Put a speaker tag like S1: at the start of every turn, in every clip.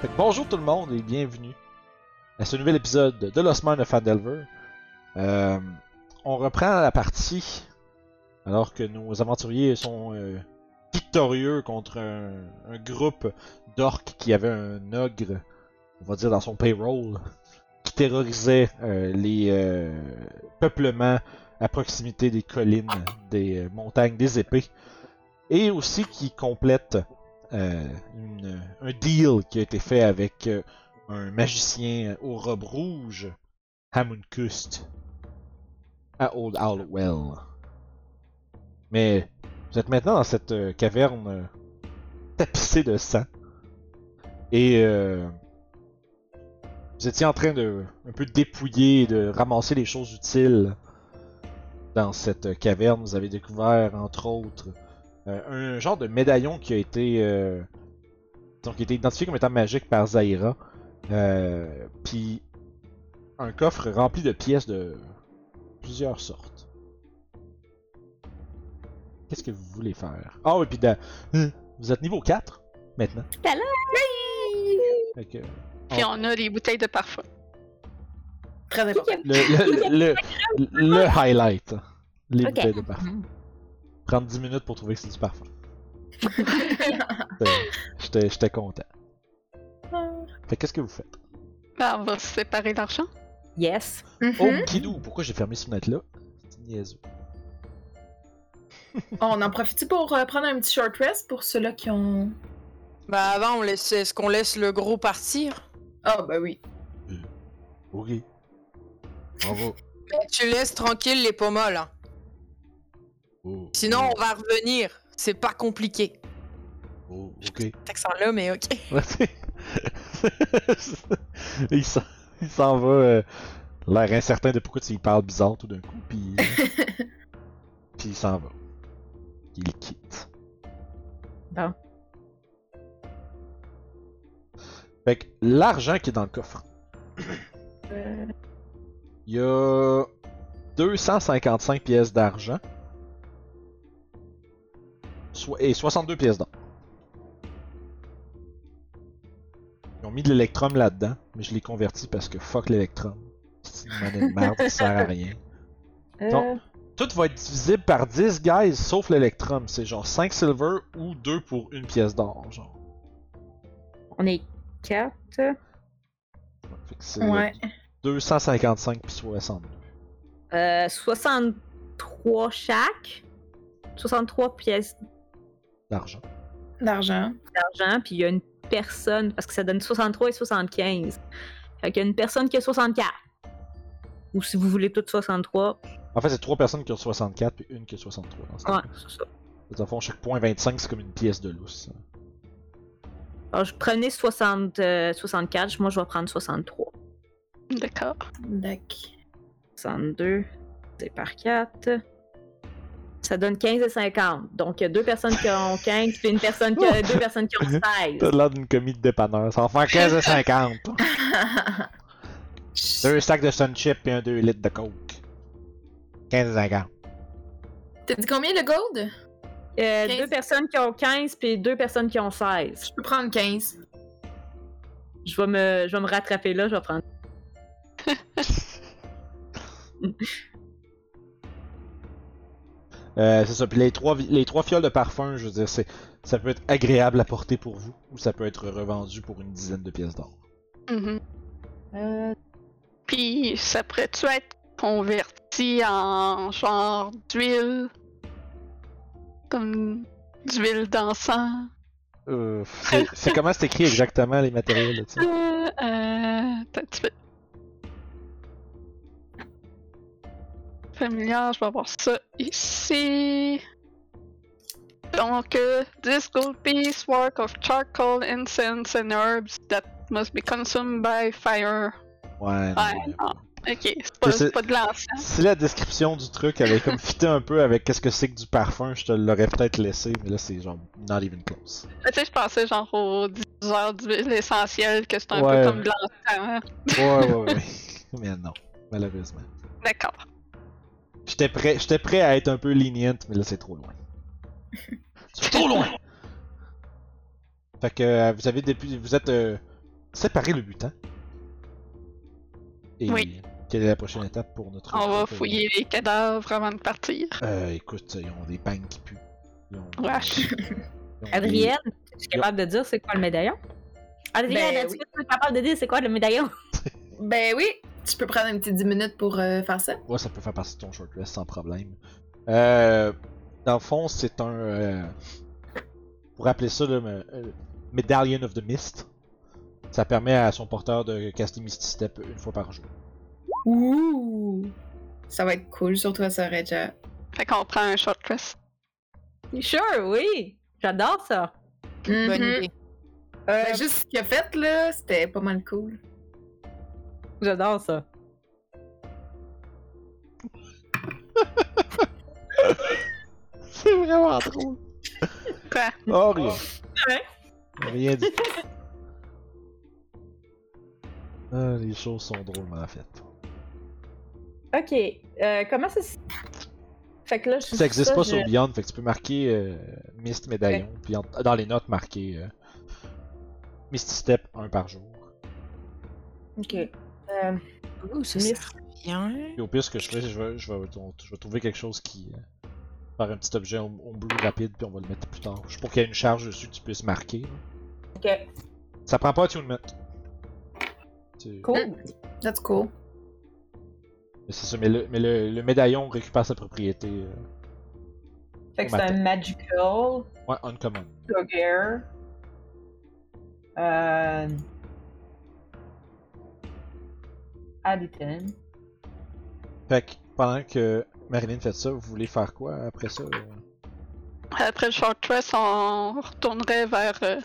S1: Fait que bonjour tout le monde et bienvenue à ce nouvel épisode de Lost Man of Fandelver. Euh, on reprend la partie alors que nos aventuriers sont euh, victorieux contre un, un groupe d'orques qui avait un ogre, on va dire dans son payroll, qui terrorisait euh, les euh, peuplements à proximité des collines, des euh, montagnes, des épées, et aussi qui complète euh, une- un deal qui a été fait avec euh, un magicien euh, aux robes rouges, Hamunkust, à Old Howlwell. Mais vous êtes maintenant dans cette euh, caverne euh, tapissée de sang. Et euh, vous étiez en train de un peu dépouiller, de ramasser les choses utiles dans cette euh, caverne. Vous avez découvert, entre autres, euh, un genre de médaillon qui a été euh, donc qui a été identifié comme étant magique par Zaira. Euh, Puis un coffre rempli de pièces de plusieurs sortes. Qu'est-ce que vous voulez faire Ah oui, puis da- Hum, vous êtes niveau 4 maintenant.
S2: à l'heure.
S1: Fait que
S3: Puis on a des bouteilles de parfum.
S4: Très important.
S1: le, le, le, le highlight. Les
S2: Ok.
S1: bouteilles de parfum. Prendre 10 minutes pour trouver que c'est du parfum. Euh, J'étais j'étais content. Fait qu'est-ce que vous faites?
S3: Ben, on va se séparer l'argent.
S2: Yes.
S1: Oh, Kidou, pourquoi j'ai fermé cette fenêtre-là? C'est niaiseux.
S4: On en profite pour euh, prendre un petit short rest pour ceux-là qui ont.
S5: Bah avant, on laisse... est-ce qu'on laisse le gros partir
S4: Ah, bah oui.
S1: Ok. Bravo.
S5: Tu laisses tranquille les pommes là.
S1: Oh,
S5: Sinon, on va revenir. C'est pas compliqué.
S1: oh, ok.
S5: Taxant là, mais ok.
S1: il s'en il s'en va, euh, l'air incertain de pourquoi tu lui parles bizarre tout d'un coup, puis euh, puis il s'en va. Il quitte.
S2: Bon.
S1: Fait que l'argent qui est dans le coffre,
S4: Euh,
S1: il y a 255 pièces d'argent Soi- et 62 pièces d'or. Ils ont mis de l'électrum là-dedans, mais je l'ai converti parce que fuck l'électrum. C'est une monnaie de merde qui sert à rien.
S2: Euh,
S1: Donc- Tout va être divisible par 10 guys sauf l'électrum. C'est genre 5 silver ou 2 pour une pièce d'or. Genre.
S2: on est 4.
S1: Ouais, fait que c'est
S4: ouais.
S1: 255 puis 62.
S2: Euh, 63 chaque. 63 pièces
S1: D'argent.
S4: D'argent.
S2: d'argent, puis il y a une personne, parce que ça donne 63 et 75. Fait qu'il y a une personne qui a 64. Ou si vous voulez toutes 63.
S1: En fait, c'est 3 personnes qui ont 64 puis une qui a 63. dans ce
S2: Ouais,
S1: cas-là.
S2: c'est ça.
S1: Dans le fond, chaque point 25, c'est comme une pièce de lousse.
S2: Alors, je prenais 60, euh, 64, moi je vais prendre 63.
S3: D'accord.
S4: Dac.
S2: 62, c'est par 4. Ça donne 15 et 50. Donc, il y a deux personnes qui ont 15, puis une personne qui a, deux personnes qui ont 16.
S1: T'as l'air d'une commis de dépanneur. Ça va faire 15 à 50. Deux sacs de Sun Chip et un 2 litres de Coke. 15 à 50.
S4: T'as dit combien le gold?
S2: Euh,
S4: 15.
S2: Deux personnes qui ont 15, puis deux personnes qui ont 16.
S4: Je peux prendre 15.
S2: Je vais me, je vais me rattraper là, je vais prendre.
S1: Euh, c'est ça. Puis les trois, vi- les trois fioles de parfum, je veux dire, c'est, ça peut être agréable à porter pour vous ou ça peut être revendu pour une dizaine de pièces d'or.
S3: Mhm. Puis ça pourrait-tu être converti en genre d'huile? Comme d'huile d'encens?
S1: Euh, c'est, c'est comment c'est écrit exactement les matériaux de ça?
S3: Euh, euh, attends un petit peu. Familial, je vais avoir ça ici. Donc, euh, this gold piece, work of charcoal, incense and herbs that must be consumed by fire.
S1: Ouais. non,
S3: Ouais,
S1: mais-
S3: non. Ok, c'est
S1: Je
S3: pas,
S1: sais-
S3: c'est pas de l'encens.
S1: Si la description du truc avait comme fité un peu avec qu'est-ce que c'est que du parfum, je te l'aurais peut-être laissé, mais là c'est genre not even close.
S3: Tu sais, je pensais genre aux 10 heures du l'essentiel, que c'est un
S1: Ouais.
S3: peu comme de l'encens.
S1: Ouais, ouais, ouais. mais non, malheureusement.
S3: D'accord.
S1: J'étais prêt, j'étais prêt à être un peu lenient, mais là c'est trop loin. C'est trop loin. Fait que euh, vous avez depuis, vous êtes euh, séparé le butin. Et
S3: Oui.
S1: Quelle est la prochaine étape pour notre
S3: On va
S1: groupe?
S3: fouiller les cadavres avant de partir.
S1: Euh, écoute, ils ont des bangs qui puent. Ils ont-
S3: Wesh.
S1: ils ont des-
S2: Adrienne, tu es capable de dire c'est quoi le médaillon? Adrienne,
S4: Ben
S2: est-ce
S4: oui.
S2: que tu es capable de dire c'est quoi le médaillon?
S4: Ben oui, tu peux prendre un petit 10 minutes pour euh, faire ça.
S1: Ouais, ça peut faire partie de ton short rest sans problème. Euh, dans le fond, c'est un. euh, pour appeler ça le me- euh, Medallion of the Mist. Ça permet à son porteur de caster Misty Step une fois par jour.
S4: Ouh! Ça va être cool, surtout à ça, Reja.
S3: Fait qu'on prend un short rest.
S2: Sure, oui! J'adore ça!
S5: Bonne
S4: Mhm.
S5: idée.
S4: Euh, juste ce qu'il a fait, là, c'était pas mal cool.
S2: J'adore ça!
S1: C'est vraiment drôle.
S3: Quoi?
S1: Oh, rien.
S2: Ouais.
S1: Rien dit. Ah, les choses sont drôlement faites.
S2: Ok, euh, comment ça se. Fait que là, je
S1: Ça existe pas
S2: je-
S1: sur Beyond, fait que tu peux marquer euh, Mist Médaillon, puis en- dans les notes marquer euh, Misty Step un par jour.
S2: Ok. Euh,
S5: Ouh, ça,
S2: Mais-
S5: ça revient.
S1: Puis au pire, ce que je fais, je vais, je vais, on- je vais trouver quelque chose qui. euh, faire un petit objet home- homebrew rapide, puis on va le mettre plus tard. Juste pour qu'il y ait une charge dessus que tu puisses marquer. là.
S2: Ok,
S1: Ça prend pas attunement. Tu-
S2: cool.
S4: That's cool.
S1: Mais c'est ça, mais, le, mais le, le médaillon récupère sa propriété. euh,
S2: Fait que c'est un magical
S1: ouais, uncommon.
S2: sugar. Euh. Habitant.
S1: Fait que pendant que Marilyn fait ça, vous voulez faire quoi après ça euh?
S3: Après le short rest, on retournerait vers euh,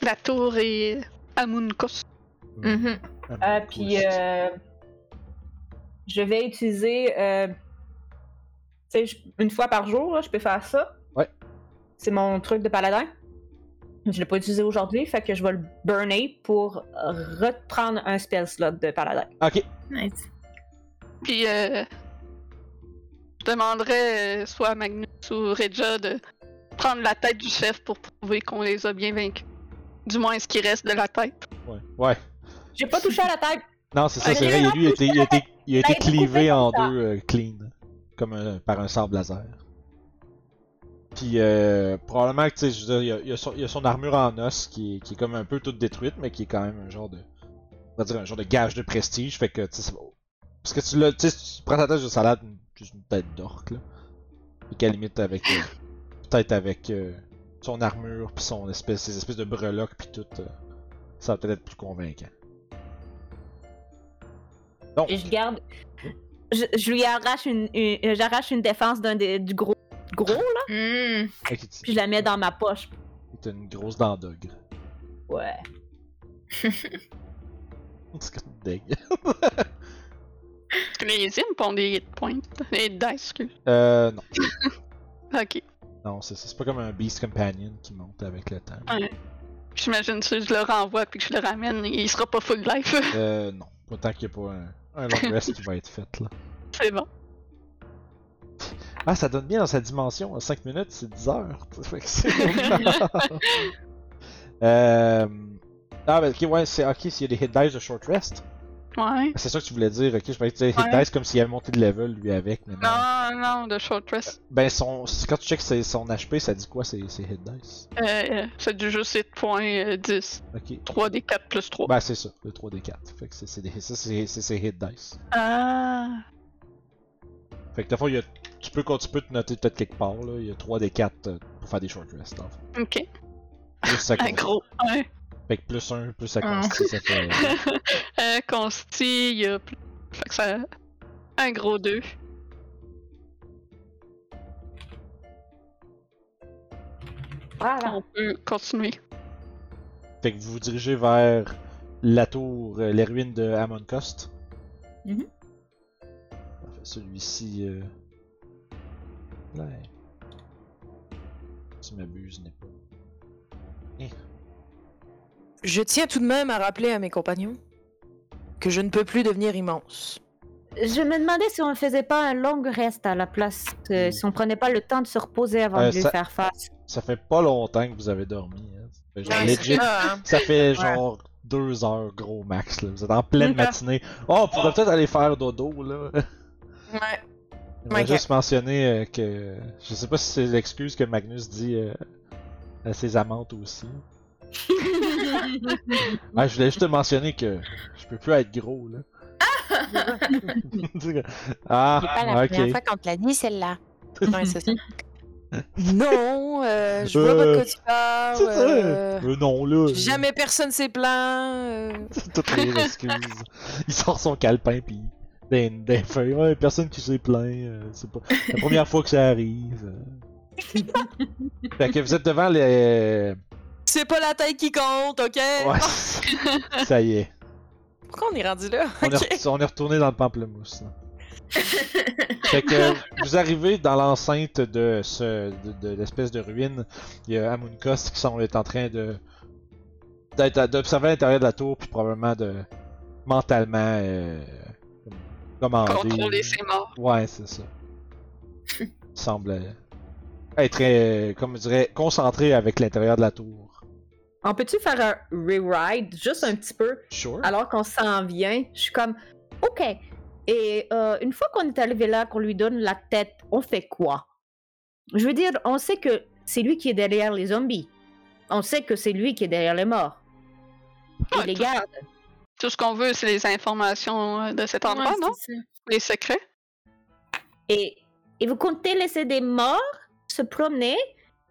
S3: la tour et euh, Amunkos.
S4: Mhm.
S2: Ah, puis euh, je vais utiliser. euh, tu sais, je- une fois par jour, là, je peux faire ça.
S1: Ouais.
S2: C'est mon truc de paladin. Je l'ai pas utilisé aujourd'hui, fait que je vais le burner pour reprendre un spell slot de paladin.
S1: Ok,
S4: Nice.
S3: Puis euh, je demanderais euh, soit à Magnus ou Reja de prendre la tête du chef pour prouver qu'on les a bien vaincus. Du moins ce qui reste de la tête.
S1: ouais. ouais.
S2: J'ai pas touché à la tête.
S1: Non, c'est ça,
S3: Ok,
S1: c'est vrai,
S2: non,
S1: lui, il a été, il a été, il a été
S2: Ben, il est
S1: clivé
S2: coupé
S1: en
S2: comme ça.
S1: deux, euh, clean, comme un- par un sable laser. Puis, euh, probablement que, tu sais, je veux dire, il y a- il y, a son- il y a son armure en os qui est, qui est comme un peu toute détruite, mais qui est quand même un genre de. On va dire un genre de gage de prestige, fait que, tu sais, c'est- Parce que tu l'as, tu sais, si tu prends ta tête de salade, juste une tête d'orque, là. Et qu'à la limite, avec. euh, peut-être avec euh, son armure, puis son espèce, ses espèces de breloques, puis tout, euh, ça va peut-être être plus convaincant. Donc.
S2: Je garde. Je, je lui arrache une, une- j'arrache une défense d'un des- du gros gros là,
S4: Mm.
S1: Ok, tu-
S2: puis je la mets dans ma poche.
S1: T'as une grosse dent d'ogre.
S2: Ouais.
S1: C'est comme dingue.
S3: Les imps ont des hit points. Et dice, excuse.
S1: Euh, non.
S3: Ok.
S1: Non, c'est c'est pas comme un Beast Companion qui monte avec le temps.
S2: Ah.
S3: Ouais. J'imagine si je le renvoie puis que je le ramène, il sera pas full life.
S1: Euh, non. Autant qu'il n'y a pas un, un long rest qui va être fait, là.
S3: C'est bon.
S1: Ah, ça donne bien dans sa dimension. à 5 minutes, c'est 10 heures. Fait que c'est- euh... Ah, ben, ok, ouais, c'est ok, s'il y a des hit dice de short rest.
S3: Ouais.
S1: C'est ça que tu voulais dire, ok? Je pensais que tu disais hit
S3: Ouais.
S1: dice comme s'il avait monté de level, lui, avec, mais non.
S3: Non, non, de short rest.
S1: Ben, son... quand tu checks ses- son HP, ça dit quoi, ses, ses hit dice?
S3: Euh, c'est du juste hit point euh, 10.
S1: Ok.
S3: 3 des 4 plus 3.
S1: Bah c'est ça, le 3d4. Fait que c'est c'est des- ça, c'est c'est ses hit dice.
S3: Ah.
S1: Fait que des fois, il y a- tu, peux, tu peux te noter peut-être quelque part, là. Il y a 3d4 euh, pour faire des short rests, en fait.
S3: Ok.
S1: Plus ça
S3: Un gros. Ouais.
S1: Fait que plus 1, plus ça
S4: Ah.
S1: consti, ça fait... euh,
S3: euh, Consti, il y a plus. Fait que ça. Un gros 2.
S2: Voilà.
S3: On peut continuer.
S1: Fait que vous vous dirigez vers la tour, euh, les ruines de Amoncost.
S4: Mhm.
S1: Parfait, Celui-ci. euh, Là. Si m'abuse, n'est pas. Hein?
S5: Je tiens tout de même à rappeler à mes compagnons que je ne peux plus devenir immense.
S2: Je me demandais si on ne faisait pas un long reste à la place, euh, si on prenait pas le temps de se reposer avant
S1: Euh,
S2: de lui
S1: ça-
S2: faire face.
S1: Ça fait pas longtemps que vous avez dormi. Hein. Ça fait genre,
S5: Ouais,
S1: legit,
S5: c'est ça, hein.
S1: ça fait genre deux heures gros max. Là. Vous êtes en pleine matinée. Oh, on pourrait peut-être aller faire dodo là.
S5: Ouais.
S1: Je voulais
S5: Ok.
S1: juste mentionner euh, que je sais pas si c'est l'excuse que Magnus dit euh, à ses amantes aussi. Ah, je voulais juste te mentionner que je peux plus être gros là. ah, ok.
S5: qu'on te l'a dit, celle-là. Ouais, c'est ça. non, euh, je vois pas de quoi tu parles.
S1: C'est ça.
S5: euh,
S1: Euh, non là.
S5: jamais personne s'est plaint. euh,
S1: Toutes les excuses. Il sort son calepin pis des, des feuilles. Ouais, personne qui s'est plaint. euh, c'est pas la première fois que ça arrive. euh. fait que vous êtes devant les. euh,
S5: C'est pas la taille qui compte, ok?
S1: Ouais. ça y est.
S5: Ah, Pourquoi on est rendu là?
S1: On,
S5: Ok.
S1: est, re- on est retourné dans le pamplemousse. là. fait que vous arrivez dans l'enceinte de ce de, de l'espèce de ruine. Il y a Amunkost qui semble être en train de d'être à- d'observer à l'intérieur de la tour puis probablement de mentalement euh, commander.
S3: Contrôler ses morts.
S1: Ouais, c'est ça. Il semble euh, être euh, comme je dirais concentré avec l'intérieur de la tour.
S2: On peut-tu faire un rewrite, juste un petit peu,
S1: Sure.
S2: alors qu'on s'en vient? Je suis comme, OK. Et euh, une fois qu'on est arrivé là, qu'on lui donne la tête, on fait quoi? Je veux dire, on sait que c'est lui qui est derrière les zombies. On sait que c'est lui qui est derrière les morts. Il
S3: Ouais,
S2: les
S3: tout,
S2: garde.
S3: tout ce qu'on veut, c'est les informations euh, de cet endroit, non? Les secrets.
S2: Et, et vous comptez laisser des morts se promener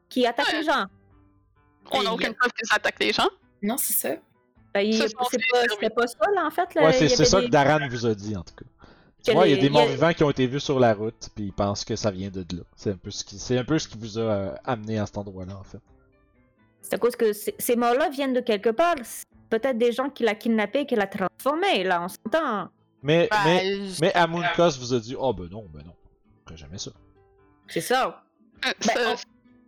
S2: qui attaquent
S3: Ouais.
S2: les gens?
S3: On
S2: Et
S3: n'a
S2: il-
S3: aucune preuve qu'ils attaquent les gens. Euh,
S4: Non, c'est ça.
S2: Ben, il-
S3: Ce
S2: c'est
S3: sont des
S2: pas, c'était pas ça, là, en fait. Là,
S1: Ouais,
S2: Euh, il
S1: c'est
S2: y
S1: c'est
S2: avait
S1: ça
S2: des-
S1: que Daran vous a dit en tout cas.
S2: que
S1: Ouais, il y a
S2: les-
S1: des morts vivants qui ont été vus sur la route, puis ils pensent que ça vient de là. C'est un peu ce qui, c'est un peu ce qui vous a euh, amené à cet endroit-là en fait.
S2: C'est à cause que c- ces morts-là viennent de quelque part. C'est Peut-être des gens qui l'a kidnappé, qui l'a transformé, là, on s'entend.
S1: Mais
S5: Bah,
S1: mais
S5: je-
S1: mais Amunkos vous a dit oh ben non ben non, on ferait jamais ça.
S2: C'est ça.
S3: Euh,
S2: Ben,
S3: ce,
S2: on-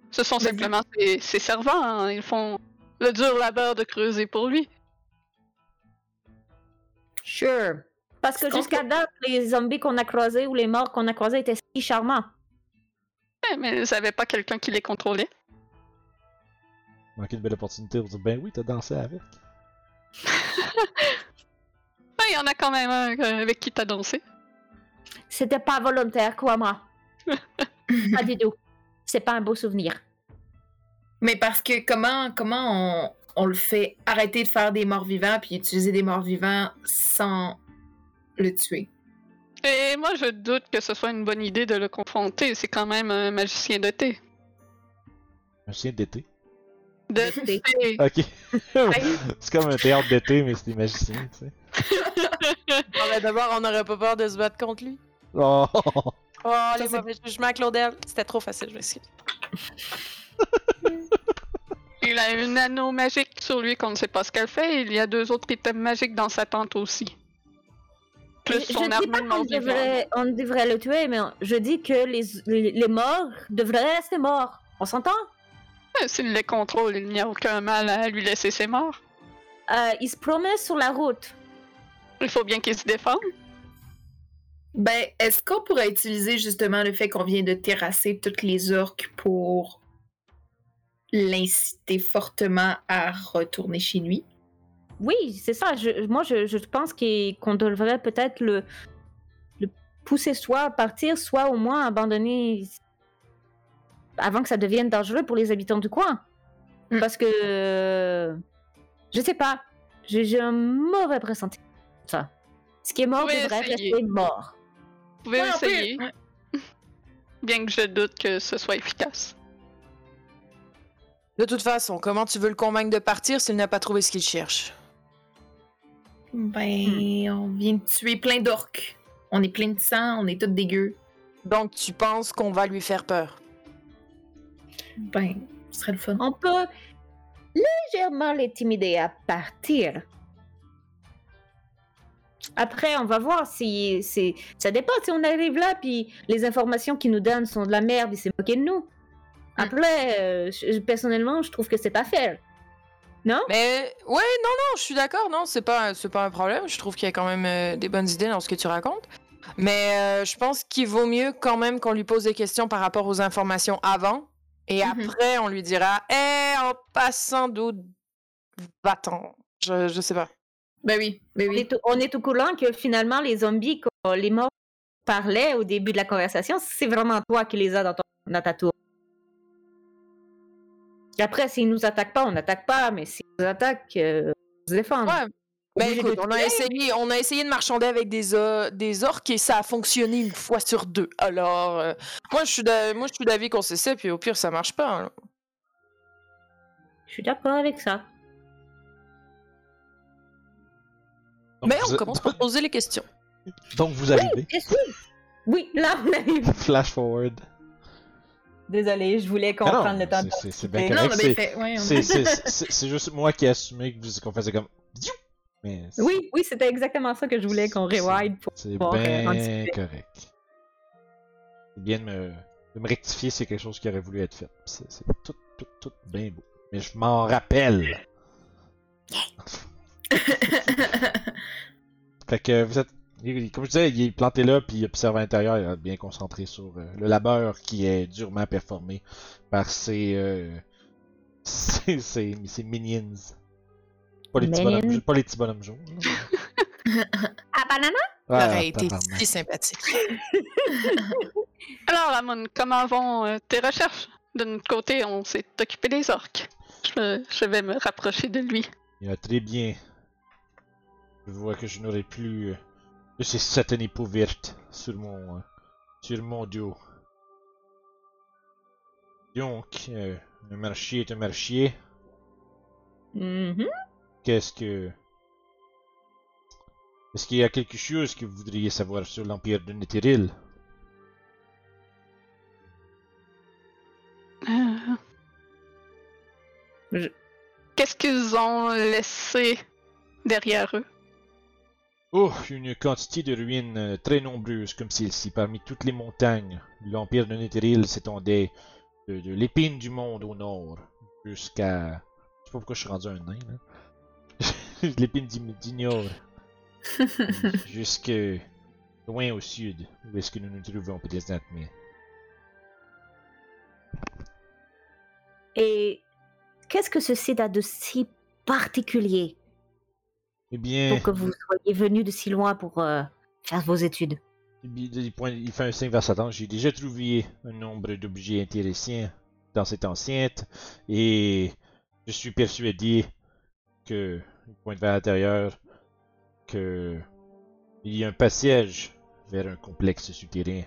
S3: ce sont
S2: Vas-y.
S3: simplement ses, ses servants. hein. Ils font le dur labeur de creuser pour lui.
S2: Sure. Parce que
S4: Je
S2: jusqu'à date, les zombies qu'on a croisés ou les morts qu'on a croisés étaient si charmants.
S3: Ouais, Eh, mais ils n'avaient pas quelqu'un qui les contrôlait.
S1: Manquer une belle opportunité pour dire ben oui t'as dansé avec.
S3: Ben, Il y en a quand même un euh, avec qui t'as dansé.
S2: C'était pas volontaire, quoi, moi. pas du tout. C'est pas un beau souvenir.
S4: Mais parce que comment, comment on, on le fait arrêter de faire des morts vivants puis utiliser des morts vivants sans le tuer?
S3: Et moi, je doute que ce soit une bonne idée de le confronter. C'est quand même un magicien de thé.
S1: Un chien d'été.
S3: De
S2: Thé.
S3: thé.
S1: Ok. c'est comme un théâtre d'été mais c'est des magiciens tu sais.
S5: Ah, ben, D'abord, on n'aurait pas peur de se battre contre lui.
S1: Oh.
S5: Oh, les
S4: c'est-
S5: mauvais jugements, Claudel. C'était trop facile, je m'excuse.
S3: Il a une anneau magique sur lui qu'on ne sait pas ce qu'elle fait. Il y a deux autres items magiques dans sa tente aussi. Plus
S2: je, je
S3: son
S2: dis pas
S3: armement
S2: qu'on
S3: vivant.
S2: devrait, on devrait le tuer, mais je dis que les, les, les morts devraient rester morts. On s'entend
S3: Ouais, S'il les contrôle, il n'y a aucun mal à lui laisser ses morts.
S2: Euh, Ils se promènent sur la route.
S3: Il faut bien qu'il se défende.
S4: Ben, est-ce qu'on pourrait utiliser justement le fait qu'on vient de terrasser toutes les orques pour l'inciter fortement à retourner chez lui?
S2: Oui, c'est ça. Je- moi, je, je pense qu'il- qu'on devrait peut-être le, le pousser soit à partir, soit au moins abandonner avant que ça devienne dangereux pour les habitants du coin.
S4: Mm.
S2: Parce que. euh, je sais pas. J'ai j'ai un mauvais pressentiment. Ça. Ce qui est mort
S3: Oui,
S2: devrait
S3: essayez.
S2: rester mort.
S3: Vous pouvez
S4: Ouais, on peut-
S3: essayer.
S4: ouais.
S3: Bien que je doute que ce soit efficace.
S5: De toute façon, comment tu veux le convaincre de partir s'il n'a pas trouvé ce qu'il cherche?
S4: Ben, on vient de tuer plein d'orques. On est plein de sang, on est toutes dégueux.
S5: Donc, tu penses qu'on va lui faire peur?
S4: Ben, Ce serait le fun.
S2: On peut légèrement les timider à partir. Après, on va voir si, si- ça dépend. Si on arrive là, puis les informations qu'ils nous donnent sont de la merde, ils se moquent de nous. Après, euh, je- personnellement, je trouve que c'est pas fair.
S5: Mais ouais, non, non, je suis d'accord, non, c'est pas, un- c'est pas un problème. Je trouve qu'il y a quand même euh, des bonnes idées dans ce que tu racontes. Mais euh, je pense qu'il vaut mieux quand même qu'on lui pose des questions par rapport aux informations avant. Et
S4: Mhm.
S5: après, on lui dira Hé, en passant d'où va-t-on je, je sais pas.
S4: Ben oui, ben
S2: On
S4: oui.
S2: est au- On est au courant que finalement, les zombies, qu'on- les morts parlaient au début de la conversation, c'est vraiment toi qui les as dans, ton- dans ta tour. Après, s'ils nous attaquent pas, on n'attaque pas, mais s'ils nous attaquent, euh, on se défend.
S5: Ouais. Ben
S2: Obligé de
S5: écoute, on a, essayé, on a essayé de marchander avec des, o- des orques et ça a fonctionné une fois sur deux. Alors, euh, moi, je suis d'a- moi, je suis d'avis qu'on s'essaie, puis au pire, ça marche pas. hein.
S2: Je suis d'accord avec ça.
S1: Donc,
S5: Mais
S1: vous-
S5: on commence par poser les questions.
S1: Donc vous arrivez.
S2: Bien sûr. Oui, là, on arrive.
S1: Flash forward.
S2: Désolée, je voulais qu'on
S1: Ah non,
S2: prenne le temps de
S1: c'est- c'est- C'est
S2: participer.
S1: bien
S4: Non, on
S1: correct.
S4: a bien
S1: c'est-
S4: fait. Ouais, on-
S1: C'est c'est- c'est- c'est juste moi qui ai assumé que vous- qu'on faisait comme. Bidou Mais c'est-
S2: Oui, oui, c'était exactement ça que je voulais qu'on
S1: C'est-
S2: rewind pour.
S1: C'est
S2: pouvoir, euh, en
S1: bien
S2: discuter.
S1: correct. C'est bien de me, de me rectifier si c'est quelque chose qui aurait voulu être fait. C'est c'est tout, tout, tout bien beau. Mais je m'en rappelle. Fait que vous êtes. il- il- Comme je disais, il est planté là, puis il observe à l'intérieur, il est bien concentré sur euh, le labeur qui est durement performé par ses. euh, ses, ses, ses minions. Pas les, petits
S2: Minions.
S1: bonhommes, pas les petits bonhommes jaunes. là.
S2: Ah, banana?
S5: Ça
S1: Ah,
S5: aurait été
S1: tabarnak.
S5: si sympathique.
S3: Alors, Amon, comment vont euh, tes recherches? De notre côté, on s'est occupé des orques. Je, je vais me rapprocher de lui.
S1: Il a très bien. Je vois que je n'aurai plus euh, de ces satanées peaux vertes sur mon, euh, sur mon dos. Donc, euh, le marché est un marché.
S2: Mhm.
S1: Qu'est-ce que. Est-ce qu'il y a quelque chose que vous voudriez savoir sur l'Empire de Netheril
S3: Euh,
S2: Je-
S3: Qu'est-ce qu'ils ont laissé derrière eux?
S1: Oh, une quantité de ruines euh, très nombreuses comme celle-ci. Parmi toutes les montagnes, l'Empire de Netheril s'étendait de, de l'épine du monde au nord jusqu'à... Je sais pas pourquoi je suis rendu un nain, là. De l'épine d'Im- d'Ignor. Jusque loin au sud, où est-ce que nous nous trouvons peut-être maintenant.
S2: Et qu'est-ce que ce site a de si particulier
S1: Eh bien,
S2: pour que vous soyez venu de si loin pour euh, faire vos études
S1: il, il pointe- il fait un signe vers Satan. J'ai déjà trouvé un nombre d'objets intéressants dans cette enceinte, et je suis persuadé que, il pointe vers l'intérieur, que il y a un passage vers un complexe souterrain.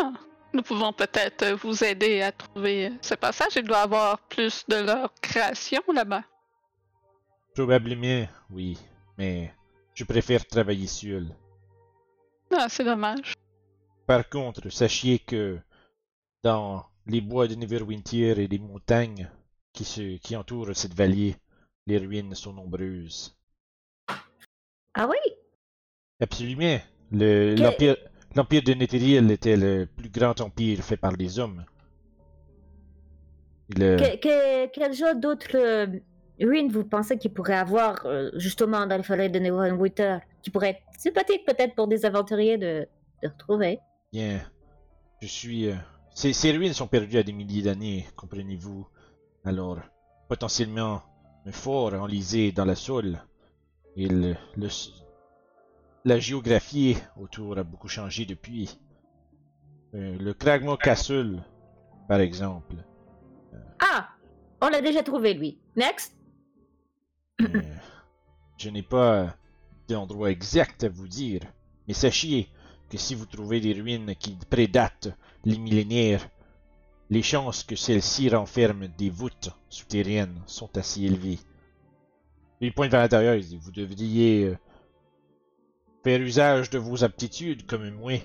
S3: Ah, nous pouvons peut-être euh, vous aider à trouver euh, ce passage. Il doit y avoir plus de leur création là-bas.
S1: Probablement, oui, mais je préfère travailler seul.
S3: Ah, c'est dommage.
S1: Par contre, sachez que dans les bois de Neverwinter et les montagnes qui, se, qui entourent cette vallée, les ruines sont nombreuses.
S2: Ah oui
S1: Absolument. Le-
S2: Que-
S1: L'empire l'empire de Netheril était le plus grand empire fait par les hommes. Il, euh,
S2: Que- que- Quel genre d'autres euh, ruines vous pensez qu'il pourrait avoir euh, justement dans les forêts de Neverwinter qui pourrait être sympathique peut-être pour des aventuriers de, de retrouver
S1: Bien, je suis. euh, Ces, ces ruines sont perdues à des milliers d'années, comprenez-vous. Alors, potentiellement, un fort enlisé dans la sol. Et le- le s- la géographie autour a beaucoup changé depuis. Euh, le Kragma Castle, par exemple.
S2: Ah On l'a déjà trouvé lui. Next
S1: Euh, je n'ai pas d'endroit exact à vous dire, mais sachez que si vous trouvez des ruines qui prédatent les millénaires, les chances que celles-ci renferment des voûtes souterraines sont assez élevées. Il pointe vers l'intérieur, il dit Vous devriez euh, faire usage de vos aptitudes comme moi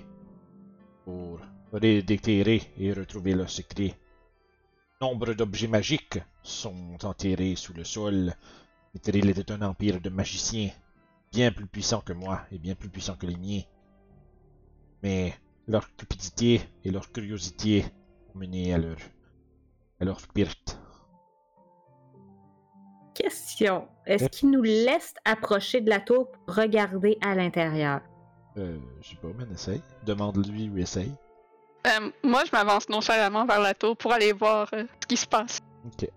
S1: pour redéterrer et retrouver leur secret. Nombre d'objets magiques sont enterrés sous le sol. Mithril était un empire de magiciens, bien plus puissant que moi et bien plus puissant que les miens. Mais leur cupidité et leur curiosité ont mené à leur, à leur perte.
S2: Question. Est-ce qu'il nous laisse approcher de la tour pour regarder à l'intérieur?
S1: Euh, je sais pas, mais essaye. Demande-lui ou essaye.
S3: Euh, moi, je m'avance nonchalamment vers la tour pour aller voir euh, ce qui se passe.
S1: Ok.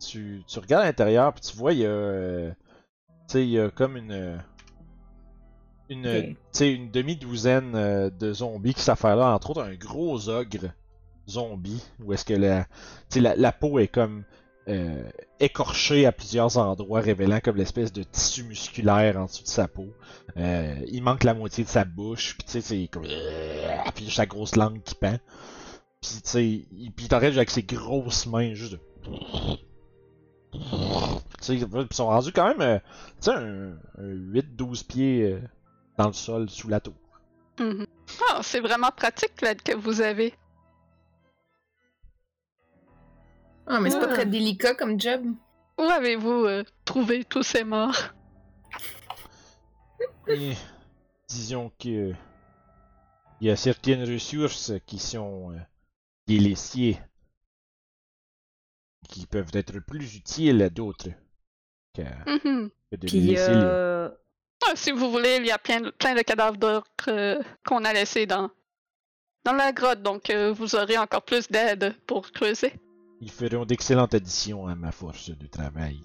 S1: Tu, tu regardes à l'intérieur, puis tu vois, il y a. euh, tu sais, il y a comme une. euh, Une,
S2: Ok.
S1: tu sais, une demi-douzaine euh, de zombies qui s'affairent là, entre autres un gros ogre zombie, où est-ce que la, tu sais, la, la peau est comme euh, écorchée à plusieurs endroits, révélant comme l'espèce de tissu musculaire en dessous de sa peau. Euh, il manque la moitié de sa bouche, puis tu sais, c'est comme. euh, Puis juste sa grosse langue qui pend. Puis tu sais, il, puis il t'arrête avec ses grosses mains, juste de. Tu sais, ils sont rendus quand même, euh, tu sais, un, un 8-12 pieds euh, dans le sol, sous la tour.
S3: Mhm. Ah, c'est vraiment pratique l'aide que vous avez.
S4: Ah, mais c'est pas
S5: Ah.
S4: très délicat comme job.
S3: Où avez-vous euh, trouvé tous ces morts?
S1: Et disons que il y a certaines ressources qui sont euh, délaissées, qui peuvent être plus utiles à d'autres qu'à-
S3: Mhm.
S1: que de les
S2: Puis,
S1: laisser là.
S2: euh,
S3: Ah, si vous voulez, il y a plein de, plein de cadavres d'autres euh, qu'on a laissés dans, dans la grotte, donc euh, vous aurez encore plus d'aide pour creuser.
S1: Ils feront d'excellentes additions à ma force de travail.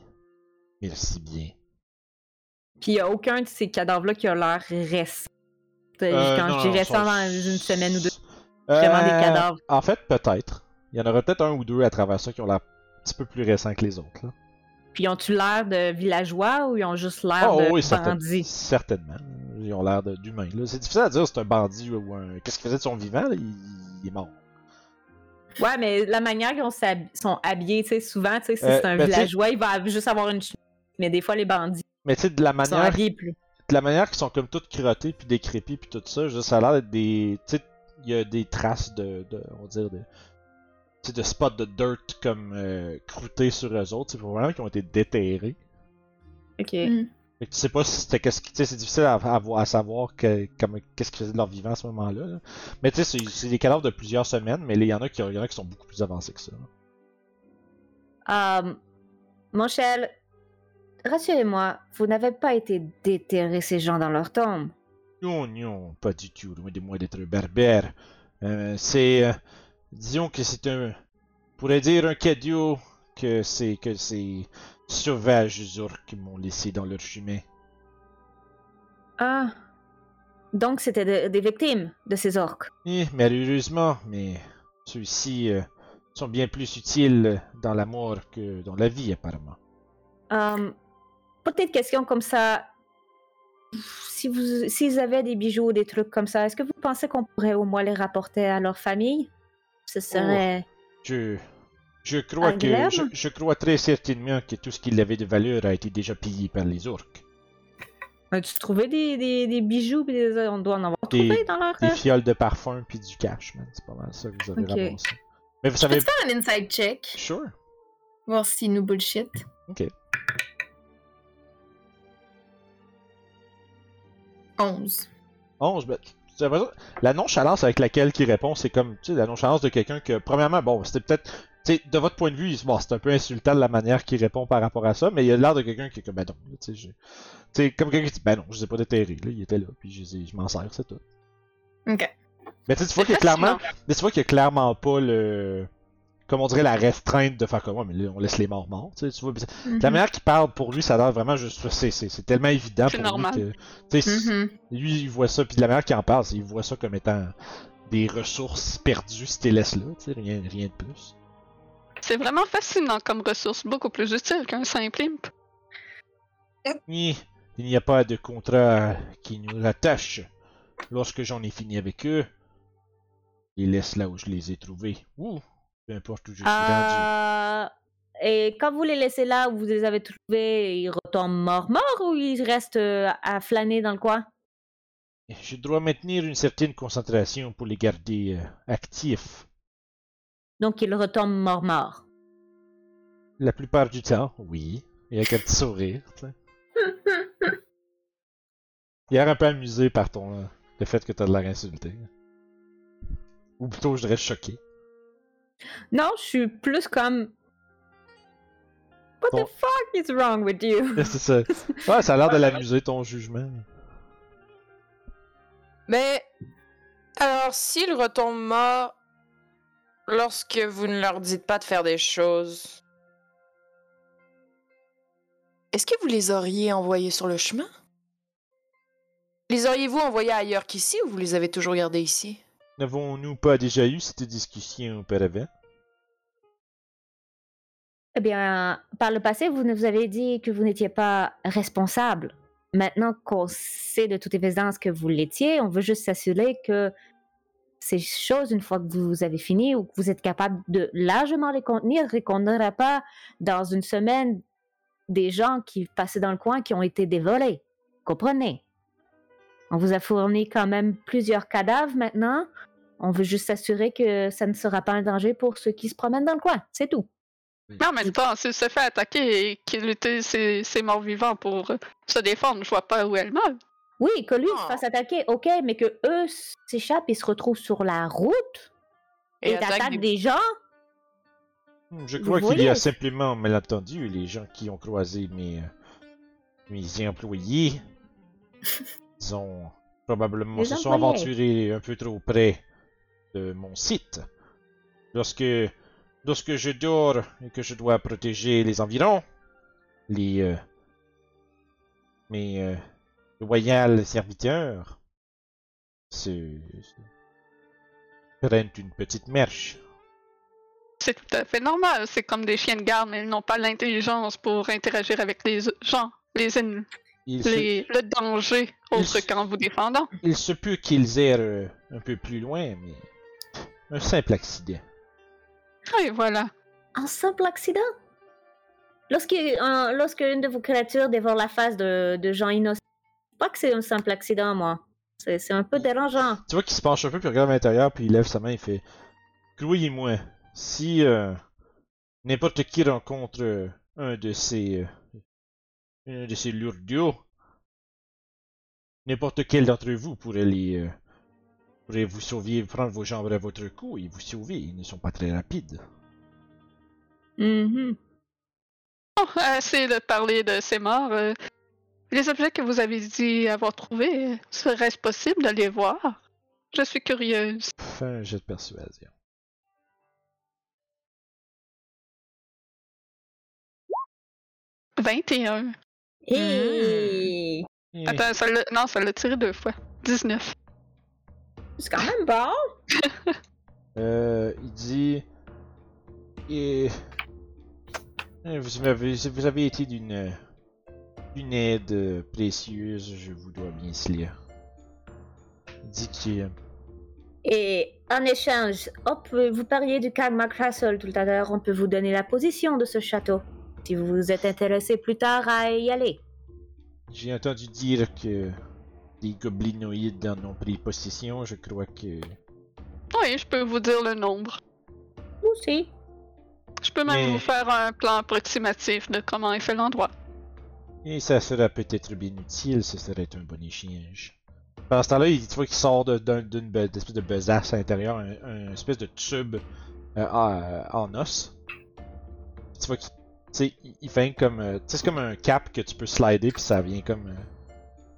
S1: Merci bien.
S2: puis il n'y a aucun de ces cadavres-là qui a l'air récent.
S1: Euh,
S2: Quand
S1: non,
S2: je
S1: non,
S2: dirais
S1: sont-
S2: ça dans une semaine ou deux, vraiment
S1: Euh,
S2: des cadavres.
S1: En fait, peut-être. Il y en aura peut-être un ou deux à travers ça qui ont l'air un petit peu plus récents que les autres. là.
S2: Puis ont-tu l'air de villageois ou ils ont juste l'air
S1: oh
S2: de
S1: oui, certain-
S2: bandits?
S1: certainement. Ils ont l'air de- d'humains. là. C'est difficile à dire si c'est un bandit ou un. Qu'est-ce qu'il faisait de son vivant là? Il... il est mort.
S2: Ouais, mais la manière qu'ils ont s'hab- sont habillés, tu sais, souvent, tu sais, si
S1: Euh,
S2: c'est un
S1: ben, tu sais-
S2: villageois, il va av- juste avoir une chemise. Mais des fois, les bandits
S1: Mais tu sais, de la
S2: sont
S1: manière,
S2: habillés plus.
S1: de la manière qu'ils sont comme toutes crottés puis décrépits puis tout ça, je veux dire, ça a l'air d'être des. Tu sais, il y a des traces de, de- on va dire de. Tu sais, de spots de dirt comme euh, croûtés sur eux autres. C'est probablement qu'ils ont été déterrés.
S2: Ok.
S4: Hmm.
S1: Fait que tu sais pas si c'était qu'est-ce qui. tu sais, c'est difficile à, à vo- à savoir que, comme, qu'est-ce qu'ils faisaient de leur vivant à ce moment-là. là. Mais tu sais, c'est, c'est des cadavres de plusieurs semaines, mais là, il y en a qui, il y en a qui sont beaucoup plus avancés que ça.
S2: Euh, mon Shell, rassurez-moi, vous n'avez pas été déterrer ces gens dans leur tombe.
S1: Non, non, pas du tout, loin de moi d'être barbare. Euh, c'est. euh, disons que c'est un. on pourrait dire un cadeau que c'est que ces sauvages orques m'ont laissé dans leur chemin.
S2: Ah. Donc, c'était de- des victimes de ces orques.
S1: Eh, malheureusement, mais ceux-ci euh, sont bien plus utiles dans la mort que dans la vie, apparemment.
S2: Euh, Peut-être question comme ça. Si vous, s'ils avaient des bijoux ou des trucs comme ça, est-ce que vous pensez qu'on pourrait au moins les rapporter à leur famille Ce serait.
S1: Je, je crois que
S2: Aglaire?
S1: je, je crois très certainement que tout ce qu'il avait de valeur a été déjà pillé par les orques.
S2: Oh. As-tu trouvé des, des, des bijoux puis des- On doit en avoir
S1: Des-
S2: trouvé dans leur.
S1: Des
S2: euh,
S1: fioles de parfum puis du cash, man. C'est pas mal ça que vous avez
S2: Ok.
S1: ramassé. Mais vous
S4: Je peux
S1: savez,
S4: te faire un inside check,
S1: sure.
S4: voir s'il nous bullshit.
S1: Ok.
S4: 11.
S1: 11, ben, c'est vrai, la nonchalance avec laquelle il répond, c'est comme tu sais, la nonchalance de quelqu'un que, premièrement, bon, c'était peut-être. tu sais, de votre point de vue, bon, c'est un peu insultant de la manière qu'il répond par rapport à ça, mais il a l'air de quelqu'un qui est comme, ben non, tu sais, je- tu sais, comme quelqu'un qui dit, ben non, je les ai pas déterrés, là, il était là, puis je, les ai- je m'en sers, c'est tout.
S4: Ok.
S1: Mais tu sais, tu vois
S3: C'est
S1: que clairement,
S3: fascinant.
S1: mais tu vois qu'il y a clairement pas le. Comme on dirait la restreinte de faire comme ouais, mais là, on laisse les morts morts. Tu sais, tu vois, puis la
S4: Mhm.
S3: Mhm.
S1: manière qu'il parle pour lui, ça a l'air vraiment juste. C'est, c'est, c'est tellement évident
S3: C'est
S1: pour
S3: normal.
S1: lui que. Tu sais,
S4: Mhm.
S1: lui, il voit ça, puis de la manière qu'il en parle, c'est- il voit ça comme étant des ressources perdues si tu les laisses là. Tu sais, rien, rien de plus.
S3: C'est vraiment fascinant comme ressource, beaucoup plus utile qu'un simple imp.
S1: Oui, il n'y a pas de contrat qui nous rattache. Lorsque j'en ai fini avec eux, je les laisse là où je les ai trouvés. Ou, peu importe où je suis rendu.
S2: Euh, Et quand vous les laissez là où vous les avez trouvés, ils retombent morts-morts ou ils restent euh, à flâner dans le coin
S1: Je dois maintenir une certaine concentration pour les garder euh, actifs.
S2: Donc il retombe mort-mort.
S1: La plupart du temps, oui. Et avec un petit sourire, tu sais. Il a l'air un peu amusé par ton. euh, le fait que t'as de l'air insulté. Ou plutôt, je dirais choqué.
S2: Non, je suis plus comme. What
S1: Bon.
S2: the fuck is wrong with you?
S1: C'est ça. Ouais, ça a l'air de l'amuser ton jugement.
S5: Mais alors, s'ils retombent morts lorsque vous ne leur dites pas de faire des choses, est-ce que vous les auriez envoyés sur le chemin Les auriez-vous envoyés ailleurs qu'ici ou vous les avez toujours gardés ici
S1: N'avons-nous pas déjà eu cette discussion auparavant?
S2: Eh bien, par le passé, vous nous avez dit que vous n'étiez pas responsable. Maintenant qu'on sait de toute évidence que vous l'étiez, on veut juste s'assurer que ces choses, une fois que vous avez fini ou que vous êtes capable de largement les contenir, et qu'on n'aura pas dans une semaine des gens qui passaient dans le coin qui ont été dévolés. Comprenez? On vous a fourni quand même plusieurs cadavres maintenant. On veut juste s'assurer que ça ne sera pas un danger pour ceux qui se promènent dans le coin. C'est tout.
S3: Mais en même temps, s'il se fait attaquer et qu'il utilise ses, ses morts vivants pour euh, se défendre, je vois pas où elle meurt.
S2: Oui, que lui se
S5: Oh.
S2: fasse attaquer, ok, mais que eux s'échappent et se retrouvent sur la route et,
S5: attaque
S2: attaquent
S5: des-
S2: des... gens.
S1: Hmm, Je
S2: Vous
S1: crois qu'il y a
S2: voyez?
S1: simplement malentendu les gens qui ont croisé mes, euh, mes employés. Ils ont probablement
S2: Les
S1: se sont
S2: employés.
S1: aventurés un peu trop près de mon site. Lorsque, lorsque je dors et que je dois protéger les environs, les euh, mes euh, loyaux serviteurs se- se prennent une petite marche.
S3: C'est tout à fait normal. C'est comme des chiens de garde, mais ils n'ont pas l'intelligence pour interagir avec les gens, les ennemis,
S1: Ils se-
S3: les- le danger autre
S1: Ils-
S3: qu'en vous défendant.
S1: Il se peut qu'ils errent euh, un peu plus loin, mais. Un simple accident.
S3: Et voilà.
S2: Un simple accident. Lorsque, un- lorsque une de vos créatures dévore la face de, de gens innocents, je crois que c'est un simple accident, moi. C'est c'est un peu dérangeant.
S1: Tu vois qu'il se penche un peu, puis il regarde à l'intérieur, puis il lève sa main et fait Croyez-moi, si euh, n'importe qui rencontre euh, un de ces. euh, un de ces lourdios, n'importe quel d'entre vous pourrait les. euh, pourrait vous sauver, prendre vos jambes à votre cou et vous sauver. Ils ne sont pas très rapides.
S2: Mhm.
S3: Bon, assez de parler de ces morts. euh, les objets que vous avez dit avoir trouvés, euh, serait-ce possible de les voir? Je suis curieuse.
S1: Fais un jet de persuasion.
S3: « 21.
S2: Et
S1: Eh,
S3: Attends, ça l'a- non, ça l'a tiré deux fois. 19.
S2: c'est quand même bon.
S1: Euh, il dit. Et. Euh, Vous m'avez, vous avez été d'une. d'une aide euh, précieuse, je vous dois bien cela. Il dit qu'il.
S2: Et en échange, hop, vous parliez du Kagma Castle tout à l'heure. On peut vous donner la position de ce château si vous êtes intéressé plus tard à y aller.
S1: J'ai entendu dire que. des goblinoïdes en ont pris possession, je crois que.
S3: Oui, je peux vous dire le nombre.
S2: Aussi.
S3: Je peux même
S1: Mais-
S3: vous faire un plan approximatif de comment est fait l'endroit.
S1: Et ça sera peut-être bien utile, ce serait un bon échange. Pendant ce temps-là, il, tu vois qu'il sort de- d'un- d'une be- d'une espèce de besace à l'intérieur, un, un espèce de tube euh, en- en os. Tu vois qu'il tu sais, il- il fait comme. euh, tu sais, c'est comme un cap que tu peux slider, puis ça vient comme euh,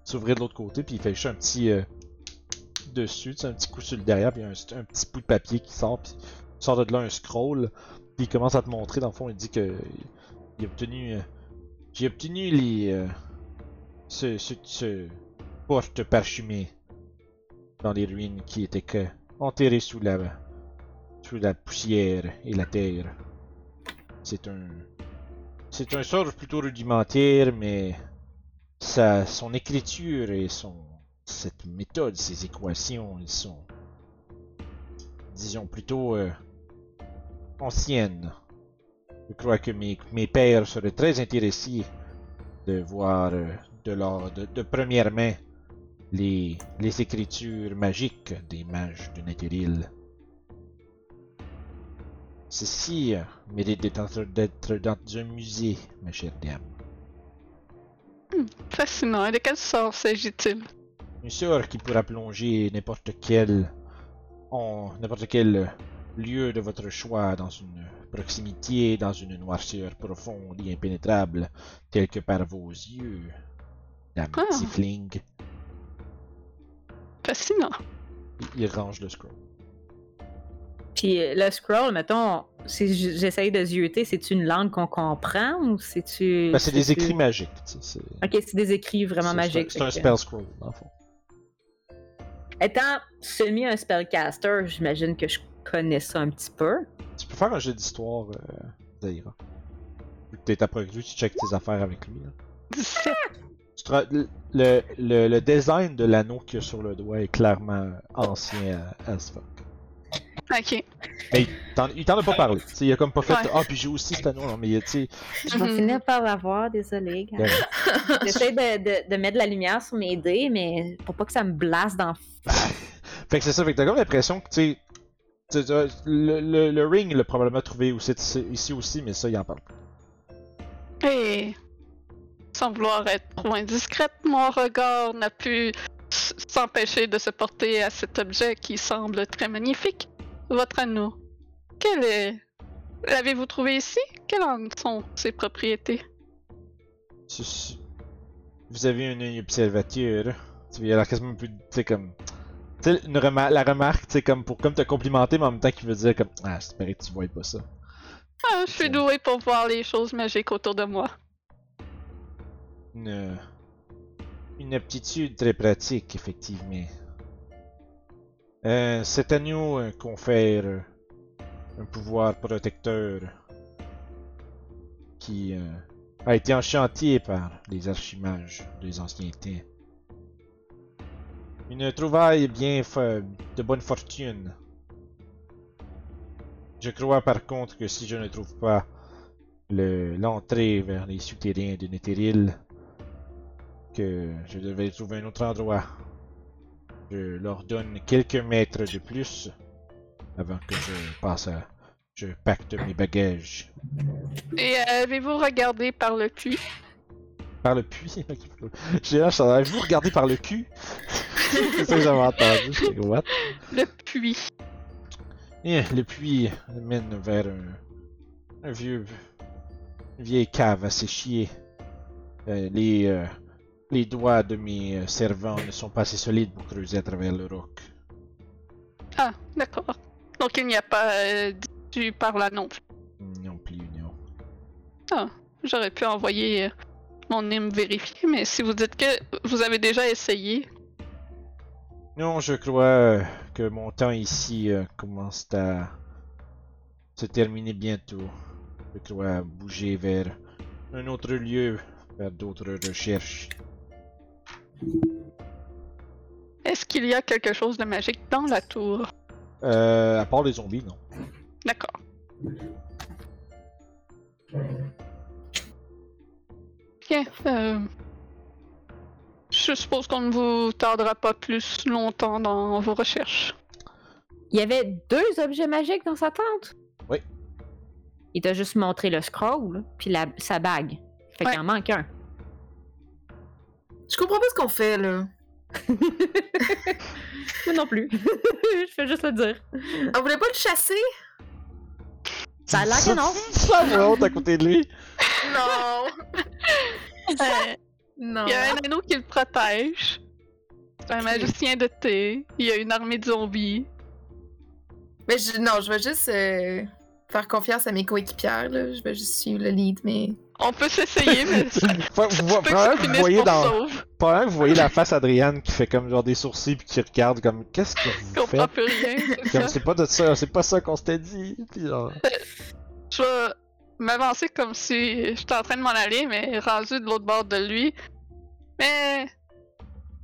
S1: s'ouvrir de l'autre côté, puis il fait juste un petit. euh, dessus, tu sais, un petit coup sur le derrière, puis un, un petit bout de papier qui sort, puis sort de là un scroll, puis il commence à te montrer, dans le fond, il dit que. Il a obtenu. euh, j'ai obtenu les. euh, ce, ce, ce porte parchumé dans les ruines qui étaient que enterrées sous la, sous la poussière et la terre. C'est un. C'est un sort plutôt rudimentaire, mais. Sa, son écriture et son. Cette méthode, ces équations, elles sont. Disons plutôt. euh, anciennes. Je crois que mes, mes pères seraient très intéressés de voir euh, de, leur, de, de première main les, les écritures magiques des mages de Netheril. Ceci euh, mérite d'être- d'être dans un musée, ma chère dame.
S3: Fascinant. Et de quel sort s'agit-il
S1: Une sœur qui pourra plonger n'importe quel en n'importe quel lieu de votre choix dans une proximité, dans une noirceur profonde et impénétrable, telle que par vos yeux, dame
S3: Ah.
S1: Tiefling.
S3: Fascinant.
S1: Il- Il range le scroll.
S2: Puis euh, le scroll, mettons, si j- j'essaye de zioter, c'est une langue qu'on comprend ou c'est-tu.
S1: Ben, c'est des
S2: c'est-tu-
S1: écrits magiques. tu sais, c'est-
S2: Ok, c'est des écrits vraiment
S1: c'est-
S2: magiques.
S1: C'est un
S2: fait que-
S1: spell scroll, dans le fond.
S2: Étant semi un spellcaster, j'imagine que je connais ça un petit peu.
S1: Tu peux faire un jeu d'histoire, euh, Zahira. Vu que t'es après lui, tu checkes tes affaires avec lui. là.
S3: 17.
S1: Tu te ra- le, le- le design de l'anneau qu'il y a sur le doigt est clairement ancien à, à ce fuck.
S3: Ok.
S1: T'en- Il t'en a pas parlé. tu sais, il a comme pas fait Ah,
S3: Ouais.
S1: puis j'ai aussi cet anneau. Non, mais tu sais,
S2: Je vais
S3: Mhm.
S2: finir par l'avoir, désolé. gars.
S1: ben,
S2: J'essaie de, de- de mettre de la lumière sur mes dés, mais pour pas que ça me blasse dans
S1: Fait que c'est ça, fait que t'as comme l'impression que, tu sais, tu sais, euh, le, le, le ring il l'a probablement trouvé aussi, ici aussi, mais ça, il en parle pas.
S3: Et sans vouloir être trop indiscrète, mon regard n'a pu s- s'empêcher de se porter à cet objet qui semble très magnifique, votre anneau. Quel est... L'avez-vous trouvé ici? Quelles en sont ses propriétés?
S1: C'est- c'est- Vous avez une œil observateur. Tu sais, il a l'air quasiment plus, tu sais, comme. Tu sais, une remar- la remarque, tu sais, comme pour comme te complimenter, mais en même temps qu'il veut dire, comme, ah, j'espérais que tu voyais pas ça.
S3: Ah, je suis doué pour voir les choses magiques autour de moi.
S1: Une. Une aptitude très pratique, effectivement. Euh, cet anneau euh, confère euh, un pouvoir protecteur qui euh, a été enchanté par les archimages des anciens temps. Une trouvaille bien fa- de bonne fortune. Je crois par contre que si je ne trouve pas le- l'entrée vers les souterrains de Netheril, que je devais trouver un autre endroit. Je leur donne quelques mètres de plus avant que je passe à. Je pacte mes bagages.
S3: Et euh, avez-vous regardé par le puits?
S1: Par le puits Ok, J'ai là, ça vous regarder par le cul C'est ça que j'avais entendu. J'étais, What
S3: Le puits.
S1: Eh, le puits mène vers un, un vieux, une vieille cave à sécher. Euh, les, euh, les doigts de mes euh, servants ne sont pas assez solides pour creuser à travers le roc.
S3: Ah, d'accord. Donc il n'y a pas euh, d'issue par là non plus.
S1: Non plus, non.
S3: J'aurais pu envoyer euh, mon nîmes vérifier, mais si vous dites que vous avez déjà essayé,
S1: Non, je crois euh, que mon temps ici euh, commence à se terminer bientôt. Je crois bouger vers un autre lieu, faire d'autres recherches.
S3: est-ce qu'il y a quelque chose de magique dans la tour
S1: Euh, à part les zombies, non.
S3: D'accord. Bien. euh, Je suppose qu'on ne vous tardera pas plus longtemps dans vos recherches.
S2: Il y avait deux objets magiques dans sa tente?
S1: Oui.
S2: Il t'a juste montré le scroll, puis la, sa bague. Fait
S3: Ouais.
S2: qu'il en manque un.
S4: Je comprends pas ce qu'on fait, là.
S2: Moi non plus. Je fais juste le dire.
S4: On voulait pas le chasser?
S2: Ça a l'air que non.
S1: Ça va honte à côté de lui.
S4: Non!
S3: Euh,
S4: non.
S3: Il y a un anneau qui le protège. C'est un magicien de thé. Il y a une armée de zombies.
S4: Mais je, non, je vais juste euh, faire confiance à mes coéquipières, là. Je vais juste suivre le lead, mais...
S3: On peut s'essayer, mais ça,
S1: Faut-
S3: ça se
S1: vous-
S3: peut que ça
S1: Probablement que vous
S3: finisse
S1: voyez
S3: qu'on
S1: dans,
S3: sauve.
S1: probablement que vous voyez la face d'Adriane qui fait comme genre des sourcils puis qui regarde comme qu'est-ce que
S3: Je
S1: vous
S3: comprends
S1: faites.
S3: plus rien. c'est
S1: Comme
S3: ça.
S1: c'est pas de ça, c'est pas ça qu'on s'était dit. Puis genre,
S3: Je vais m'avancer comme si j'étais en train de m'en aller, mais rendu de l'autre bord de lui. Mais.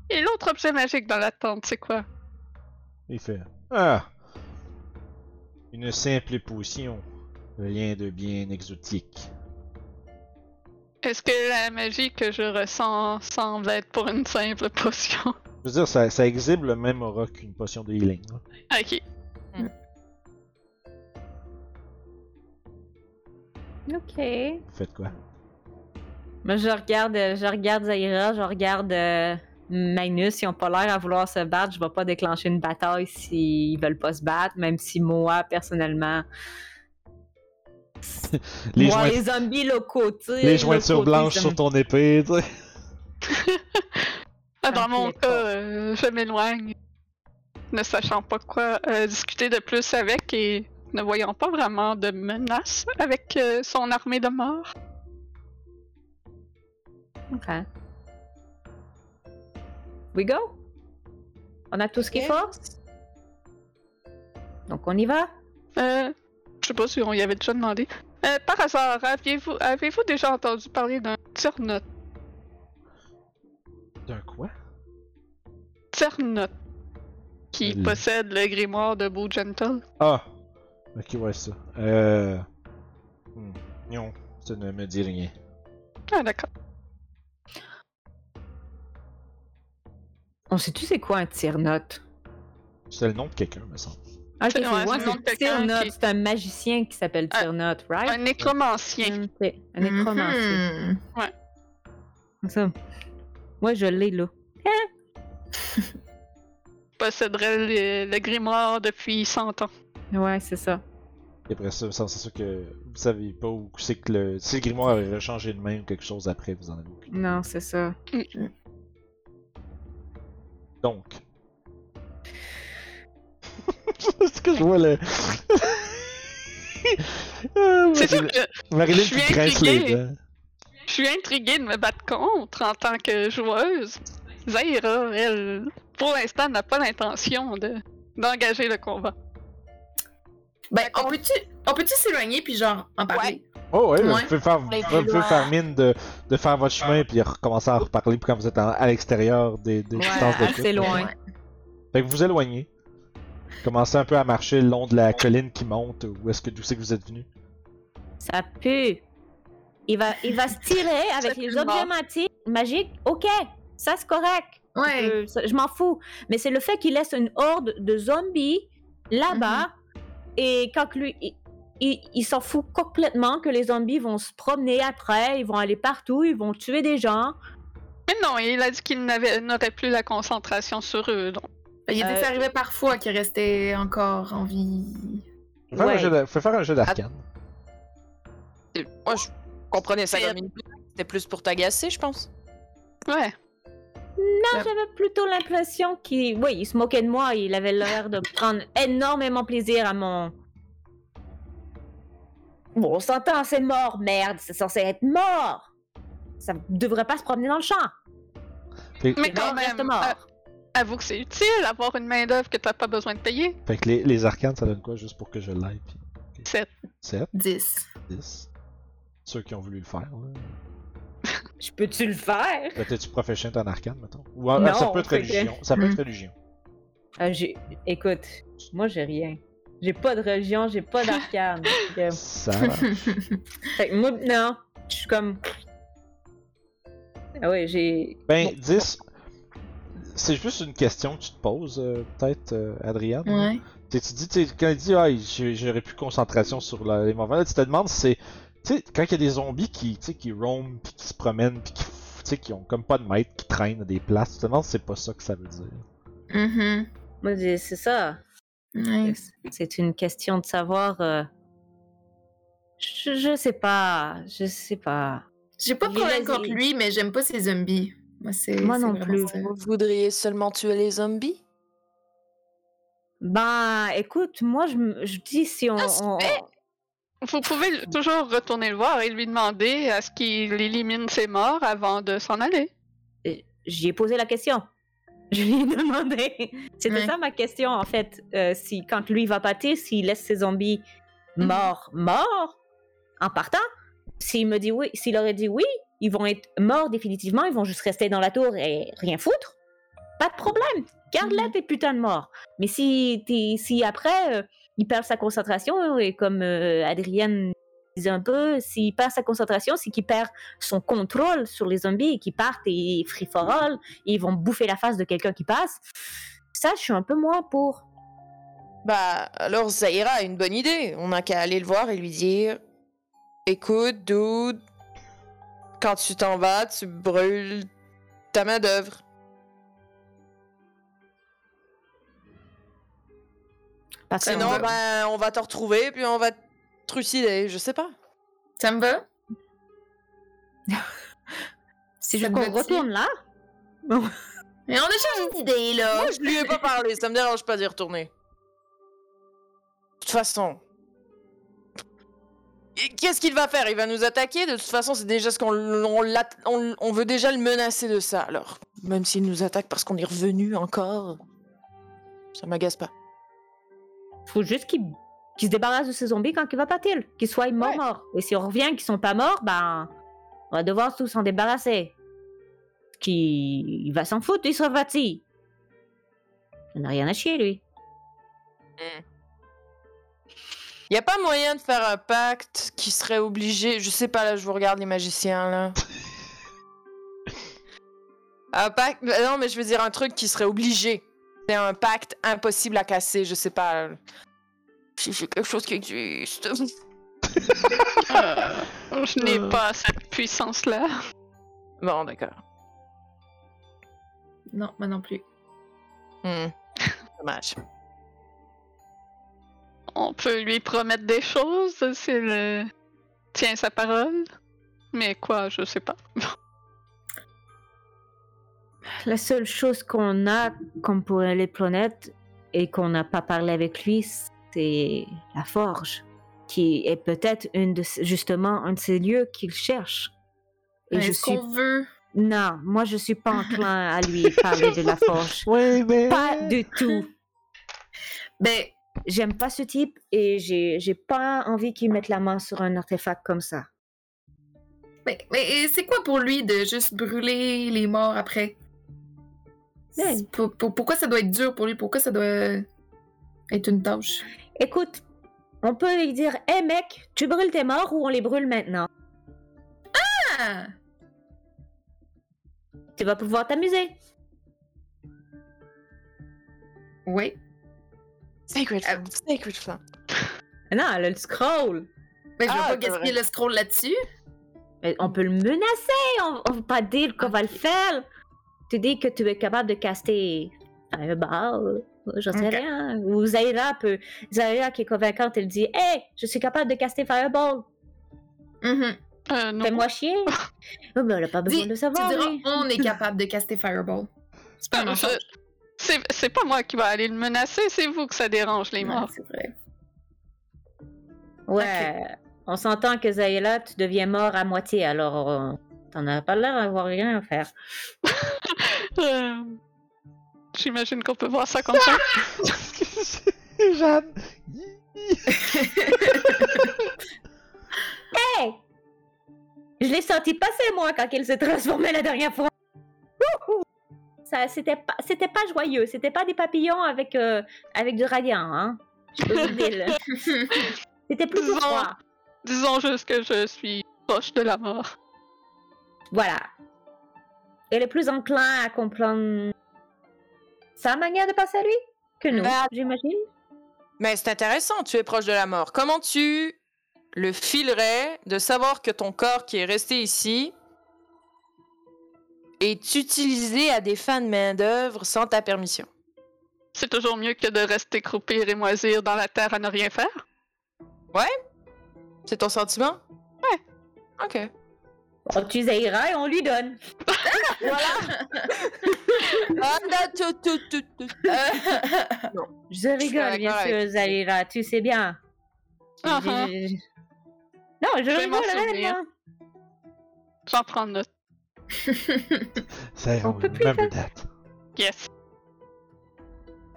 S3: Et l'autre objet magique dans la tente, c'est quoi
S1: il fait ah une simple potion, rien de bien exotique.
S3: Est-ce que la magie que je ressens semble être pour une simple potion
S1: Je veux dire, ça, ça exhibe le même hein. aura qu'une potion de healing. là.
S3: Ok.
S2: Ok.
S1: Vous faites quoi?
S2: Moi, je regarde, euh, je regarde Zaira, je regarde euh, Magnus. Ils ont pas l'air à vouloir se battre. Je vais pas déclencher une bataille s'ils veulent pas se battre, même si moi, personnellement.
S1: Les,
S2: moi,
S1: joint-
S2: les zombies locaux, tu sais.
S1: les jointures
S2: locaux,
S1: blanches
S2: ils
S1: sur
S2: aiment-
S1: ton épée, tu sais.
S3: Ah, Dans mon
S2: T'inquiète
S3: cas,
S2: pas.
S3: euh, je m'éloigne, ne sachant pas quoi euh, discuter de plus avec et ne voyant pas vraiment de menace avec euh, son armée de morts.
S2: Ok. We go? On a tout ce qu'il
S5: Ok.
S2: faut? Donc, on y va?
S3: Euh, je sais pas si on y avait déjà demandé. Euh, par hasard, aviez-vous avez-vous déjà entendu parler d'un ternot?
S1: D'un quoi?
S3: Ternot qui
S1: Hum.
S3: possède le grimoire de Beau Gentle.
S1: Ah! Ok, ouais, c'est ça. Euh. hmm, Non, ça ne me dit rien.
S3: Ah d'accord.
S2: On sait-tu c'est quoi un tire-note?
S1: C'est le nom de quelqu'un, me semble.
S2: Ah, ok,
S3: C'est-
S2: c'est
S3: ouais,
S2: moi,
S3: c'est le nom de
S2: c'est
S3: quelqu'un
S2: tire-note.
S3: qui-
S2: C'est un magicien qui s'appelle
S3: Un-
S2: tire-note,
S3: Un
S2: right?
S3: nécromancien.
S2: Ok, un nécromancien.
S4: Mhm.
S2: Ça. Moi, je l'ai, là.
S3: posséderait le, le grimoire depuis 100 ans.
S2: Ouais, c'est ça.
S1: Et après ça, me semble, c'est sûr que vous savez pas où c'est que le. Si le grimoire avait changé de main ou quelque chose après, vous en avez aucune.
S2: Non, c'est ça.
S1: Donc. Est-ce que je vois le. Ah,
S3: C'est sûr
S1: Marilyn-
S3: que
S1: Marilyn
S3: je suis
S1: qui grince les euh,
S3: intriguée.
S1: dents.
S3: je suis intriguée de me battre contre en tant que joueuse. Zaira, elle, pour l'instant, n'a pas l'intention de d'engager le combat.
S4: Ben, on peut-tu on peut s'éloigner puis genre en parler?
S1: Oh ouais, là,
S4: Ouais.
S1: vous pouvez faire,
S5: Les
S1: vous pouvez- vous pouvez
S5: doigts.
S1: faire mine de, de faire votre chemin puis recommencer à reparler puis quand vous êtes en- à l'extérieur des, des
S5: Ouais,
S1: distances de
S2: assez
S1: couple.
S2: loin.
S1: Fait que vous vous éloignez. Commencez un peu à marcher le long de la colline qui monte, où est-ce que d'où c'est que vous êtes venu.
S2: Ça pue. Il va, il va se tirer avec
S3: pue
S2: les
S3: le
S2: objets
S3: mort.
S2: mati- magiques. OK, ça, c'est correct.
S4: Ouais.
S2: Euh, ça- je m'en fous. Mais c'est le fait qu'il laisse une horde de zombies là-bas et quand que lui. Il, il- il s'en fout complètement que les zombies vont se promener après, ils vont aller partout, ils vont tuer des gens.
S3: Mais non, il a dit qu'il n'avait- n'aurait plus la concentration sur eux. Donc.
S4: Ben, il était
S2: Euh,
S4: ça arrivait parfois qu'il restait encore en vie.
S1: Faut faire, un
S2: Ouais.
S1: jeu de- faut faire un jeu d'arcane.
S5: C'est- Moi, je comprenais ça comme une blague. C'était plus pour t'agacer, je pense.
S3: Ouais.
S2: Non, Ah, j'avais plutôt l'impression qu'il. Oui, il se moquait de moi. Il avait l'air de prendre énormément plaisir à mon. Bon, on s'entend, c'est mort, merde. C'est censé être mort. Ça devrait pas se promener dans le champ.
S1: Fait,
S3: Mais
S2: Il
S3: quand
S2: reste
S3: même,
S2: mort.
S3: euh, avoue que c'est utile avoir une main-d'œuvre que t'as pas besoin de payer.
S1: fait que les, les arcanes, ça donne quoi juste pour que je l'aille puis
S3: Sept.
S1: 7,
S4: 10.
S1: 10. Ceux qui ont voulu le faire, là.
S2: Je peux-tu le faire?
S1: Peut-être tu proficient en arcane, mettons. Ou ah,
S2: Non,
S1: ça peut être
S2: fait que-
S1: religion. Ça peut être
S4: Hmm.
S1: religion.
S2: Euh, j'ai- Écoute, moi, j'ai rien. J'ai pas de religion, j'ai pas d'arcane. Fait que-
S1: Ça va.
S2: fait que moi, non. Je suis comme. Ah ouais, j'ai.
S1: Ben, 10. C'est juste une question que tu te poses, euh, peut-être, euh, Adriane.
S4: ouais.
S1: T'sais, Tu dis, t'sais, quand il dit, ah, j'ai- j'aurais plus de concentration sur la- les mauvais, là, tu te demandes, si c'est. Tu sais, quand il y a des zombies qui, tu sais, qui roam, puis qui se promènent, puis qui, f- tu sais, qui ont comme pas de maître, qui traînent à des places, tu te demandes si c'est pas ça que ça veut dire.
S4: Mhm.
S2: Moi, j'ai- c'est ça.
S4: Ouais.
S2: C'est une question de savoir. euh, Je, je sais pas, je sais pas.
S4: J'ai pas de
S2: Il
S4: problème
S2: est-
S4: contre lui, mais j'aime pas ses zombies. Moi, c'est.
S2: Moi
S4: c'est
S2: non
S4: vraiment
S2: plus.
S4: ça.
S5: Vous voudriez seulement tuer les zombies?
S2: Ben, écoute, moi, je, me- je dis si on. on-
S3: Vous pouvez le- toujours retourner le voir et lui demander à ce qu'il élimine ses morts avant de s'en aller.
S2: J'y ai posé la question. Je lui ai demandé. C'était
S4: Ouais.
S2: ça ma question, en fait. Euh, si, quand lui va pâtir, s'il laisse ses zombies
S4: Mhm.
S2: morts, morts, en partant, s'il me dit oui, s'il aurait dit oui, ils vont être morts définitivement, ils vont juste rester dans la tour et rien foutre. Pas de problème, garde-la
S4: Mhm.
S2: tes putains de morts. Mais si, t'es- si après, euh, il perd sa concentration, et comme euh, Adrienne disait un peu, s'il perd sa concentration, c'est qu'il perd son contrôle sur les zombies et qu'ils partent et free for all, et ils vont bouffer la face de quelqu'un qui passe. Ça, je suis un peu moins pour.
S5: Bah, alors Zaira a une bonne idée. On n'a qu'à aller le voir et lui dire Écoute, dude, quand tu t'en vas, tu brûles ta main-d'œuvre.
S2: Parce que
S4: Ben
S5: Sinon,
S4: va-
S5: ben, on va te retrouver, puis on va te trucider, je sais pas.
S4: Ça me va?
S2: si je
S4: ça te va-t-il?
S2: retourne là,
S4: Mais on a changé d'idée, là!
S5: Moi, je lui ai pas parlé, ça me dérange pas d'y retourner. De toute façon. Et Qu'est-ce qu'il va faire Il va nous attaquer De toute façon, c'est déjà ce qu'on on, l'a- on- on veut déjà le menacer de ça, alors. Même s'il nous attaque parce qu'on est revenu encore. Ça m'agace pas.
S2: faut juste qu'il qu'il se débarrasse de ces zombies quand il va partir, qu'ils soient morts
S5: Ouais.
S2: morts. Et si on revient qu'ils sont pas morts, ben on va devoir tous s'en débarrasser. Qui il va s'en foutre, il sera parti. Il n'a rien à chier lui.
S5: Y a pas moyen de faire un pacte qui serait obligé. Je sais pas, là, je vous regarde les magiciens, là. un pacte. ben Non, mais je veux dire un truc qui serait obligé. C'est un pacte impossible à casser, je sais pas. là. Si c'est quelque chose qui existe.
S3: Euh, je n'ai pas cette puissance-là.
S5: Bon, d'accord.
S4: Non, moi non plus.
S5: Hmm. Dommage.
S3: On peut lui promettre des choses s'il euh, tient sa parole. Mais quoi, je sais pas.
S2: La seule chose qu'on a comme pour les planètes et qu'on n'a pas parlé avec lui, c'est la forge, qui est peut-être une de, ces- justement un de ces lieux qu'il cherche. Et je
S4: Euh, Est-ce
S2: suis
S4: qu'on veut?
S2: non, moi je suis pas enclin à lui parler de la forge,
S1: Oui, mais.
S2: pas du tout.
S4: Ben,
S2: J'aime pas ce type et j'ai j'ai pas envie qu'il mette la main sur un artefact comme ça.
S4: mais, mais ben, c'est quoi pour lui de juste brûler les morts après?
S2: Ouais.
S4: C'est- pour- pour- pourquoi ça doit être dur pour lui? Pourquoi ça doit être une tâche?
S2: Écoute, on peut lui dire, hé mec, tu brûles tes morts ou on les brûle maintenant.
S4: Ah!
S2: Tu vas pouvoir t'amuser.
S4: Oui.
S5: Sacred
S4: Ah.
S5: Flame. Sacred Flame.
S2: Non, elle a le scroll.
S4: Mais Ben, je vais
S5: Ah,
S4: pas
S5: c'est
S4: gaspiller le scroll là-dessus.
S2: Mais on peut le menacer, on, on va pas dire qu'on va le faire. Tu dis que tu es capable de caster un bar, j'en sais
S4: Ok.
S2: rien. Ou Zaira peut. Zaira qui est convaincante, elle dit Hé, je suis capable de caster Fireball,
S4: Mhm.
S3: Euh, non.
S2: fais-moi chier. oh, mais elle a pas besoin
S4: Dis-
S2: de le
S4: Tu
S2: savoir.
S4: diras,
S2: lui.
S4: on est capable de caster Fireball. C'est pas un
S3: Euh, je-
S4: mensonge.
S3: C'est c'est pas moi qui va aller le menacer, c'est vous que ça dérange les
S4: Ouais,
S3: morts.
S4: c'est vrai.
S2: Ouais, on s'entend que Zaira, tu deviens mort à moitié, alors euh, t'en as pas l'air d'avoir rien à faire.
S3: Euh, J'imagine qu'on peut voir ça comme
S2: Ah!
S3: ça.
S1: Jeanne.
S2: Hé Je l'ai senti passer, moi, quand il s'est transformé la dernière fois. Wouhou! Ça, c'était pas, c'était pas joyeux. C'était pas des papillons avec, euh, avec du radiant, hein. Je peux vous le dire, là. C'était plus
S3: Bon.
S2: froid.
S3: Disons juste que je suis proche de la mort.
S2: Voilà. Elle est plus enclin à comprendre sa manière de passer à lui que nous,
S5: Bah.
S2: j'imagine.
S5: Mais c'est intéressant, tu es proche de la mort. Comment tu le filerais de savoir que ton corps qui est resté ici est utilisé à des fins de main-d'œuvre sans ta permission?
S3: C'est toujours mieux que de rester croupir et moisir dans la terre à ne rien faire.
S5: C'est ton sentiment? Ouais. Ok.
S2: On tue Zaira Oh, et on lui donne.
S5: Ah, là, tout, tout, tout, tout. Euh,
S2: Je
S5: suis
S2: rigole, bien
S5: d'accord
S2: sûr,
S5: avec toi.
S2: Zaira. Tu sais bien.
S3: Ah,
S2: Je-
S3: ah.
S2: je- je- Non, je,
S3: vais m'en
S2: rigole, hein,
S3: souvenir.
S2: honnêtement.
S3: J'en prends note.
S1: C'est
S2: On
S1: on
S2: peut plus
S1: remember that.
S3: Yes.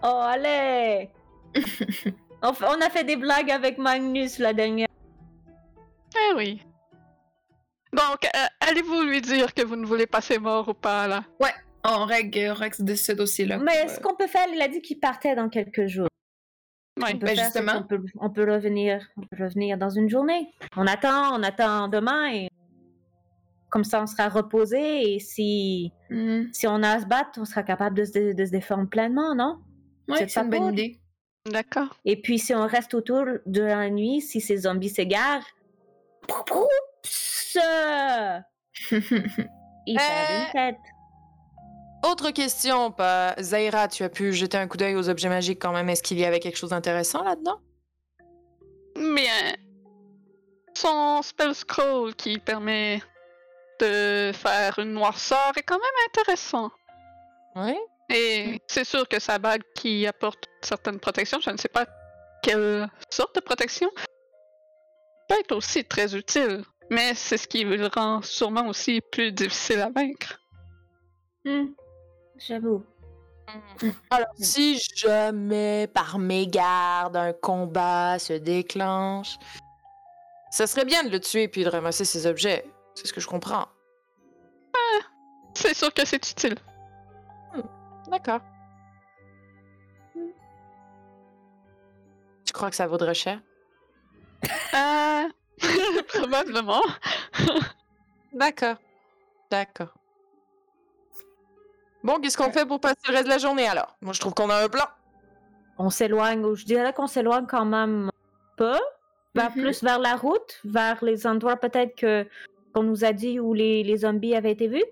S2: Oh, allez on, f- on a fait des blagues avec Magnus la dernière.
S3: Eh oui. Donc, euh, allez-vous lui dire que vous ne voulez pas ses morts ou pas, là?
S4: On règle Oh, Rex de ce dossier-là. euh,
S2: Mais
S4: Ouais.
S2: ce qu'on peut faire, il a dit qu'il partait dans quelques jours.
S3: Ouais.
S2: On peut
S4: Ben,
S2: faire, c'est
S4: justement.
S2: qu'on peut- on peut revenir, on peut revenir dans une journée. On attend, on attend demain et comme ça on sera reposé et si
S4: Mhm.
S2: si on a à se battre, on sera capable de se, dé- de se défendre pleinement, non
S4: Ouais,
S2: C'est
S4: c'est
S2: pas
S4: une bonne
S2: pour.
S4: idée.
S3: D'accord.
S2: Et puis si on reste autour de la nuit, si ces zombies s'égarent, Oups!
S4: Euh,
S2: Il perd une tête.
S5: Autre question, pas Zaira, tu as pu jeter un coup d'œil aux objets magiques quand même. Est-ce qu'il y avait quelque chose d'intéressant là-dedans?
S3: Mais euh, son spell scroll qui permet de faire une noirceur est quand même intéressant.
S5: Oui.
S3: Et c'est sûr que sa bague qui apporte certaines protections, je ne sais pas quelle sorte de protection, peut être aussi très utile. Mais c'est ce qui le rend sûrement aussi plus difficile à vaincre.
S2: Hmm, J'avoue.
S5: Alors, si jamais par mégarde un combat se déclenche, ça serait bien de le tuer puis de ramasser ses objets. C'est ce que je comprends.
S3: C'est sûr que c'est utile.
S5: D'accord. Tu crois que ça vaudrait cher?
S3: Euh, Probablement.
S5: D'accord. D'accord. Bon, qu'est-ce qu'on fait pour passer le reste de la journée alors? Moi, je trouve qu'on a un plan.
S2: On s'éloigne, ou je dirais qu'on s'éloigne quand même peu, vers
S4: Mhm.
S2: plus vers la route, vers les endroits peut-être que qu'on nous a dit où les, les zombies avaient été vus.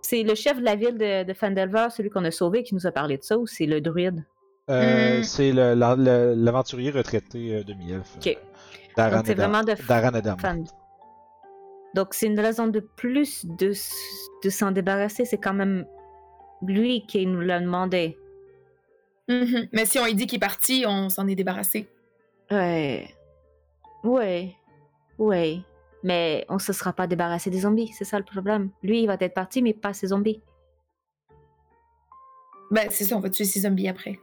S2: C'est le chef de la ville de, de Fandelver, celui qu'on a sauvé, qui nous a parlé de ça, ou c'est le druide.
S1: Euh,
S4: Hmm.
S1: C'est le- la- le- l'aventurier retraité euh, demi-elfe.
S2: Ok.
S1: Daran
S2: Donc, c'est
S1: Adam-
S2: vraiment de
S1: Daran Adam.
S2: Fan- Donc c'est une raison de plus de, s- de s'en débarrasser. C'est quand même lui qui nous l'a demandé.
S4: Mhm. Mais si on lui dit qu'il est parti, on s'en est débarrassé.
S2: Ouais. Ouais. Ouais. Mais on se sera pas débarrassé des zombies, c'est ça le problème. Lui, il va être parti, mais pas ses zombies.
S4: Ben, c'est ça, on va tuer ces zombies après.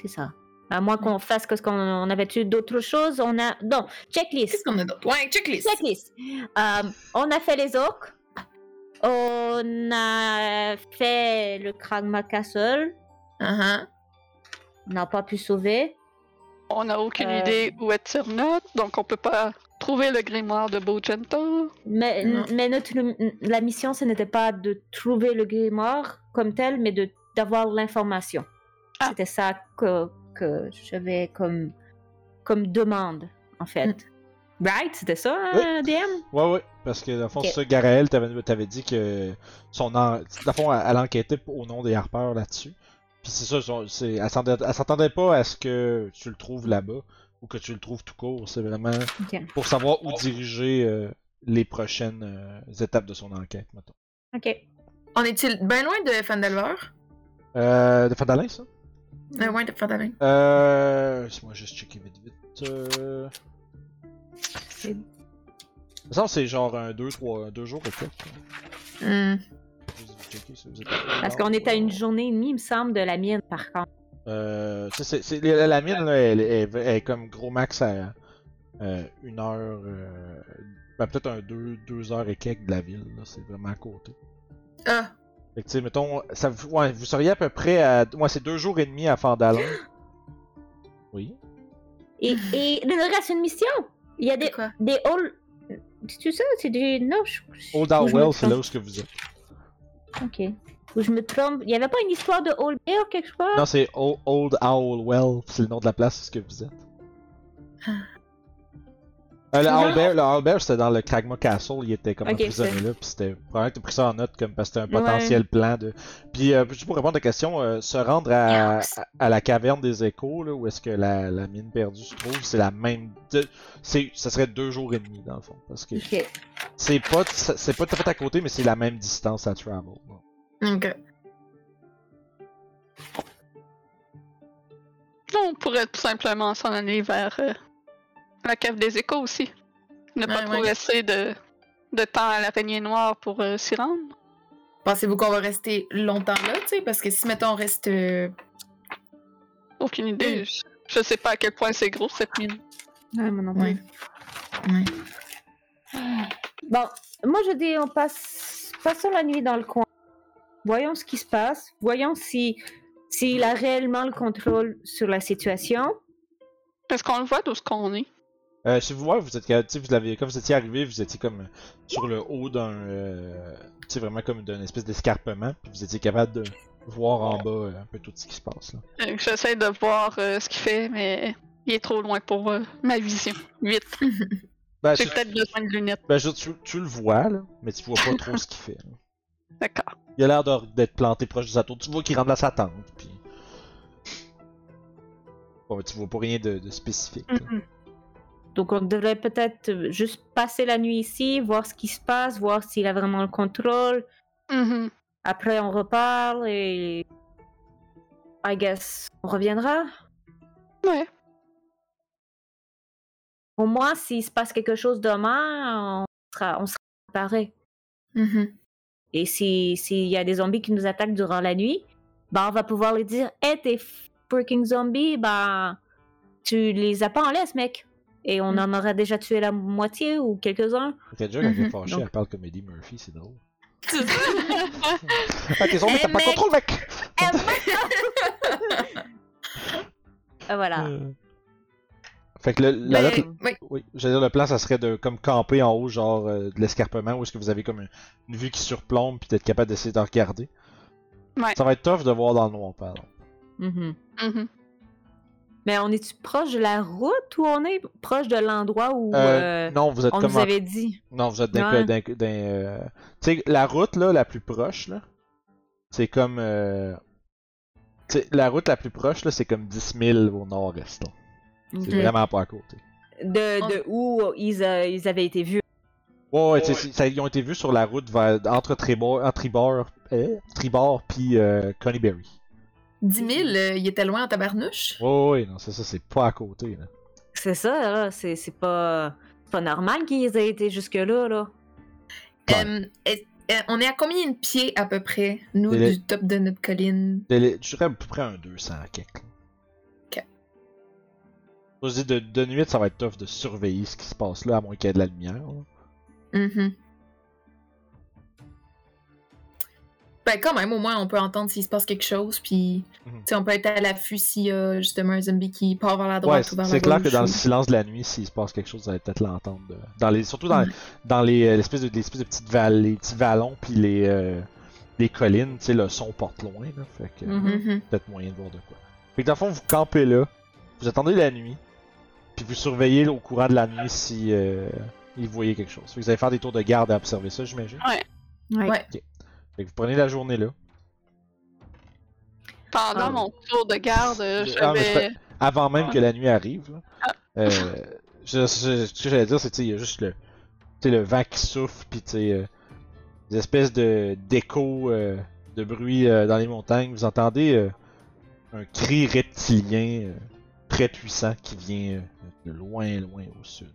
S2: C'est ça. À moins qu'on fasse que ce qu'on on avait eu d'autres choses, on a. Non,
S4: Qu'est-ce
S2: checklist.
S4: qu'on a d'autre? Ouais, checklist.
S2: Checklist. Euh, on a fait les orques. On a fait le Kragma Castle.
S4: Uh-huh.
S2: On n'a pas pu sauver.
S3: On n'a aucune
S2: Euh.
S3: idée où est Tyrnot, donc on peut pas trouver le grimoire de Bogento.
S2: Mais,
S4: Non.
S2: mais notre, la mission, ce n'était pas de trouver le grimoire comme tel, mais de d'avoir l'information.
S3: Ah.
S2: C'était ça que, que j'avais comme, comme demande, en fait. Right? C'était ça, hein, DM?
S1: Ouais, ouais. Parce que, dans le fond,
S2: Ok.
S1: c'est ça, Garaël t'avais t'avais dit que son. En... Dans le fond, elle, elle enquêtait au nom des Harpeurs là-dessus. Puis c'est ça, son- c'est- elle s'en- elle s'attendait pas à ce que tu le trouves là-bas ou que tu le trouves tout court. C'est vraiment
S2: Ok.
S1: pour savoir où diriger euh, les prochaines euh, étapes de son enquête, mettons.
S2: Ok.
S4: On est-il bien loin de Fandelver?
S1: Euh, de Fandalin, ça
S4: Euh, ouais, de Fandelver.
S1: Euh. Laisse-moi juste checker vite vite. Euh...
S2: C'est-
S1: Il me semble que c'est genre un 2 trois, deux jours et quelques.
S4: Hmm.
S1: Juste vous checker si vous êtes-
S2: Parce qu'on est à une journée et demie, il me semble, de la mienne, par contre.
S1: Euh, tu sais, c'est- c'est- la, la mine, là, elle, elle- elle est comme gros max à euh, une heure. euh, ben, peut-être un 2 deux heures et quelques de la ville. là. C'est vraiment à côté.
S4: Ah,
S1: Fait que, tu sais, mettons, ça, vous- ouais, vous seriez à peu près à. Ouais, c'est deux jours et demi à Fandalin. Oui.
S2: Et, et il nous reste une mission! Il y a
S4: c'est
S2: des,
S4: quoi?
S2: des halls. C'est-tu ça? C'est du. Non, je. je-
S1: Old
S2: ou je me
S1: Well, c'est
S2: trompe.
S1: là où ce que vous êtes.
S2: Ok. Ou je me trompe. Il n'y avait pas une histoire de Old Bear quelque part?
S1: Non, c'est O- Old Owl Well, c'est le nom de la place, c'est ce que vous êtes.
S2: Ah.
S1: Euh, le
S2: Non.
S1: Owl Bear, le Owl Bear, c'était dans le Kragma Castle, il était comme
S2: Ok,
S1: emprisonné
S2: c'est-
S1: là, puis c'était probablement que t'as pris ça en note comme parce que c'était un
S2: Ouais.
S1: potentiel plan de. Puis euh, juste pour répondre à ta question, euh, se rendre à, à,
S2: Yikes.
S1: à la caverne des échos, là, où est-ce que la, la mine perdue se trouve, c'est la même. de- c'est, ça serait deux jours et demi dans le fond, parce que
S2: Ok.
S1: c'est pas, c'est pas tout à fait à côté, mais c'est la même distance à travel. donc.
S4: Ok.
S3: On pourrait tout simplement s'en aller vers euh, la cave des échos aussi. Ne pas
S4: Ouais,
S3: trop
S4: ouais.
S3: laisser de, de temps à l'araignée noire pour euh, s'y rendre.
S4: Pensez-vous qu'on va rester longtemps là, tu sais? Parce que si, mettons, on reste. euh,
S3: Aucune idée. Je, je sais pas à quel point c'est gros cette mine.
S2: Ouais, moi non
S4: Ouais.
S2: plus. Ah. Bon, moi je dis on passe passons la nuit dans le coin. Voyons ce qui se passe. Voyons si s'il a réellement le contrôle sur la situation.
S3: Est-ce qu'on le voit d'où ce qu'on est?
S1: Euh, si vous voyez, vous êtes capable- tu sais, vous l'avez, quand vous étiez arrivé, vous étiez comme sur le haut d'un, euh, tu sais, vraiment comme d'une espèce d'escarpement, puis vous étiez capable de voir en bas euh, un peu tout ce qui se passe là.
S3: Euh, J'essaie de voir euh, ce qu'il fait, mais il est trop loin pour euh, ma vision. Vite.
S1: Ben,
S3: J'ai
S1: tu-
S3: peut-être besoin de lunettes.
S1: ben, je- tu, tu le vois, là, mais tu vois pas trop ce qu'il fait. là.
S3: D'accord.
S1: Il a l'air de- d'être planté proche du château. Tu vois qu'il rentre dans sa tente, puis... Bon, mais tu vois pas rien de, de spécifique. là.
S2: Donc on devrait peut-être euh, juste passer la nuit ici, voir ce qui se passe, voir s'il a vraiment le contrôle.
S3: Mhm.
S2: Après on reparle et... I guess on reviendra.
S3: Ouais.
S2: Au moins s'il se passe quelque chose demain, on sera, on sera préparé.
S4: Mhm.
S2: Et si- s'il y a des zombies qui nous attaquent durant la nuit, bah on va pouvoir les dire Hé, hey, t'es freaking zombie, bah tu les as pas en laisse, mec. Et on
S4: Mm.
S2: en aura déjà tué la moitié ou quelques-uns.
S1: Fait que déjà, quand elle est
S4: Mhm,
S1: fâchée,
S2: donc.
S1: elle parle comme Eddie Murphy, c'est drôle.
S4: Mm-hmm.
S3: Mhm.
S1: Ah, t'es zombie,
S2: Eh,
S1: t'as pas de
S2: mec!
S1: contrôle, mec!
S2: Euh, voilà.
S1: Euh. Fait que le, la
S4: Ben,
S1: lettre-
S4: oui.
S1: Oui, j'allais dire, le plan, ça serait de comme camper en haut, genre euh, de l'escarpement, où est-ce que vous avez comme une, une vue qui surplombe, puis d'être capable d'essayer de regarder.
S3: Ouais.
S1: Ça va être tough de voir dans le noir, par exemple.
S2: Mhm.
S3: Mhm.
S2: Mais on est-tu proche de la route ou on est proche de l'endroit où
S1: Euh,
S2: euh,
S1: non, vous êtes
S2: on
S1: comme.
S2: nous
S1: en-
S2: avait dit
S1: Non, vous êtes d'un.
S2: Ouais.
S1: d'un- d'un, euh, Tu sais, la route, là, la plus proche, là, c'est comme. euh, Tu sais, la route la plus proche, là, c'est comme 10 000 au nord-est. là. C'est
S2: Mhm.
S1: vraiment pas à côté.
S2: de, de où ils, euh, ils avaient été vus?
S1: Ouais, ouais, tu sais, c'est- ça- ils ont été vus sur la route vers, entre Tribord, entre Tribord, eh, Tribord puis euh, Coneyberry.
S4: 10 000, euh, il était loin en tabarnouche.
S1: Ouais, ouais, non, c'est ça, c'est pas à côté, là.
S2: C'est ça, là. C'est c'est pas, c'est pas normal qu'ils aient été jusque-là, là.
S1: Ouais.
S4: Euh, est- euh, on est à combien de pieds à peu près, nous,
S1: Et le-
S4: du top de notre colline?
S1: Délai- Je dirais à peu près un 200 quelque.
S4: Ok.
S1: Je dis, de, de nuit, ça va être tough de surveiller ce qui se passe là, à moins qu'il y ait de la lumière. là.
S4: Mhm. Ben, quand même, au moins, on peut entendre s'il se passe quelque chose, puis
S1: Mhm.
S4: tu sais, on peut être à l'affût s'il y a justement un zombie qui part vers la
S1: Ouais,
S4: droite ou
S1: c'est
S4: vers la hein.
S1: c'est clair que
S4: gauche,
S1: dans le
S4: ou-
S1: silence de la nuit, s'il se passe quelque chose, vous allez peut-être l'entendre. de- Dans les, surtout dans,
S4: Mhm.
S1: dans les, euh, l'espèce de, l'espèce de petites vallées, les petits vallons, puis les, euh, les collines, tu sais, le son porte loin, là, fait que...
S2: Mhm.
S4: Mhm.
S1: peut-être moyen de voir de quoi. Fait que dans le fond, vous campez là, vous attendez la nuit, puis vous surveillez au courant de la nuit si euh, il voyait quelque chose. Fait que vous allez faire des tours de garde à observer ça, j'imagine. Fait que vous prenez la journée là.
S3: Pendant
S1: Ah.
S3: mon tour de garde, euh, je
S1: Ah, mais c'est
S3: vais.
S1: Avant même que la nuit arrive, là. Euh, je- je- ce que j'allais dire, c'est tu sais, il y a juste le, tu sais, le vent qui souffle, puis tu sais, euh, des espèces de d'échos euh, de bruit euh, dans les montagnes. Vous entendez euh, un cri reptilien euh, très puissant qui vient euh, de loin, loin au sud.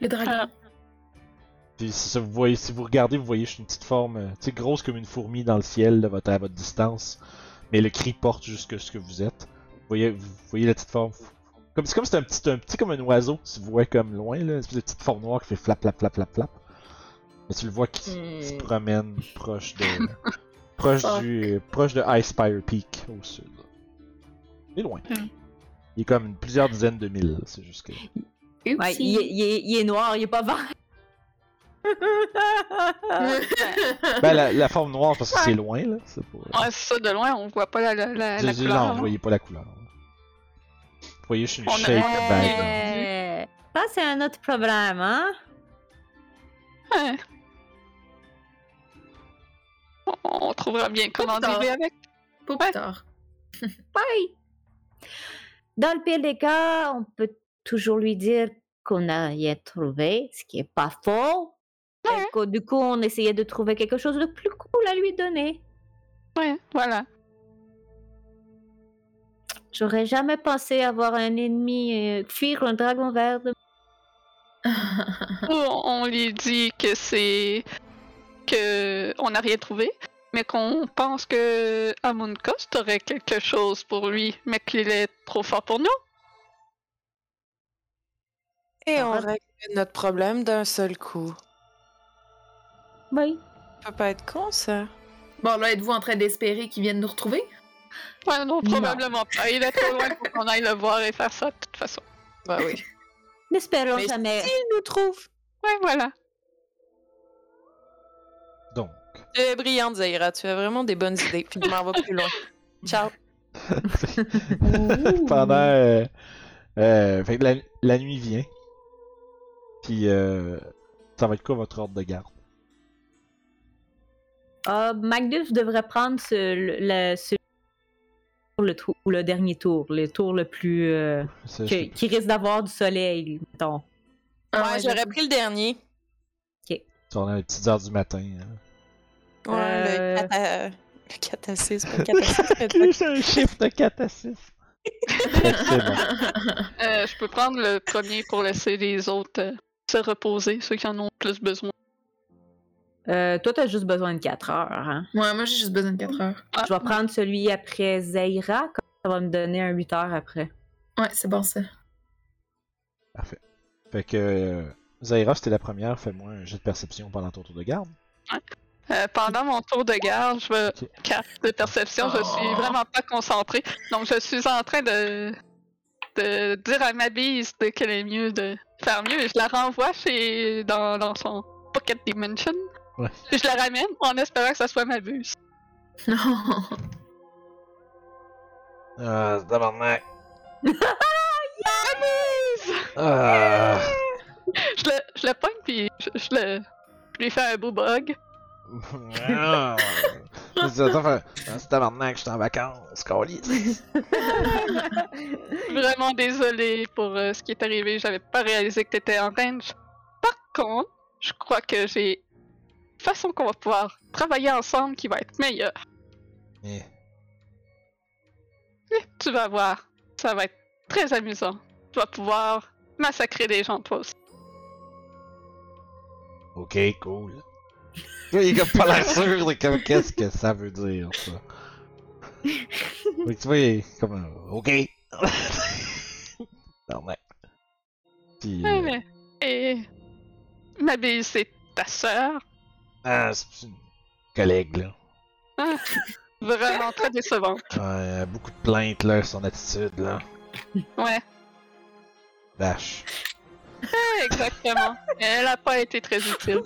S4: Le dragon.
S3: Ah.
S1: Puis si ça, vous voyez, si vous regardez, vous voyez juste une petite forme, euh, tu sais, grosse comme une fourmi dans le ciel de votre, à votre distance. Mais le cri porte jusque ce que vous êtes. Vous voyez, vous voyez la petite forme. Comme c'est comme c'est un petit, un petit comme un oiseau. Tu le vois comme loin là, une espèce de petite forme noire qui fait flap flap flap flap flap. Mais tu le vois qui se
S2: Hmm.
S1: promène proche de, proche
S4: Fuck.
S1: du, proche de Icepire Peak au sud. Il est loin.
S3: Hmm.
S1: Il est comme plusieurs dizaines de milles. là, C'est juste que.
S2: Ouais, il, est- il est- il est noir, il est pas vert.
S1: Ben la, la forme noire parce que c'est loin là. C'est pour...
S3: Ouais, c'est ça, de loin, on voit pas la, la, la, Ah, la
S1: Je- je-
S3: couleur. hein.
S1: Non, vous voyez pas la couleur. Vous voyez, je suis une
S3: On a-
S1: shape bag.
S2: Ouais. Ça, c'est un autre problème, hein?
S3: Ouais. On- On trouvera bien comment
S4: Comme ça.
S3: dealer avec.
S4: Pas plus
S3: Ouais.
S4: tard.
S2: Dans le pire des cas, on peut toujours lui dire qu'on a rien trouvé, ce qui est pas faux.
S3: Ouais.
S2: Et que, du coup, on essayait de trouver quelque chose de plus cool à lui donner.
S3: Ouais, voilà.
S2: J'aurais jamais pensé avoir un ennemi, euh, fuir un dragon vert. de-
S3: Ou on, on lui dit que c'est. que on n'a rien trouvé, mais qu'on pense que Amuncost aurait quelque chose pour lui, mais qu'il est trop fort pour nous.
S5: Et
S2: Ça
S5: on
S2: va.
S5: règle notre problème d'un seul coup.
S2: Oui.
S5: Ça peut pas être con, ça.
S4: bon, là, êtes-vous en train d'espérer qu'ils viennent nous retrouver?
S3: Ouais,
S2: Non.
S3: non, probablement pas. Il est trop loin pour qu'on aille le voir et faire ça de toute façon.
S5: Bah oui.
S2: N'espérons
S5: Mais
S2: jamais.
S5: S'il nous trouve.
S3: Ouais, voilà.
S1: Donc,
S5: Tu es brillante, Zaira. hein. Tu as vraiment des bonnes idées. Puis tu m'en vas plus loin. Ciao.
S1: pendant. euh, euh, fait que la, la nuit vient. Puis, euh, ça va être quoi votre ordre de garde?
S2: Euh, Magnus devrait prendre ce, le, le- ce- le, trou- le dernier tour, le tour le plus. euh,
S1: C'est-
S2: que- qui risque d'avoir du soleil, mettons.
S4: Ah
S5: ouais,
S4: ouais,
S5: j'aurais pris le dernier.
S1: c'est dans les petites heures du matin. hein.
S5: Ouais,
S2: Euh.
S5: le 4 à... Le 4 à 6, pas le 4 à 6, mais le
S1: C'est un chiffre de 4 à 6. Ben, c'est bon.
S3: Euh, je peux prendre le premier pour laisser les autres euh, se reposer, ceux qui en ont plus besoin.
S2: Euh, toi, t'as juste besoin de 4 heures. Hein?
S4: Ouais, moi j'ai juste besoin de 4 heures.
S3: Ah.
S2: Je vais prendre celui après Zaira, comme ça va me donner un 8 heures après.
S4: Ouais, c'est bon ça.
S1: Fait que, euh, Zaira, c'était la première, fais-moi un jet de perception pendant ton tour de garde.
S3: Euh, pendant mon tour de garde, je me
S1: Ok.
S3: carte de perception, je suis
S4: Oh.
S3: vraiment pas concentrée. Donc je suis en train de, de dire à ma bise de- qu'elle est mieux de faire mieux et je la renvoie chez dans, dans son pocket dimension.
S1: Ouais.
S3: Et Je la ramène en espérant que ça soit ma buse.
S4: Non.
S1: Ah, c'est tabarnak. Ah,
S3: Je le, je le pogne puis je, je le je lui fais un beau bug.
S1: Ah. C'est ça, ça fait- Ah, c'est tabarnak, je suis en vacances, câlisse.
S3: Vraiment désolé pour euh, ce qui est arrivé, j'avais pas réalisé que t'étais en range. Par contre, je crois que j'ai une façon qu'on va pouvoir travailler ensemble qui va être meilleure.
S1: Eh,
S3: Tu vas voir, ça va être très amusant. Tu vas pouvoir massacrer des gens, toi aussi.
S1: Ok, cool. Il est comme pas l'air sûr de comme qu'est-ce que ça veut dire, ça. Fait que tu vois, il est comme euh, ok. Tabarnak. Puis,
S3: Ouais,
S1: euh,
S3: mais- Et. Ma bille, c'est ta sœur.
S1: ah, c'est une collègue, là.
S3: Vraiment très décevante.
S1: Ouais, elle a beaucoup de plaintes, là, son attitude, là.
S3: Ouais,
S1: Vache.
S3: ouais, exactement. Elle a pas été très utile.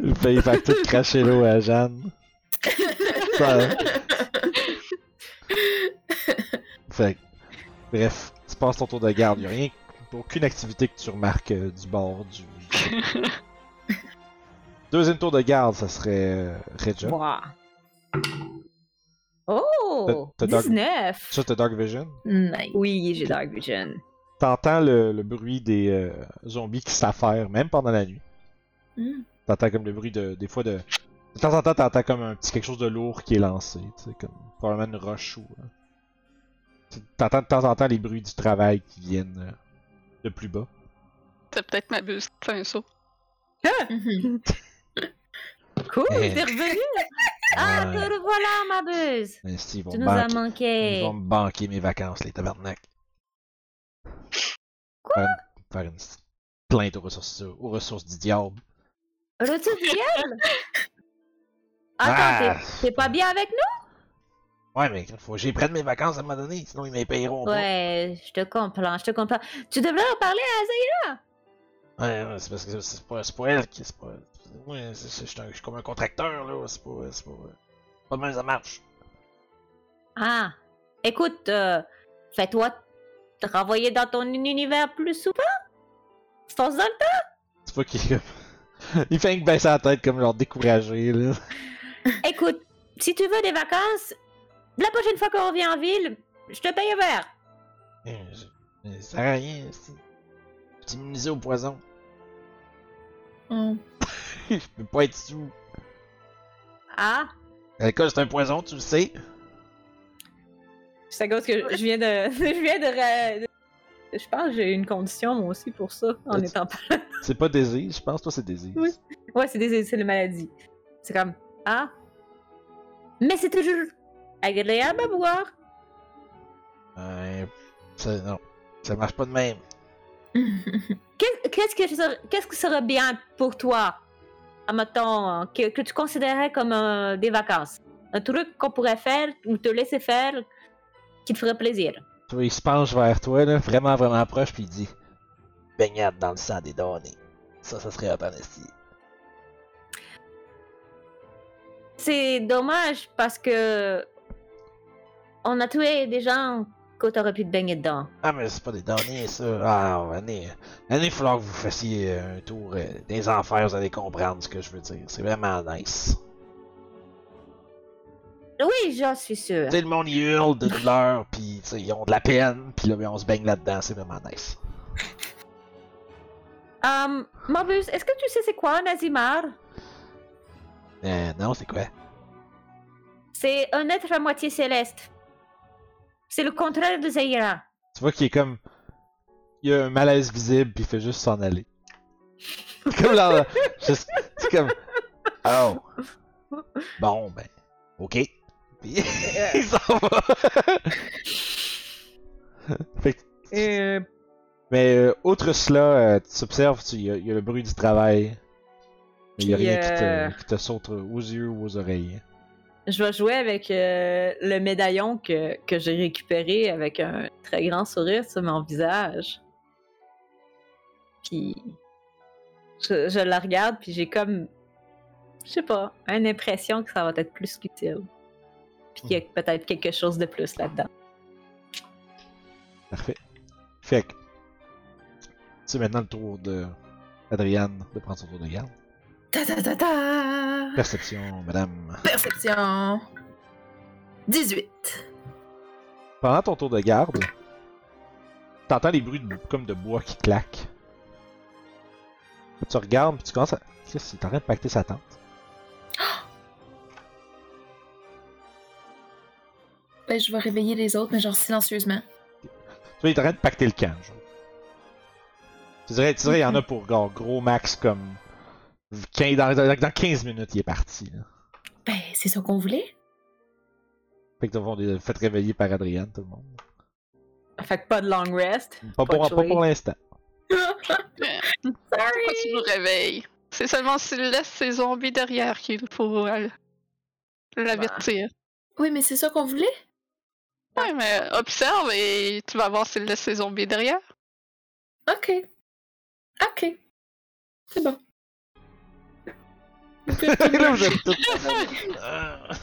S1: Il fait, il fait tout cracher l'eau à Jeanne. Ça, hein? fait que, bref, tu passes ton tour de garde, y'a rien, aucune activité que tu remarques euh, du bord du... Deuxième tour de garde, ça serait euh, Regia.
S2: Ouah. Oh!
S1: T'as- t'as Dark-
S2: 19!
S1: Ça, t'as Dark Vision.
S4: nice.
S2: Oui, j'ai Dark Vision.
S1: T'entends le, le bruit des euh, zombies qui s'affairent, même pendant la nuit.
S2: Hmm.
S4: Mm.
S1: T'entends comme le bruit de, des fois de... De temps en temps, t'entends comme un petit quelque chose de lourd qui est lancé, tu sais, comme probablement une roche ou... euh, tu- T'entends de temps en temps les bruits du travail qui viennent euh, de plus bas.
S3: C'est peut-être ma buse qui fait un saut.
S4: Mhm.
S2: Cool,
S1: Eh.
S2: t'es revenu! Ah, te revoilà, ma buse!
S1: Mais si, ils vont
S2: Tu
S1: me
S2: nous as
S1: banquer-
S2: manqué!
S1: Ils vont me banquer mes vacances, les tabernacles.
S2: Quoi?
S1: Faire une, faire une petite plainte aux ressources, aux ressources du diable.
S2: Retour de gueule? Attends,
S1: Ah!
S2: t'es- t'es pas bien avec nous?
S1: Ouais, mais faut que j'y prenne mes vacances à un moment donné, sinon ils me les payeront pas.
S2: Ouais, je te comprends, je te comprends. Tu devrais en parler à Azaï.
S1: Ouais, ouais, c'est parce que c'est pas, c'est pas elle qui. C'est pas. Ouais, c'est- c'est- je suis un- je suis comme un contracteur, là. C'est pas. C'est pas. euh, Pas de même, ça marche.
S2: Ah, écoute, euh, fais-toi travailler dans ton univers plus souvent. Sans un temps.
S1: C'est pas qu'il. Il fait que baisser la tête comme genre découragé, là.
S2: Écoute, si tu veux des vacances, la prochaine fois qu'on revient en ville, je te paye un verre.
S1: Euh, je- euh, Ça sert à rien, c'est. Je suis immunisé au poison.
S4: Oh.
S1: je peux pas être sous.
S2: Ah,
S1: L'alcool, c'est un poison, tu le sais.
S2: c'est à cause que je viens de. Je viens de. Je pense que j'ai une condition, moi aussi, pour ça,
S1: en Vas-y. étant
S2: pas.
S1: C'est pas désir, je pense, toi, c'est désir.
S2: Oui. Ouais, c'est des c'est les maladies. C'est comme ah. Mais c'est toujours agréable à boire.
S1: Euh, ça, non. Ça marche pas de même.
S2: Qu'est- Qu'est-ce que ça- qu'est-ce que serait bien pour toi, admettons, que, que tu considérais comme euh, des vacances, un truc qu'on pourrait faire ou te laisser faire qui te ferait plaisir.
S1: Tu vois, il se penche vers toi, là, vraiment, vraiment proche, puis il dit Baignade dans le sang des données. Ça, ça serait un ici.
S2: C'est dommage parce que on a tué des gens que t'aurais pu te baigner dedans.
S1: Ah, mais c'est pas des données, ça. Ah, venez. Venez, il falloir que vous fassiez euh, un tour euh, des enfers, vous allez comprendre ce que je veux dire. C'est vraiment nice.
S2: Oui, j'en suis sûre.
S1: Tu sais, le monde, il hurle de douleur, pis tu sais, ils ont de la peine, pis là, ben, on se baigne là-dedans, c'est vraiment nice.
S2: Um, Morbus, est-ce que tu sais c'est quoi un azimar
S1: Euh, non, c'est quoi?
S2: C'est un être à moitié céleste. C'est le contraire de Zaira.
S1: Tu vois qu'il est comme. Il y a un malaise visible, pis il fait juste s'en aller. comme là. juste- C'est comme. Oh. Bon, ben. Ok. Pis il s'en va. Fait que Mais euh, outre cela, euh, tu observes, il y, a- y a le bruit du travail. Mais il n'y a
S2: Puis,
S1: rien qui,
S2: euh,
S1: te, qui te saute aux yeux ou aux oreilles.
S2: Je vais jouer avec euh, le médaillon que, que j'ai récupéré avec un très grand sourire sur mon visage. Puis je, je la regarde, puis j'ai comme, je sais pas, une impression que ça va être plus qu'utile. Puis qu'il y a peut-être quelque chose de plus là-dedans.
S1: Parfait. Fait que. C'est maintenant le tour de Adriane de prendre son tour de garde.
S4: Ta ta ta ta!
S1: Perception, madame.
S4: Perception! 18.
S1: Pendant ton tour de garde, t'entends les bruits de- comme de bois qui claquent. Tu regardes, puis tu commences à. Qu'est-ce qu'il est en train de pacter sa tente?
S4: Ben, je vais réveiller les autres, mais genre silencieusement.
S1: Tu vois, il est en train de pacter le camp, genre. Tu dirais, tu dirais, il y en a pour genre, gros max comme. 15 dans, dans- dans 15 minutes, il est parti. Là.
S4: Ben, c'est ça qu'on voulait.
S1: Fait que vous les faites réveiller par Adrienne, tout le monde.
S2: Fait que pas de long rest.
S1: Pas
S2: Pas
S1: pour,
S2: de
S1: pas
S2: choix.
S1: pour l'instant.
S3: Pourquoi tu nous réveilles? C'est seulement s'il laisse ses zombies derrière qu'il faut euh, l'avertir.
S4: Oui, mais c'est ça qu'on voulait.
S2: Bah.
S3: Ouais, mais observe et tu vas voir s'il laisse ses zombies derrière.
S4: Ok. Ok. C'est bon.
S1: là, vous êtes
S2: Ah, bah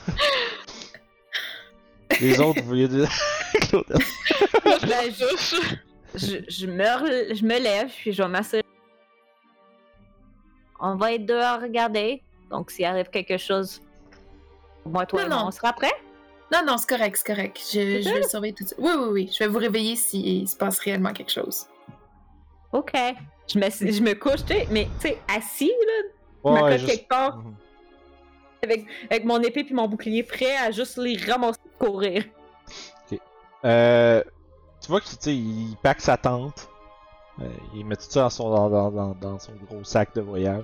S1: tous- les autres, vous vouliez dire. Claude.
S2: Ben, je,
S3: Ouf.
S2: je, je me, rel- je me lève, puis je vais m'asseoir. On va être dehors regarder. Donc, s'il arrive quelque chose, moi, toi
S4: Non,
S2: et moi,
S4: non.
S2: on sera prêts.
S4: Non, non, c'est correct, c'est correct. Je,
S2: C'est
S4: je vais le surveiller tout de suite. Oui, oui, oui. Je vais vous réveiller s'il se passe réellement quelque chose.
S2: OK. Je me, je me couche, tu sais, mais tu sais, assis, là, je
S1: Ouais,
S2: me
S1: ouais,
S2: colle
S1: juste...
S2: quelque part
S1: Mhm.
S2: avec mon épée puis mon bouclier prêt à juste les ramasser et courir.
S1: Euh, tu vois qu'il tu sais, il pack sa tente. Euh, il met tout ça dans son, dans, dans- dans- dans son gros sac de voyage.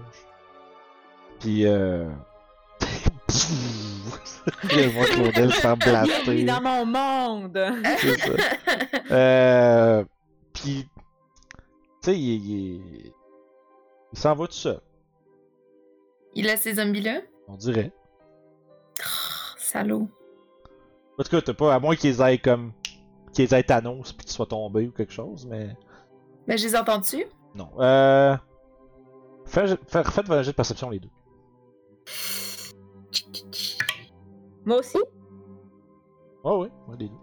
S1: Puis euh... Je vois Claudel se faire
S2: Bienvenue
S1: blaster.
S2: dans mon monde!
S1: C'est ça. Euh... Puis... Tu sais, il, il- il s'en va tout seul,
S4: Il a ces zombies-là?
S1: on dirait.
S4: Oh, salaud.
S1: En tout cas, t'as pas... À moins qu'ils aient comme... Qu'ils aient Thanos puis qu'ils soient tombés ou quelque chose, mais...
S4: Ben, je les entends-tu?
S1: Non. Euh... Fais, fais, faites votre jet de perception les deux.
S2: moi aussi.
S1: Ouais, ouais, ouais, les deux.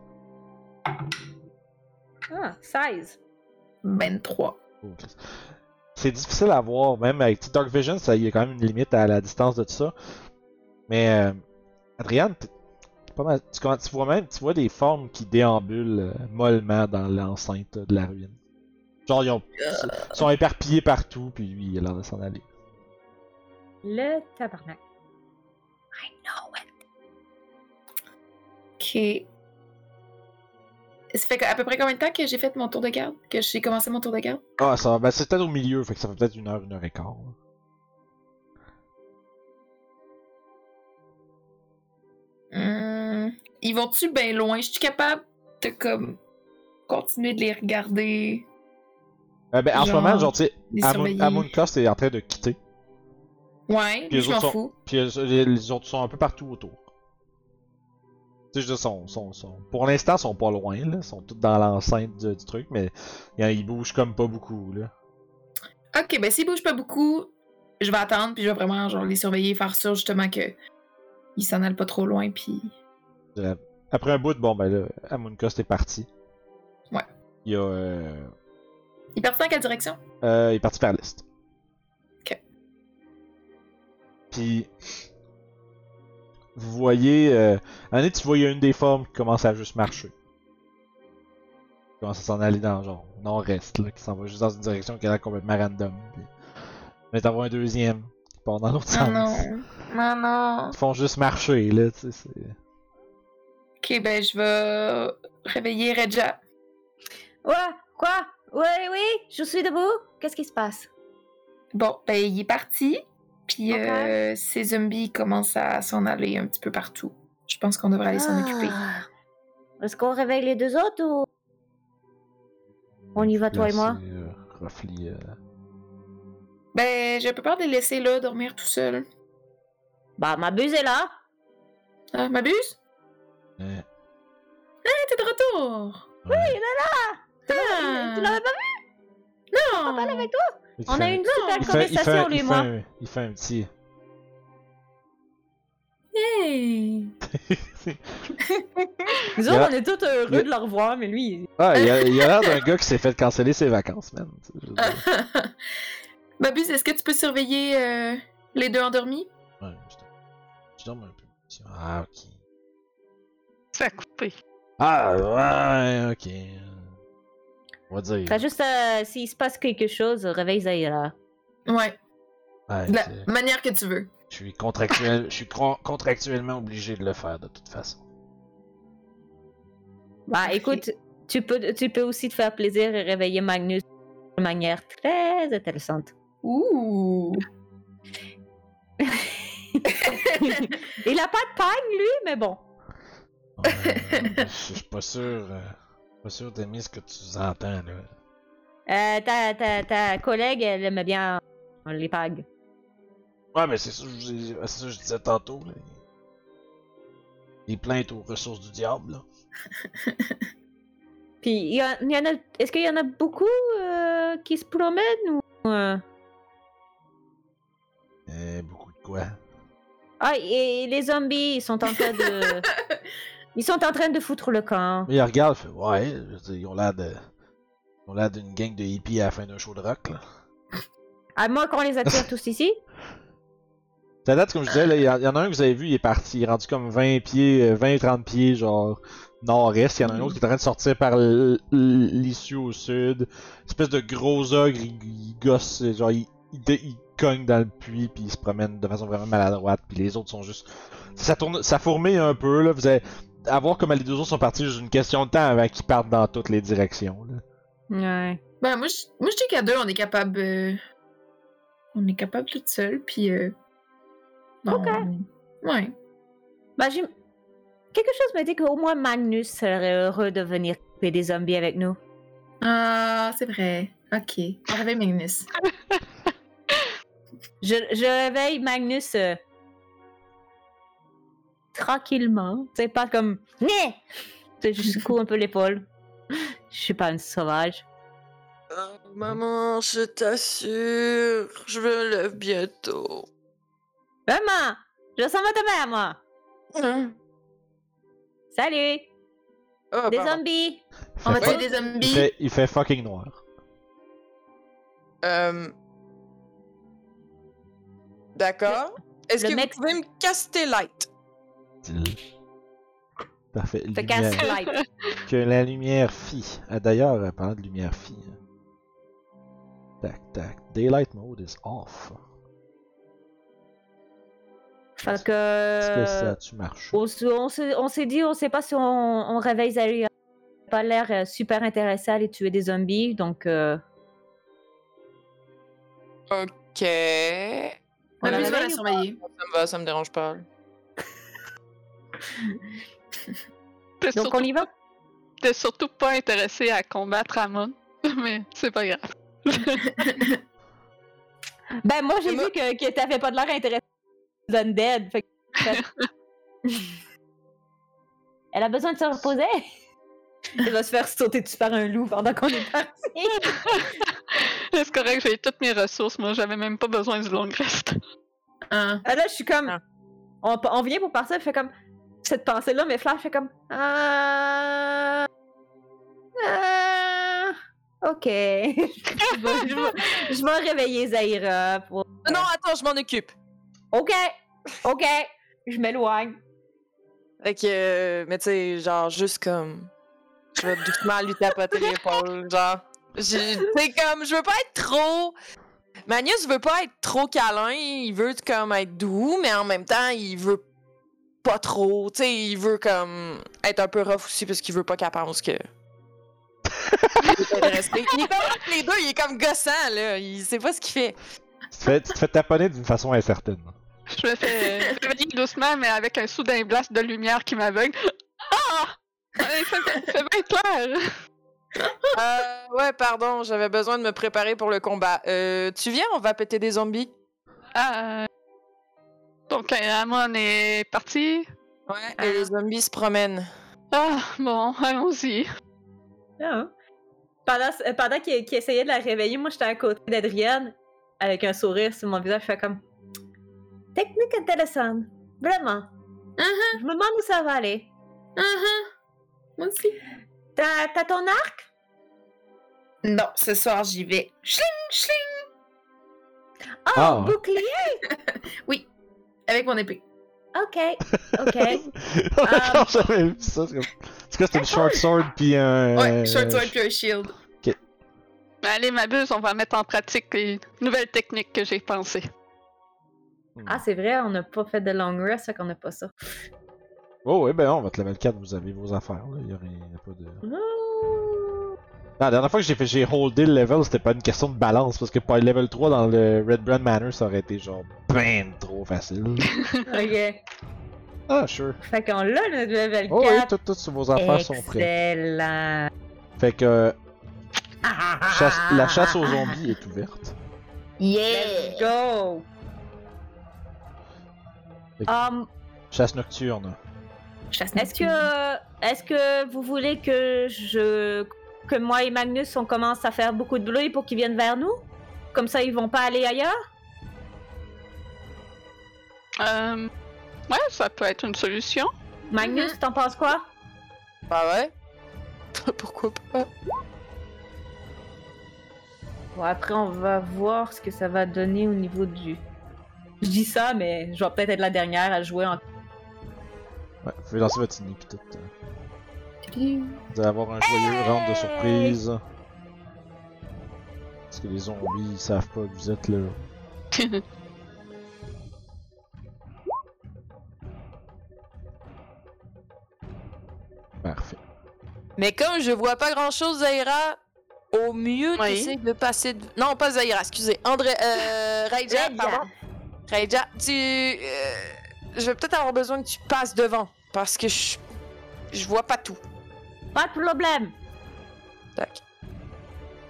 S2: Ah, 16.
S4: 23.
S1: Oh, Christ. C'est difficile à voir, même avec tu sais, Dark Vision, ça, il y a quand même une limite à la distance de tout ça. Mais, euh, Adriane, t'es- t'es pas mal- tu, quand tu vois même, tu vois des formes qui déambulent euh, mollement dans l'enceinte de la ruine. Genre, ils ont- ils sont éparpillés partout, puis lui, il a l'air de s'en aller.
S2: Le tabarnak.
S4: Ok. Ça fait à peu près combien de temps que j'ai fait mon tour de garde? Que j'ai commencé mon tour de garde?
S1: Ah, ça, ben, c'est peut-être au milieu, fait que ça fait peut-être une heure, une heure et quart. là.
S4: Hmm. Ils vont-tu bien loin? Je suis capable de comme continuer de les regarder,
S1: Euh, ben, en ce
S4: Genre,
S1: moment, genre, tu sais,
S4: les
S1: Amun-
S4: surveiller?
S1: Amuncast est en train de quitter.
S4: Ouais,
S1: Puis les
S4: je m'en
S1: autres sont-
S4: fous.
S1: Puis euh, les, les autres sont un peu partout autour. Tu sais, je veux dire, sont, sont, sont- pour l'instant, ils sont pas loin, là. Ils sont tous dans l'enceinte du, du truc, mais y en- ils bougent comme pas beaucoup, là.
S4: Ok, ben s'ils bougent pas beaucoup, je vais attendre, puis je vais vraiment genre les surveiller, faire sûr justement que ils s'en allent pas trop loin, puis
S1: Après un bout, bon, ben là, Amuncost est parti. Il, y a, euh,
S4: Il est parti dans quelle direction?
S1: euh, il est parti par l'est.
S4: Ok.
S1: Puis, vous voyez, euh, Année, tu vois, il y a une des formes qui commence à juste marcher. Qui commence à s'en aller dans, genre, nord-est, là, qui s'en va juste dans une direction qui a l'air complètement random. Puis, mais t'en vois un deuxième, qui part dans l'autre
S4: Ah
S1: sens.
S4: non. Ah non.
S1: Ils font juste marcher, là, tu sais, c'est...
S4: Ok, ben je vais réveiller Reja.
S2: Ouais, quoi Ouais, oui, je suis debout. Qu'est-ce qui se passe
S4: Bon, ben il est parti. Puis
S2: Ok.
S4: euh, ces zombies commencent à s'en aller un petit peu partout. Je pense qu'on devrait aller s'en occuper.
S2: Ah. Est-ce qu'on réveille les deux autres ou On y va, toi et moi?
S1: Là, c'est, euh, Roughly, euh,
S4: Ben, j'ai un peu peur de les laisser là dormir tout seul.
S2: Bah, m'abusez là.
S4: Ah, m'abuse?
S1: hein,
S4: Ah, t'es de retour!
S1: ouais.
S4: Ah,
S2: Tu l'avais pas
S4: non!
S2: mal avec
S1: Il te
S2: On a
S1: fait-
S2: eu une super
S1: il fait- il fait-
S2: conversation, lui et
S1: il fait
S2: moi.
S1: un- Il fait un petit...
S4: Hey.
S2: Nous
S1: autres, Yeah.
S2: on est tous
S1: de
S2: heureux
S1: Yeah.
S2: le revoir, mais lui.
S1: Ah, il a il a l'air d'un gars qui s'est fait canceller ses vacances, man. Tu sais, je veux dire.
S4: Babuse, est-ce que tu peux surveiller euh, les deux endormis?
S1: Ouais, je te- je dorme un peu. Ah, ok.
S3: Ça a coupé.
S1: Ah, ouais, ok. On va dire.
S2: T'as juste, euh, s'il se passe quelque chose, réveille Zaira.
S4: Ouais,
S1: Ouais,
S4: de la
S1: c'est-
S4: manière que tu veux.
S1: je suis contractuel, je suis cro- contractuellement obligé de le faire de toute façon.
S2: Bah,
S4: Ok.
S2: écoute, tu peux, tu peux aussi te faire plaisir et réveiller Magnus de manière très intéressante.
S4: Ouh!
S2: Il a pas de pagne, lui, mais bon.
S1: Ouais, je je suis pas sûr, euh, pas sûr d'aimer ce que tu entends là.
S2: Euh, ta, ta, ta collègue, elle aimait bien les pagues.
S1: Ouais, mais c'est ça que je, vous ai- c'est ça que je disais tantôt. Là. Les plaintes aux ressources du diable. Là.
S2: Puis, il y, a- il y en a. Est-ce qu'il y en a beaucoup euh, qui se promènent ou. euh,
S1: Euh, beaucoup de quoi.
S2: Ah, et les zombies, ils sont en train de. ils sont en train de foutre le camp.
S1: Mais il regarde, il fait ouais, je veux dire, ils ont l'air de. Ils ont l'air d'une gang de hippies à la fin d'un show de rock là.
S2: À moins qu'on les attire tous ici.
S1: Ça date, comme je disais, là, il y, en- il y en a un que vous avez vu, il est parti, il est rendu comme 20 pieds, euh, 20-30 pieds, genre nord-est. Il y en a un autre qui est en train de sortir par l- l- l'issue au sud. Espèce de gros ogre, il, il gosse, genre il, il dé- il cogne dans le puits, puis il se promène de façon vraiment maladroite, puis les autres sont juste. Ça tourne, ça fourmille un peu, là. Vous allez à voir comment les deux autres sont partis, juste une question de temps avant qu'ils partent dans toutes les directions, là.
S2: Ouais.
S4: Ben, moi, je, moi, je dis qu'à deux, on est capable. euh, on est capable toute seule, puis. euh, non,
S2: Ok.
S4: on- Ouais.
S2: Bah, j'im- Quelque chose m'a dit qu'au moins Magnus serait heureux de venir couper des zombies avec nous.
S4: Ah, c'est vrai. Ok. On réveille Magnus.
S2: Je, je réveille Magnus euh, tranquillement. C'est pas comme. Né! C'est juste secoue un peu l'épaule. Je suis pas une sauvage.
S5: Euh, maman, je t'assure, je me lève bientôt.
S2: Maman! Je sens ma mère, moi!
S5: Hein?
S2: Salut!
S5: Ah,
S2: des
S5: pardon.
S2: zombies!
S4: On va
S1: Fait-
S4: tuer
S1: il,
S4: des zombies.
S1: fait, il fait fucking noir.
S5: Euh, D'accord. Est-ce
S2: le
S5: que
S2: mec-
S5: vous pouvez me caster light?
S1: Parfait.
S2: Fait
S1: Lumière.
S2: casse light.
S1: que la lumière fit. Ah, D'ailleurs, euh, parlant de lumière fit. hein. Tac, tac. Daylight mode is off.
S2: Fait
S1: Est-ce que ça
S2: que.
S1: a-tu marché?
S2: On, se- on s'est- on s'est dit, on sait pas si on, on réveille Zaria. Elle a Pas l'air euh, super intéressée à aller tuer des zombies, donc. euh,
S5: Ok.
S2: la
S5: On
S4: Babuse va la
S2: réveille ou
S4: surveiller.
S5: Ça me va, ça me dérange pas.
S3: T'es
S2: Donc
S3: surtout,
S2: on y va?
S3: t'es surtout pas intéressé à combattre Amon, mais c'est pas grave.
S2: Ben moi j'ai
S5: Mais
S2: vu que, que t'avais pas de l'air intéressée aux Undead. Fait que- Elle a besoin de se reposer. Elle va se faire sauter dessus par un loup pendant qu'on est parti.
S3: C'est correct, j'ai toutes mes ressources. Moi, j'avais même pas besoin du long rest.
S4: Ah.
S2: Ah là, je suis comme.
S5: Ah.
S2: On, on vient pour partir, je fais comme. Cette pensée-là, mais Flash fait comme. Ah. Ah. Ok. je, vais, je vais- je vais réveiller Zahira pour.
S5: Non, attends, je m'en occupe.
S2: Ok, ok, je m'éloigne.
S5: Fait que, euh, mais tu sais, genre, juste comme. Je vais doucement lui tapoter l'épaule, genre. J'ai- C'est comme, je veux pas être trop. Magnus veut pas être trop câlin, il veut comme être doux, mais en même temps, il veut pas trop. Tu sais, il veut comme être un peu rough aussi parce qu'il veut pas qu'elle pense que. il est intéressé. Il est comme entre les deux, il est comme gossant, là. Il sait pas ce qu'il fait.
S1: Tu te fais, tu te fais taponner d'une façon incertaine.
S3: Je me fais euh, réveiller doucement, mais avec un soudain blast de lumière qui m'aveugle. Ah! Ouais, ça- C'est bien clair!
S5: Euh, ouais, pardon, j'avais besoin de me préparer pour le combat. Euh, tu viens, on va péter des zombies?
S3: Ah, euh, Donc, euh, Amon est parti.
S5: Ouais, et les zombies se promènent.
S3: Ah, bon, allons-y.
S2: Ah. Pendant, euh, pendant qu'il qu'il essayait de la réveiller, moi j'étais à côté d'Adrienne avec un sourire sur mon visage. Je fais comme technique intéressante, vraiment.
S4: Mhm.
S2: Je me demande où ça va aller.
S4: Mhm. Moi aussi.
S2: T'as t'as ton arc
S4: Non, ce soir, j'y vais. Chling, chling,
S2: Oh,
S1: Ah.
S2: bouclier.
S4: avec mon épée.
S2: Ok, ok.
S1: On a encore jamais vu ça. c'est Comme... En tout cas, c'est une short sword puis un. euh,
S4: Ouais, short sword puis un shield.
S3: Mais allez, ma buse, on va mettre en pratique les nouvelles techniques que j'ai pensées.
S2: ah c'est vrai, on n'a pas fait de long rest, fait qu'on n'a pas ça.
S1: Oh, oui, ben on va te level 4, vous avez vos affaires. Là. Il y a rien, il y a pas de. Non,
S2: Ouh.
S1: la dernière fois que j'ai fait, j'ai holdé le level, c'était pas une question de balance parce que pour le level 3 dans le Red Brand Manor, ça aurait été genre ben trop facile.
S2: Ok.
S1: ah, sure.
S2: Fait qu'on l'a notre level 4.
S1: Oh, oui, toutes toutes vos affaires sont prêtes.
S2: Excellent.
S1: Fait que euh,
S2: Ah, ah,
S1: chasse-
S2: ah,
S1: la
S2: ah,
S1: chasse
S2: ah,
S1: aux
S2: ah,
S1: zombies est ouverte.
S2: Let's go!
S1: Fait que-
S2: Um,
S1: Chasse nocturne.
S4: Chasse
S2: est-ce
S4: nocturne.
S2: que est-ce que vous voulez que je que moi et Magnus on commence à faire beaucoup de bruit pour qu'ils viennent vers nous? Comme ça ils vont pas aller ailleurs?
S3: Euh, ouais, ça peut être une solution.
S2: Magnus, t'en penses quoi?
S5: Bah ouais. Pourquoi pas?
S2: Bon après on va voir ce que ça va donner au niveau du. Je dis ça, mais je vais peut-être être la dernière à jouer en.
S1: Ouais, vous pouvez lancer votre nid pis tout. euh. Vous allez avoir un joyeux round de surprise. Parce que les zombies, ils savent pas que vous êtes là. Parfait.
S5: Mais comme je vois pas grand chose, Zaira, au mieux,
S3: Oui.
S5: tu sais, de passer. de- Non, pas Zaira, excusez. André. Euh, Raija,
S2: Raija.
S5: pardon. Raija, tu. euh, je vais peut-être avoir besoin que tu passes devant parce que je. Je vois pas tout.
S2: Pas de problème!
S5: Tac.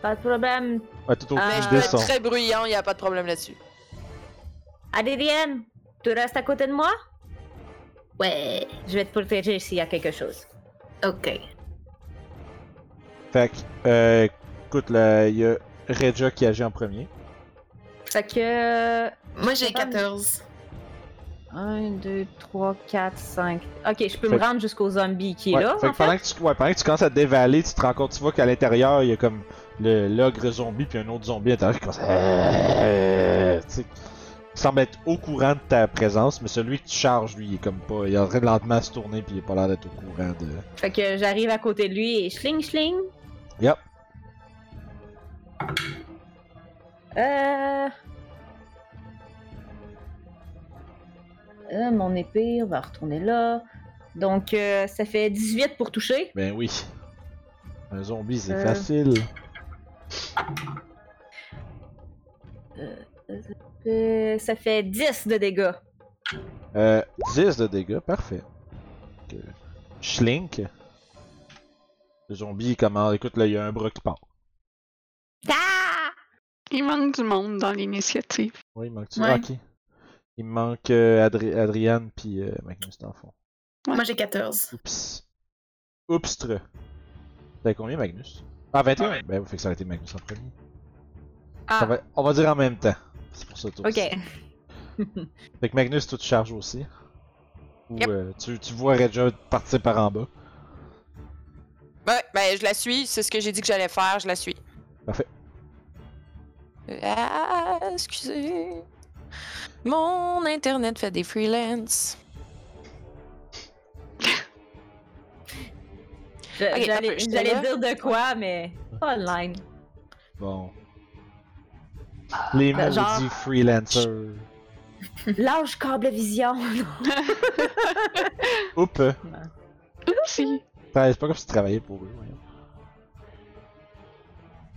S2: Pas de problème!
S1: Ouais, tout au
S2: Ah,
S1: plus,
S5: Mais
S1: je
S5: je peux être
S1: descends.
S5: très bruyant, y a pas de problème là-dessus.
S2: Adrienne, tu restes à côté de moi?
S4: Ouais.
S2: Je vais te protéger s'il y a quelque chose.
S4: Ok.
S1: Fait que, euh, écoute, là, il y a Reja qui agit en premier.
S2: Fait que. euh,
S4: Moi, j'ai
S2: C'est pas mal.
S4: 14.
S2: 1, 2, 3, 4, 5. Ok, je
S1: Fait
S2: peux me
S1: que-
S2: rendre jusqu'au zombie qui est
S1: Ouais,
S2: là.
S1: fait que
S2: en fait.
S1: pendant que, tu, ouais, pendant que tu commences à dévaler, tu te rends compte, tu vois qu'à l'intérieur, il y a comme le- l'ogre zombie puis un autre zombie à l'intérieur qui commence à... Tu sais, il semble être au courant de ta présence, mais celui que tu charges, lui, il est comme pas... Il est en train de lentement se tourner puis il a pas l'air d'être au courant de...
S2: Fait que j'arrive à côté de lui et schling schling.
S1: Yep.
S2: Euh. Euh, mon épée, on va retourner là. Donc, euh, ça fait 18 pour toucher.
S1: Ben oui. Un zombie, c'est
S2: Euh.
S1: facile.
S2: Euh, ça fait 10 de dégâts.
S1: Euh, 10 de dégâts, parfait. Donc, euh, Schlink. Le zombie, comment... Écoute, là, il y a un bras qui part.
S2: Ah!
S3: Il manque du monde dans l'initiative.
S1: Oui, il manque... tu
S4: Ouais.
S1: ok. Il me manque euh, Adri- Adriane puis euh, Magnus, dans le fond.
S4: Moi, j'ai 14.
S1: Oups. Oupstre. T'avais combien, Magnus Ah, 21 Ben, vous faites que ça aurait été Magnus en premier.
S2: Ah.
S1: Ça va- On va dire en même temps. C'est pour ça tout.
S2: Ok.
S1: Fait que Magnus, toi, tu charges aussi. Ou
S5: Yep.
S1: euh, tu, tu vois Reja partir par en bas.
S5: ben, Ouais, ben je la suis, c'est ce que j'ai dit que j'allais faire, je la suis. Euh, Ah, excusez. Mon internet fait des freelance.
S2: Je-
S5: Ok, attends,
S2: J'allais
S5: je te
S2: j'allais
S5: le-
S2: dire de quoi, mais pas online.
S1: Bon. Les
S2: ben,
S1: maudits
S2: genre-
S1: freelancers.
S2: Large câble vision.
S1: Oups.
S3: Si.
S1: Ouais, C'est pas comme si tu travaillais pour eux. voyons.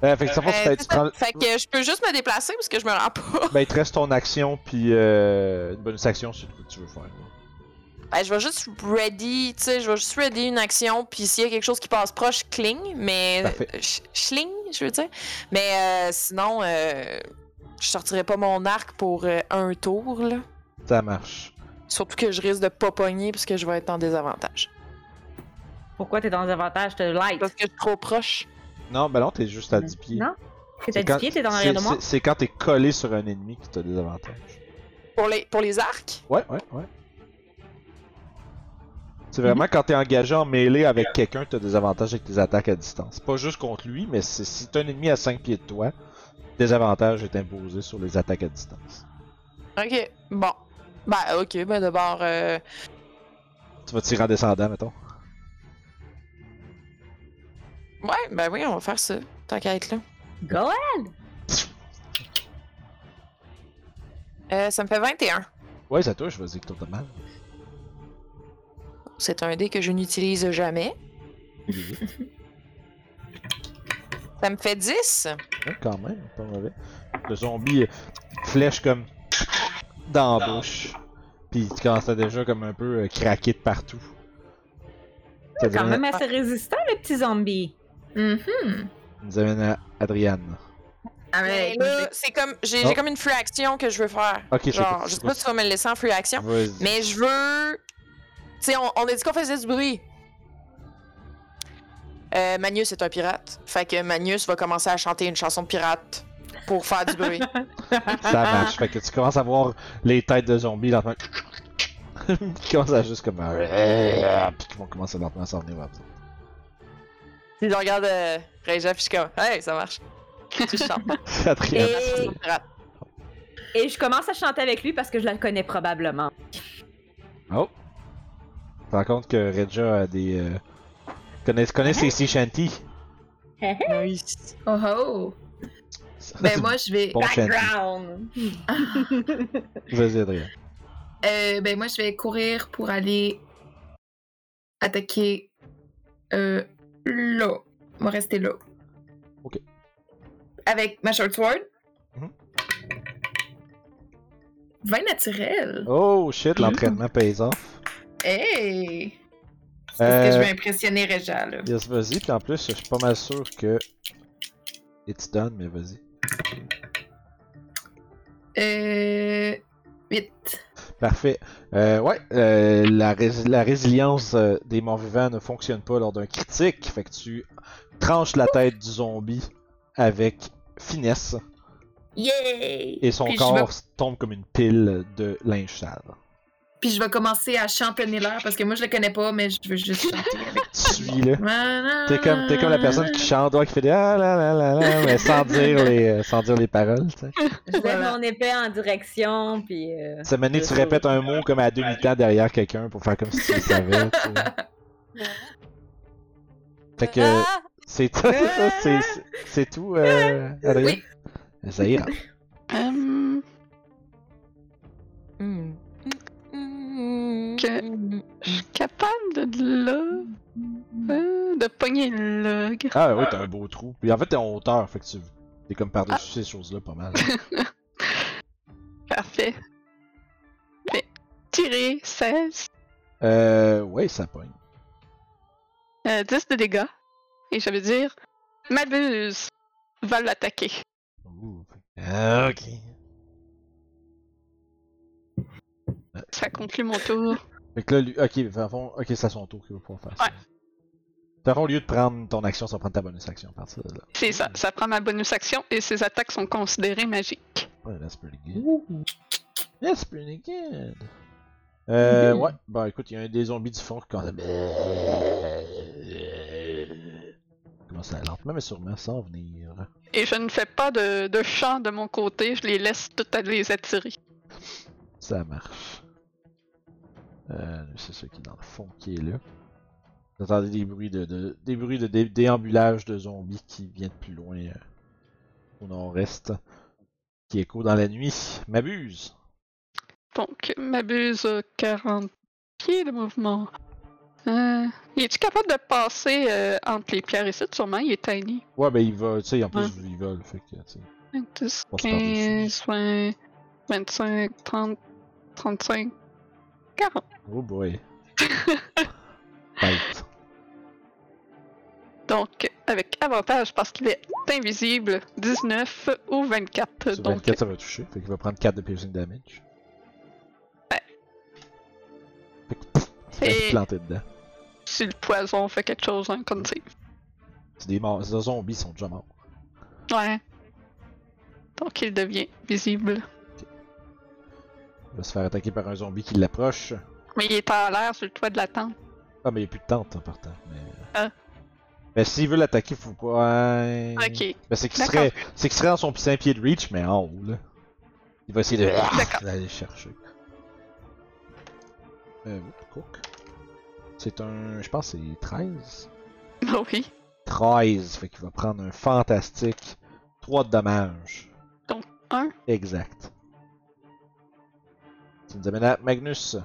S1: Euh, fait que ça,
S5: Euh,
S1: fait,
S5: c'est
S1: tu
S5: ça.
S1: prends-
S5: Fait que je peux juste me déplacer parce que je me rends pas.
S1: ben, il te reste ton action, puis euh, une bonus action si tu veux faire. là.
S5: Ben, je vais juste ready, tu sais, je vais juste ready une action, puis s'il y a quelque chose qui passe proche, je cligne, mais.
S1: Parfait.
S5: Je je cligne, je veux dire. Mais euh, sinon, euh, je sortirai pas mon arc pour euh, un tour, là.
S1: Ça marche.
S5: Surtout que je risque de pas pogner parce que je vais être en désavantage.
S2: Pourquoi t'es dans les avantages de
S5: Parce
S2: light?
S5: que je suis trop proche.
S1: Non, ben non, t'es juste à 10 pieds.
S2: Non, T'es
S1: C'est
S2: à 10
S1: quand-
S2: pieds, t'es dans
S1: c'est-
S2: l'arrière de moi?
S1: c'est- C'est quand t'es collé sur un ennemi qui t'a des avantages.
S5: Pour les, pour les arcs,
S1: Ouais, ouais, ouais. C'est
S2: Mhm.
S1: vraiment quand t'es engagé en mêlée avec quelqu'un, t'as des avantages avec tes attaques à distance. Pas juste contre lui, mais c'est- si t'as un ennemi à 5 pieds de toi, des avantages est imposé sur les attaques à distance.
S5: Ok, bon. Ben, ok, ben d'abord, euh,
S1: Tu vas tirer en descendant, mettons.
S5: ouais, ben oui, on va faire ça. Tant qu'à être là.
S2: Go ahead.
S5: Euh, ça me fait 21.
S1: Ouais, ça touche, vas-y, que t'as mal.
S5: C'est un dé que je n'utilise jamais. Ça me fait 10.
S1: Ouais, Hein? quand même, pas mauvais. Le zombie euh, flèche comme dans la bouche. Puis tu commences à déjà comme un peu euh, craquer de partout. Ça nous
S2: Quand
S1: amène-
S2: même assez résistant, le petit zombie.
S4: Mhm.
S1: nous amène à Adriane.
S4: Ah,
S5: Mais
S4: mais-
S5: là, c'est comme, j'ai j'ai
S1: Oh.
S5: comme une free action que je veux faire.
S1: Ok, c'est
S5: Genre,
S1: pas-
S5: je sais pas si tu vas me le laisser en free action,
S1: Vas-y.
S5: mais je veux. Tu sais, on, on a dit qu'on faisait du bruit. Euh, Magnus est un pirate. Fait que Magnus va commencer à chanter une chanson de pirate pour faire du bruit.
S1: Ça marche. fait que tu commences à voir les têtes de zombies lentement. qui commencent à juste comme. à- Puis qui vont commencer lentement à s'en venir vers toi.
S5: Puis je regarde euh, Reja, puis je suis comme, hey, ça marche. Tu chantes.
S1: Adriane.
S5: la chanson de pirate.
S2: Et je commence à chanter avec lui parce que je la connais probablement.
S1: Oh! Tu te rends compte que Reja a des. Euh... Connais, connais ces sea shanty?
S4: Oh oh.
S1: Ça,
S4: Ben
S1: c'est
S4: moi je vais.
S1: bon shanty.
S2: Background.
S1: Vas-y, Adrien.
S4: Euh, ben moi je vais courir pour aller attaquer euh, là. On va rester là.
S1: Ok.
S4: Avec ma short sword.
S1: Mhm.
S4: 20 naturel.
S1: Oh
S4: Mmh.
S1: shit, l'entraînement pays off.
S4: Hey! C'est parce
S1: Euh,
S4: que je vais impressionner Réja, là.
S1: Yes, vas-y, puis en plus, je suis pas mal sûr que. It's done, mais vas-y.
S4: Euh. 8.
S1: Parfait. Euh, ouais, euh, la, rés- la résilience euh, des morts-vivants ne fonctionne pas lors d'un critique. Fait que tu tranches la tête du zombie avec finesse
S4: Yay!
S1: et son
S4: Puis je
S1: corps
S4: vais-
S1: tombe comme une pile de linge sale.
S4: Puis je vais commencer à chantonner l'air parce que moi je le connais pas, mais je veux juste chanter avec.
S1: Tu suis là. T'es
S4: T'es
S1: comme, t'es comme la personne qui chante, ouais, qui fait des ah là là là là, mais sans dire les, euh, sans dire les paroles, tu sais.
S2: Je lève
S4: Voilà.
S2: mon épée en direction, puis. euh,
S1: Cette année, tu répètes un mot comme à demi-temps derrière quelqu'un pour faire comme si tu le savais, tu sais. Fait que.
S5: Ah!
S1: C'est tout, ça, c'est, c'est- c'est tout, euh, Adrien? Ça ira.
S3: Euh,
S5: Mm. Mm.
S3: Que-
S5: Mm.
S3: je suis capable de là. euh, de pogner le log.
S1: Ah oui, t'as un beau trou. Puis en fait, t'es en hauteur, fait que tu- t'es comme
S3: Ah.
S1: par-dessus ces choses-là pas mal.
S3: Parfait. Fait. Tirer 16,
S1: Euh, ouais, ça pogne.
S3: euh, 10 de dégâts. Et je veux dire, ma buse va l'attaquer.
S1: Ouh, fait- Ah, ok.
S3: Ça conclut mon tour.
S1: Fait que là, lui... ok, dans le fond, ok, c'est à son tour qu'il va pouvoir faire ça.
S3: Ouais.
S1: Dans le fond, au lieu de prendre ton action, ça va prendre ta bonus action à partir de là.
S3: C'est ça, ça prend ma bonus action et ses attaques sont considérées magiques.
S1: Ouais, that's pretty good. That's pretty good. Euh, ouais, bah écoute, il y a un des zombies du fond qui commence à. commence à lentement mais sûrement s'en venir.
S3: Et je ne fais pas de, de chant de mon côté, je les laisse toutes à- les attirer.
S1: Ça marche. Euh, c'est ce qui est dans le fond qui est là. Vous entendez des bruits de, de- des bruits de dé- déambulage de zombies qui viennent plus loin euh, au nord-est, qui écho dans la nuit. M'abuse.
S3: Donc, m'abuse euh, 40 pieds de mouvement. Euh, Es-tu capable de passer euh, entre les pierres ici? Sûrement, il est tiny.
S1: Ouais, ben il va, tu sais, en plus il vole, fait que, tu sais. Passe
S3: 10,
S1: par
S3: 15, 20, 25, 30, 35, 40.
S1: Oh boy. Bête.
S3: Donc, avec avantage parce qu'il est invisible, 19 ou 24.
S1: Sur
S3: donc,
S1: 24, ça va toucher. Fait qu'il va prendre 4 de piercing damage.
S3: Ouais.
S1: Fait que, pff, il se fait
S3: Et-
S1: planter dedans.
S3: si le poison fait quelque chose, hein, comme tu sais.
S1: C'est des morts. Ces zombies sont déjà morts.
S3: Ouais. Donc, il devient visible.
S1: Il va se faire attaquer par un zombie qui l'approche.
S3: Mais il est en l'air sur le toit de la tente.
S1: Ah, mais il n'y a plus de tente en partant. Mais,
S3: Ah.
S1: mais s'il veut l'attaquer, faut pas. Ouais.
S3: Ok.
S1: Ben, c'est qu'il
S3: D'accord.
S1: serait, c'est qu'il serait dans son petit 5 pieds de reach, mais en haut, là. Il va essayer de
S3: D'accord.
S1: d'aller chercher. Euh, oups, cook. C'est un. Je pense que c'est 13.
S3: Ah oui.
S1: 13, fait qu'il va prendre un fantastique 3 de dommages.
S3: Donc, un.
S1: Exact. Ça nous amène à Magnus.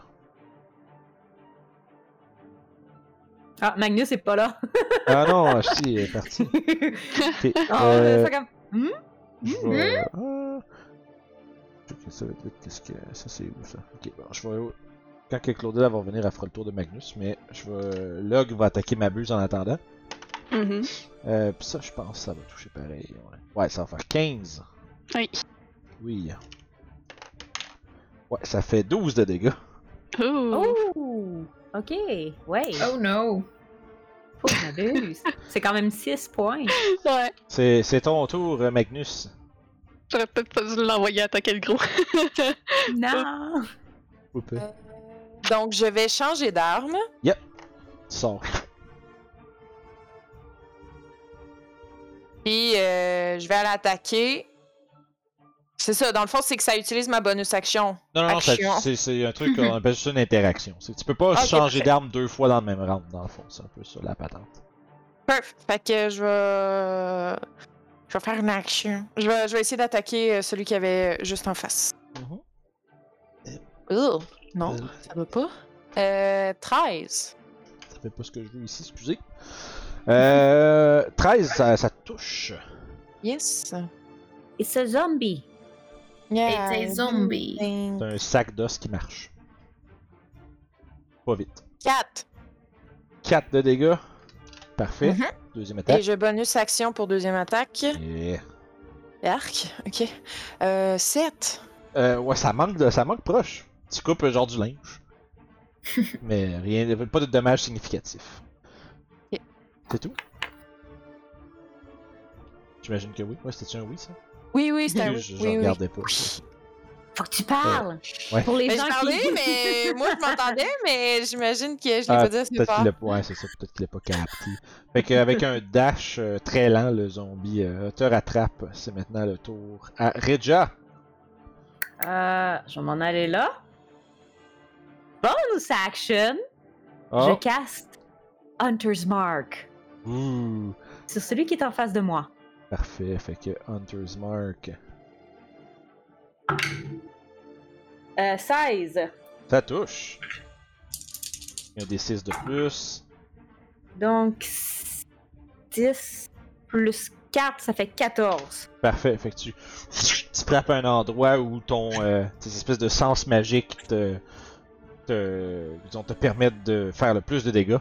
S2: Ah, Magnus est pas là.
S1: Ah non, Ashti est parti. Ok,
S2: Ah,
S1: euh,
S2: ça comme-
S5: Hmm.
S1: Je vais- Ah. Ok, ça va être vite. Qu'est-ce que. Ça, c'est où ça Ok, bon, je vais. Quand que Claudel va revenir, elle fera le tour de Magnus, mais je vais. Log va attaquer ma buse en attendant.
S3: Mhm.
S1: Euh, pis ça, je pense que ça va toucher pareil. Ouais, ouais ça va faire 15.
S3: Oui.
S1: Oui. Ouais, ça fait 12 de dégâts.
S3: Ouh.
S2: Oh, ok, ouais.
S4: Oh no.
S2: Faut que je m'abuse. C'est quand même 6 points.
S3: Ouais.
S1: C'est c'est ton tour, euh, Magnus.
S3: J'aurais peut-être pas dû l'envoyer attaquer le gros.
S2: Non.
S1: Oups.
S5: Donc, je vais changer d'arme.
S1: Sors.
S5: Puis euh, je vais aller attaquer. C'est ça, dans le fond, c'est que ça utilise ma bonus action.
S1: Non, non, non, ça-
S5: Action. Mhm.
S1: c'est c'est un truc, on appelle ça une interaction. C'est- Tu peux pas
S5: Ok,
S1: changer
S5: parfait.
S1: d'arme deux fois dans le même round, dans le fond. C'est un peu ça la patente.
S5: Perf! Fait que je vais. Je vais faire une action. Je vais, je vais essayer d'attaquer euh, celui qui avait juste en face.
S1: Mhm.
S5: Ugh. Non,
S1: Euh.
S5: ça doit pas. Euh, 13.
S1: Ça fait pas ce que je veux ici, excusez. Euh, 13, ça, ça touche.
S5: Yes.
S2: Et ce zombie.
S5: Yeah.
S4: Et t'es zombie.
S1: C'est un sac d'os qui marche. Pas vite.
S5: 4.
S1: 4 de dégâts. Parfait.
S5: Mhm.
S1: Deuxième
S5: Et
S1: attaque.
S5: je bonus action pour deuxième attaque.
S1: Yeah.
S5: Arc. Ok. Euh, 7.
S1: Euh, ouais, ça manque, de, ça manque proche. Tu coupes euh, genre du linge. Mais rien, de- pas de dommages significatifs.
S5: Ok.
S1: C'est tout? J'imagine que oui. Ouais, c'était un oui, ça?
S5: Oui, oui, c'est un.
S1: Je,
S5: oui.
S1: je- je
S5: Oui, oui,
S1: regardais pas.
S2: Faut que tu parles.
S1: Ouais.
S2: Pour les
S5: Ben,
S2: gens
S5: je
S2: qui...
S5: parlais, mais moi je m'entendais, mais j'imagine que je l'ai
S1: Ah,
S5: pas dit assez
S1: Peut-être
S5: fort.
S1: qu'il l'a pas, ouais, c'est ça, peut-être qu'il l'a pas capté. Fait qu'avec un dash euh, très lent, le zombie euh, te rattrape. C'est maintenant le tour à Reja.
S2: Euh, je vais m'en aller là. Bonus action. Je
S1: Oh.
S2: caste Hunter's Mark
S1: Ouh.
S2: sur celui qui est en face de moi.
S1: Parfait, fait que Hunter's Mark.
S2: Euh, 16.
S1: Ça touche. Il y a des 6 de plus.
S2: Donc, 10 plus 4, ça fait 14.
S1: Parfait, fait que tu, tu frappes un endroit où ton euh, tes espèces de sens magique te, te, disons, te permettent de faire le plus de dégâts.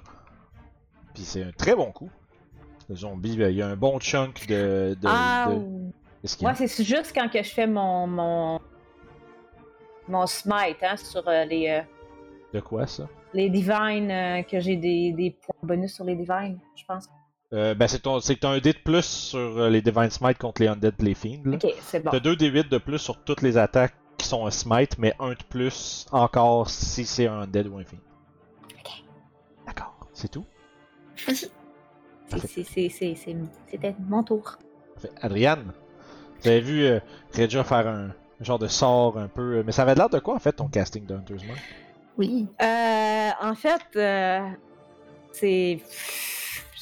S1: Puis c'est un très bon coup. Le zombie, ben, il y a un bon chunk de. de,
S2: ah,
S1: de-
S2: ou-
S1: qu'est-ce qu'il y a?
S2: ouais, c'est juste quand que je fais mon, mon, mon smite hein, sur euh, les, euh,
S1: De quoi ça
S2: les divines, euh, que j'ai des, des points bonus sur les divines, je pense.
S1: euh, Ben c'est ton, c'est que t'as un dé de plus sur euh, les Divine Smite contre les Undead, les Fiends. là.
S2: Ok, c'est bon.
S1: T'as deux D8 de plus sur toutes les attaques qui sont un smite, mais un de plus encore si c'est un undead ou un fiend.
S2: Ok.
S1: D'accord, c'est tout.
S2: C'est- c'est- c'est- c'est- c'est- C'était mon tour.
S1: Fait, Adriane, vous avez vu euh, Regia faire un, un genre de sort un peu. euh, Mais ça avait l'air de quoi en fait ton casting de Hunter's Mark?
S2: Oui. Euh, en fait, euh, c'est.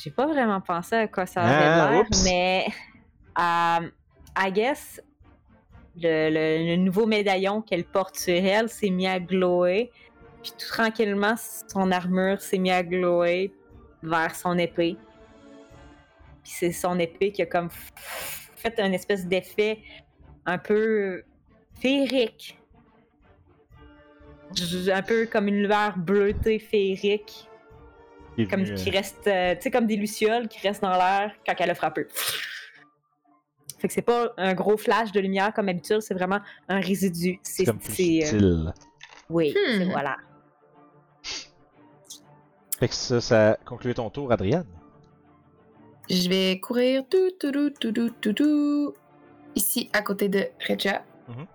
S2: J'ai pas vraiment pensé à quoi ça avait
S1: Ah,
S2: l'air,
S1: oups.
S2: mais. euh, I guess, le, le- le nouveau médaillon qu'elle porte sur elle s'est mis à glower. Puis tout tranquillement, son armure s'est mis à glower vers son épée. Puis c'est son épée qui a comme fait un espèce d'effet un peu féerique j- un peu comme une lueur bleutée féerique,
S1: Qui est
S2: comme
S1: venu, euh,
S2: qui reste, euh, tu sais, comme des lucioles qui restent dans l'air quand elle a frappé. Fait que c'est pas un gros flash de lumière comme habitude, c'est vraiment un résidu. C'est,
S1: comme plus
S2: c'est, euh,
S1: subtil.
S2: oui,
S4: Hmm.
S2: c'est- voilà.
S1: Fait que ça, ça concluait ton tour, Adriane.
S4: Je vais courir tout, tout, tout, tout, tout, tout, tout, ici à côté de Reja.
S1: Mhm.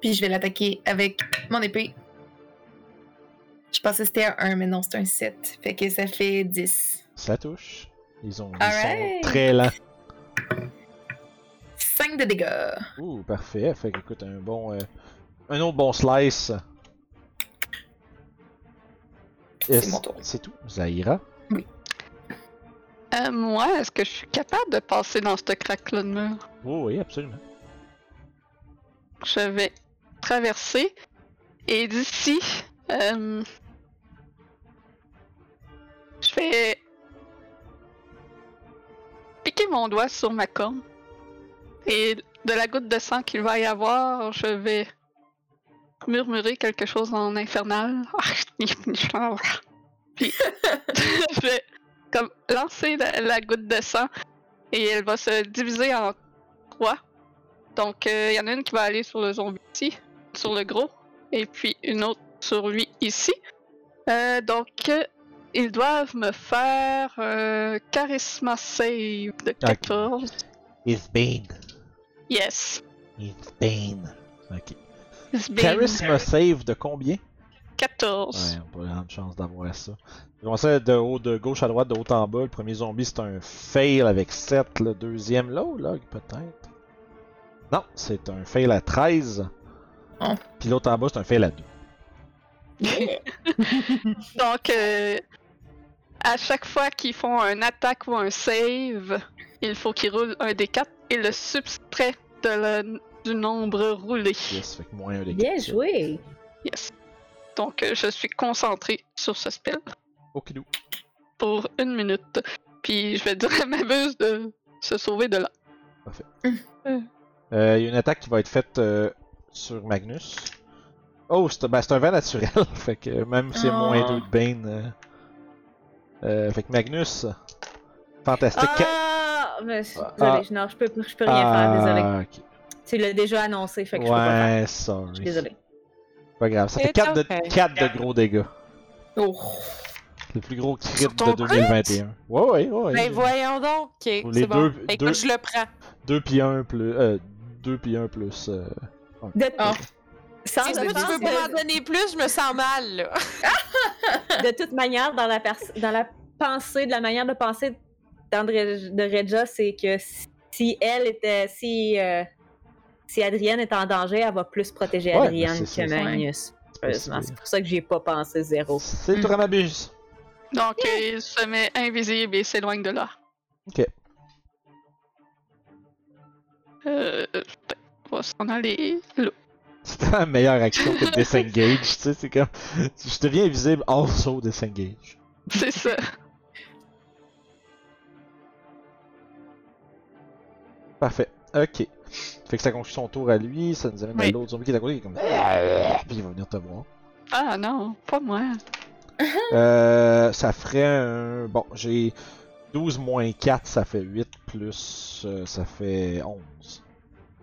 S4: Puis je vais l'attaquer avec mon épée. Je pensais que c'était un 1, mais non, c'est un 7. Fait que ça fait 10.
S1: Ça touche. Ils, ont, ils
S4: Alright.
S1: sont très lents.
S4: 5 de dégâts.
S1: Ouh, parfait. Fait que écoute, un bon. euh, un autre bon slice. Et
S4: C'est mon tour.
S1: C'est tout, Zahira.
S3: Euh, moi, est-ce que je suis capable de passer dans ce crack-là de mur?
S1: Oh, oui, absolument.
S3: Je vais traverser. Et d'ici, euh, je vais piquer mon doigt sur ma corne. Et de la goutte de sang qu'il va y avoir, je vais murmurer quelque chose en infernal. Ah, Puis je vais comme lancer la, la goutte de sang et elle va se diviser en trois. Donc, euh, il y en a une qui va aller sur le zombie ici, sur le gros, et puis une autre sur lui ici. Euh, donc, euh, ils doivent me faire euh, Charisma Save de 14.
S1: It's Bane.
S3: Yes.
S1: It's Bane. Ok.
S3: It's been
S1: Charisma save de combien
S3: 14.
S1: Ouais, on pas grande chance d'avoir ça. Je commençais de haut, de gauche à droite, de haut en bas. Le premier zombie, c'est un fail avec 7. Le deuxième, log peut-être. Non, c'est un fail à 13.
S2: Ah.
S4: Oh.
S1: Puis l'autre en bas, c'est un fail à 2.
S3: Donc, euh, à chaque fois qu'ils font un attaque ou un save, il faut qu'ils roulent un des quatre et le subtrait de le- du nombre roulé.
S1: Yes, fait que moins un des
S2: Bien
S1: quatre.
S2: joué!
S3: Yes. Donc, euh, je suis concentré sur ce spell
S1: Okidou.
S3: pour une minute. Puis, je vais dire à ma buse de se sauver de là.
S1: Euh, Il y a une attaque qui va être faite euh, sur Magnus. Oh, c'est ben, c'est un vent naturel. fait que même si c'est moins
S2: Ah.
S1: 2
S4: Oh.
S1: de Bane. euh, euh, fait que Magnus. Fantastique.
S2: Ah, mais je-
S1: Ah.
S2: désolé, je- non, je peux, je peux rien faire, désolé.
S1: Ah, ok.
S2: Tu l'as déjà annoncé, fait que je peux pas faire.
S1: Ouais,
S2: Je
S1: sorry.
S2: suis désolée.
S1: Pas grave, ça fait
S5: It's
S1: 4 de,
S5: okay.
S1: quatre de gros dégâts.
S4: Oh.
S1: Le plus gros crit
S5: Sur ton
S1: de 2021. Ouais, ouais, ouais.
S5: Ben voyons donc. Ok,
S1: Pour les
S5: c'est bon.
S1: deux-
S5: Écoute,
S1: deux-
S5: je le prends.
S1: 2 puis 1 plus. Euh, 2 puis 1 plus. euh,
S2: De...
S4: Oh.
S2: Sans
S5: Si Ah. tu veux
S2: offense,
S5: tu veux pas m'en donner plus, je me sens mal. là.
S2: de toute manière, dans la, pers- dans la pensée, de la manière de penser d'André de Reja, c'est que si elle était, si, euh, si Adrienne est en danger, elle va plus protéger
S1: Ouais,
S2: Adrienne
S1: ben, c'est
S2: que
S1: ça.
S2: Magnus. Heureusement,
S1: possible.
S2: c'est pour ça que j'ai pas pensé zéro.
S1: C'est le
S4: Mm.
S1: Dramabus.
S3: Donc, euh, il se met invisible et s'éloigne de là.
S1: Ok.
S3: Euh, on va s'en aller là.
S1: C'était la meilleure action que de disengage. tu sais, c'est comme. Je deviens invisible, also disengage.
S3: C'est ça.
S1: Parfait. Ok. Fait que ça conclut son tour à lui, ça nous amène à
S3: Oui.
S1: l'autre zombie qui est à côté qui est comme. Puis il va venir te voir.
S3: Ah non, pas moi.
S1: Euh, ça ferait un. Bon, j'ai 12 moins 4, ça fait 8 plus. euh, ça fait 11.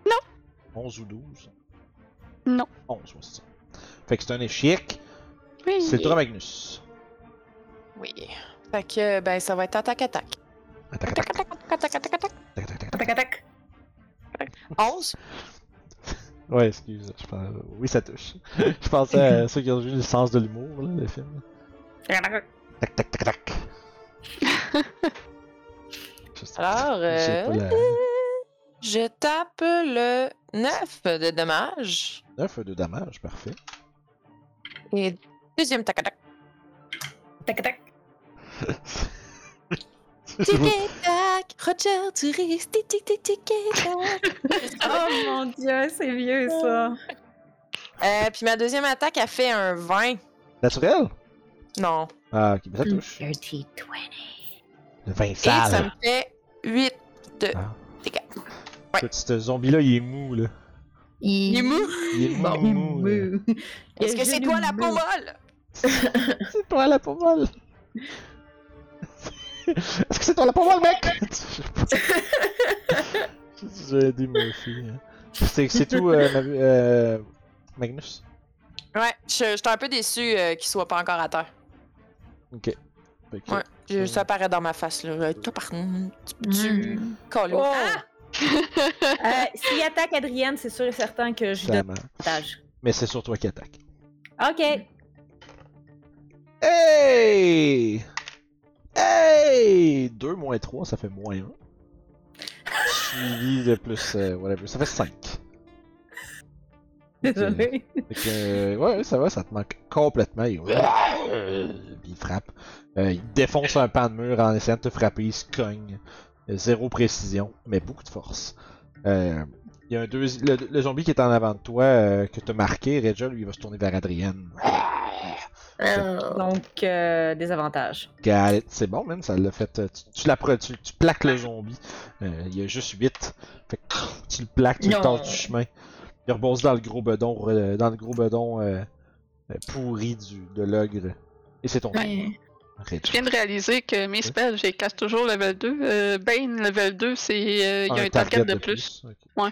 S1: Non! 11 ou 12?
S3: Non.
S1: 11, ouais, c'est ça. Fait que c'est un échec.
S3: Oui.
S1: C'est le tour à Magnus.
S5: Oui. Fait que, ben, ça va être attaque-attaque.
S1: Attaque, attaque,
S5: Attaque-attaque-attaque-attaque.
S1: attaque, attaque, attaque.
S4: Attaque, attaque.
S5: 11.
S1: Ouais, excuse. Je pense... Oui, ça touche. je pensais à ceux qui ont vu le sens de l'humour, là, le film. Tac, tac, tac, tac. Je sais-
S5: Alors,
S1: j'ai
S5: euh,
S1: pas la-
S5: Je tape le 9 de dommage.
S1: 9 de dommage, parfait.
S5: Et deuxième tac-tac.
S4: Tac, tac.
S5: Tic-tac, Roger Touriste, tic-tic-tic-tic-tac.
S2: Oh mon dieu, c'est vieux ça.
S5: Euh, Puis ma deuxième attaque a fait un 20.
S1: Naturel?
S5: Non.
S1: Ah, ok, ben ça touche.
S2: Dirty 20.
S1: Le 20
S5: Et ça me
S1: sale.
S5: fait 8.
S1: Écoute, Ce zombie-là, il est mou, là.
S5: Il est mou.
S1: Il est mou, mou, là.
S5: Est-ce que c'est toi la peau
S2: pomme
S5: molle?
S1: C'est toi la pommade. Est-ce que c'est toi la pommade, mec? J'ai aidé ma fille. hein. C'est c'est tout, euh, Ma- euh, Magnus.
S5: Ouais, je- j'étais un peu déçu euh, qu'il soit pas encore à terre.
S1: Fait que-
S5: Ouais. Je- Ça apparaît dans ma face, là. Euh, Tout par. Tu peux-tu coller au- Ah!
S2: Euh, S'il attaque Adrienne, c'est sûr et certain que je donne
S1: Clairement.
S2: avantage.
S1: Mais c'est sur toi qui attaque.
S2: Ok.
S1: Hey! Hey! 2 moins 3, ça fait moins 1. Suivi de plus, euh, whatever, ça fait 5.
S2: Désolé.
S1: Fait que, euh, ouais, ouais, ça va, ça te manque complètement. Il, Puis il frappe. Euh, il défonce un pan de mur en essayant de te frapper, il se cogne. Euh, Zéro précision, mais beaucoup de force. Euh, il y a un deuxi- le, le zombie qui est en avant de toi, euh, que t'as marqué, Regia, lui, il va se tourner vers Adrienne.
S4: Oh.
S2: Donc, euh, des avantages.
S1: Got it. C'est bon, même, ça l'a fait. euh, Tu, tu, la pre- tu, tu plaques le zombie. Euh, il y a juste 8. Fait que tu le plaques, tu le
S4: Non.
S1: tords du chemin. Il rebondit dans le gros bedon, euh, dans le gros bedon euh, euh, pourri du, de l'ogre. Et c'est ton tour.
S4: Ouais.
S1: Rage.
S3: Je viens de réaliser que mes spells, j'ai casse toujours level 2. Euh, Bane, level 2, c'est. euh, Il
S1: Ah,
S3: y a un, target, de plus.
S1: Ok.
S3: Ouais.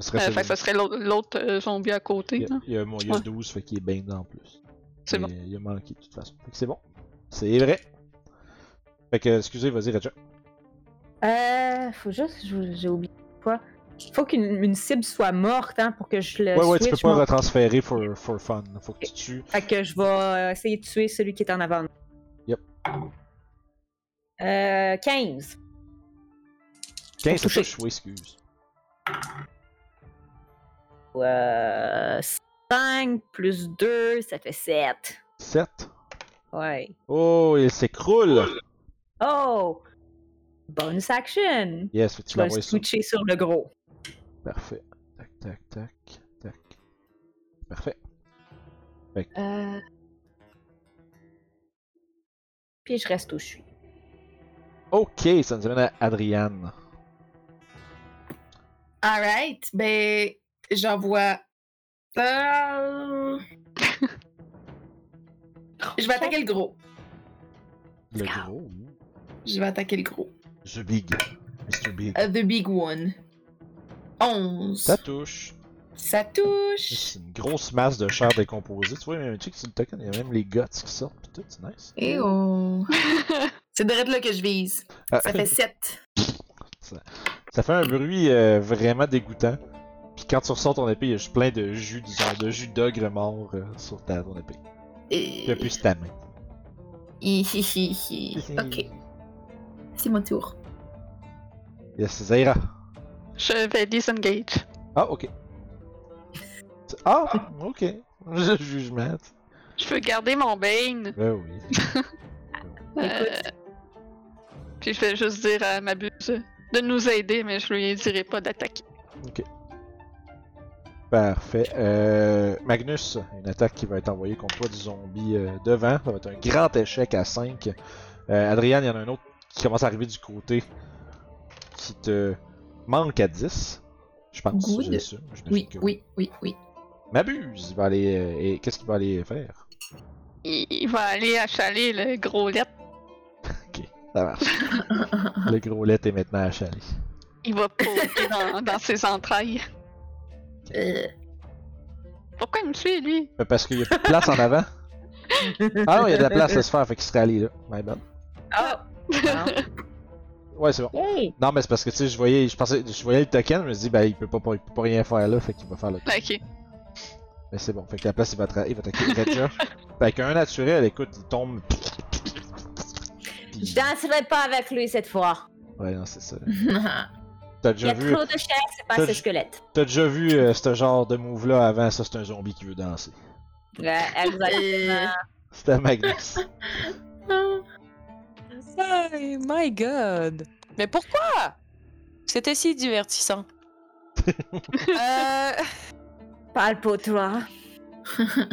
S1: Ce serait
S3: Euh,
S1: celui-
S3: fait que ça serait l'autre- l'autre euh, zombie à côté.
S1: il y a,
S3: là.
S1: il y a- bon, il y a
S3: Ouais.
S1: 12, fait qu'il est bien en plus.
S3: C'est
S1: Mais
S3: bon.
S1: Il a manqué de toute façon. Fait que c'est bon. C'est vrai. Fait que, excusez, vas-y, Raja.
S2: Euh, faut juste, je- j'ai oublié quoi. Faut qu'une une cible soit morte hein, pour que
S3: Euh,
S2: je le
S1: Ouais, ouais, tu peux
S2: switch.
S1: pas
S2: moi.
S1: retransférer for, for fun. Faut que tu tues.
S2: Fait que je vais euh, essayer de tuer celui qui est en avant. de moi.
S1: Yep.
S2: Euh, 15.
S1: 15, c'est
S2: toucher.
S1: pas choué, excuse.
S2: Euh, 5 plus 2, ça fait 7.
S1: 7.
S2: Ouais.
S1: Oh, il s'écroule!
S2: Oh! Bonus action!
S1: Yes, faut que tu
S2: Je vais
S1: l'envoies ça.
S2: switcher sur le gros.
S1: Parfait. Tac, tac, tac, tac. Parfait.
S2: Puis je reste où je suis.
S1: Ok, ça nous amène à Adriane.
S4: Alright, ben j'envoie. Euh, Je vais attaquer le gros.
S1: Le gros.
S4: Je vais attaquer le gros.
S1: The Big. Mr. Big.
S4: Euh, the big one. 11.
S1: Ça touche.
S4: Ça touche.
S1: C'est une grosse masse de chair décomposée. Tu vois, même tu sais que sur le token, il y a même les guts qui sortent. Pis tout, c'est nice.
S4: Et oh. C'est direct là que je vise.
S1: Ah,
S4: Ça fait 7.
S1: ça fait un bruit euh, vraiment dégoûtant. Puis quand tu ressors ton épée, il y a juste plein de jus, disons, de jus d'ogre mort euh, sur ta, ton épée.
S4: Et...
S1: Puis plus ta main.
S4: Hi, hi, hi, hi. Ok, c'est mon tour.
S1: Yes, Zaira.
S3: Je vais disengage.
S1: Ah, ok. Ah, ok. Le jugement.
S3: Je veux garder mon Bane.
S1: Ben oui.
S3: euh, Puis je vais juste dire à ma buse de nous aider, mais je lui dirai pas d'attaquer.
S1: Parfait. Euh, Magnus, une attaque qui va être envoyée contre toi du zombie euh, devant. Ça va être un grand échec à 5. Euh, Adrien, il y en a un autre qui commence à arriver du côté qui te manque à 10. Je pense.
S4: Good.
S1: j'assume, j'imagine
S4: Oui,
S1: que
S4: oui, oui, oui.
S1: M'abuse. Il va aller. euh, et qu'est-ce qu'il va aller faire
S3: Il, il va aller achaler le gros lettre.
S1: Ça marche. Le gros lait est maintenant achalé.
S3: Il va poker dans, dans ses entrailles.
S4: Euh,
S3: Pourquoi il me suit, lui?
S1: Euh, Parce qu'il y a plus de place en avant. Ah non, il y a de la place à se faire, fait qu'il serait allé là. My bad.
S2: Ah!
S1: Ouais, c'est bon.
S2: Yay!
S1: Non, mais c'est parce que tu sais, je voyais, je pensais, je voyais le token, je me dis, bah, il peut pas, il peut pas rien faire là, fait qu'il va faire le token.
S3: Ok.
S1: Mais c'est bon, fait que la place, il va, tra- il va attaquer Redja. fait qu'un naturel, écoute, il tombe. Puis-
S2: Je danserai pas avec lui cette fois.
S1: Ouais, non, c'est ça. T'as
S2: Il y
S1: déjà
S2: a
S1: vu,
S2: trop de chair, c'est pas
S1: Ça,
S2: ce
S1: je-
S2: squelette.
S1: t'as déjà vu euh, ce genre de move-là avant, ça c'est un zombie qui veut danser.
S2: Ouais, exact.
S4: Euh,
S1: C'était Magnus.
S2: Ah
S5: Oh my god! Mais pourquoi? C'était si divertissant. Euh,
S2: Parle pour toi.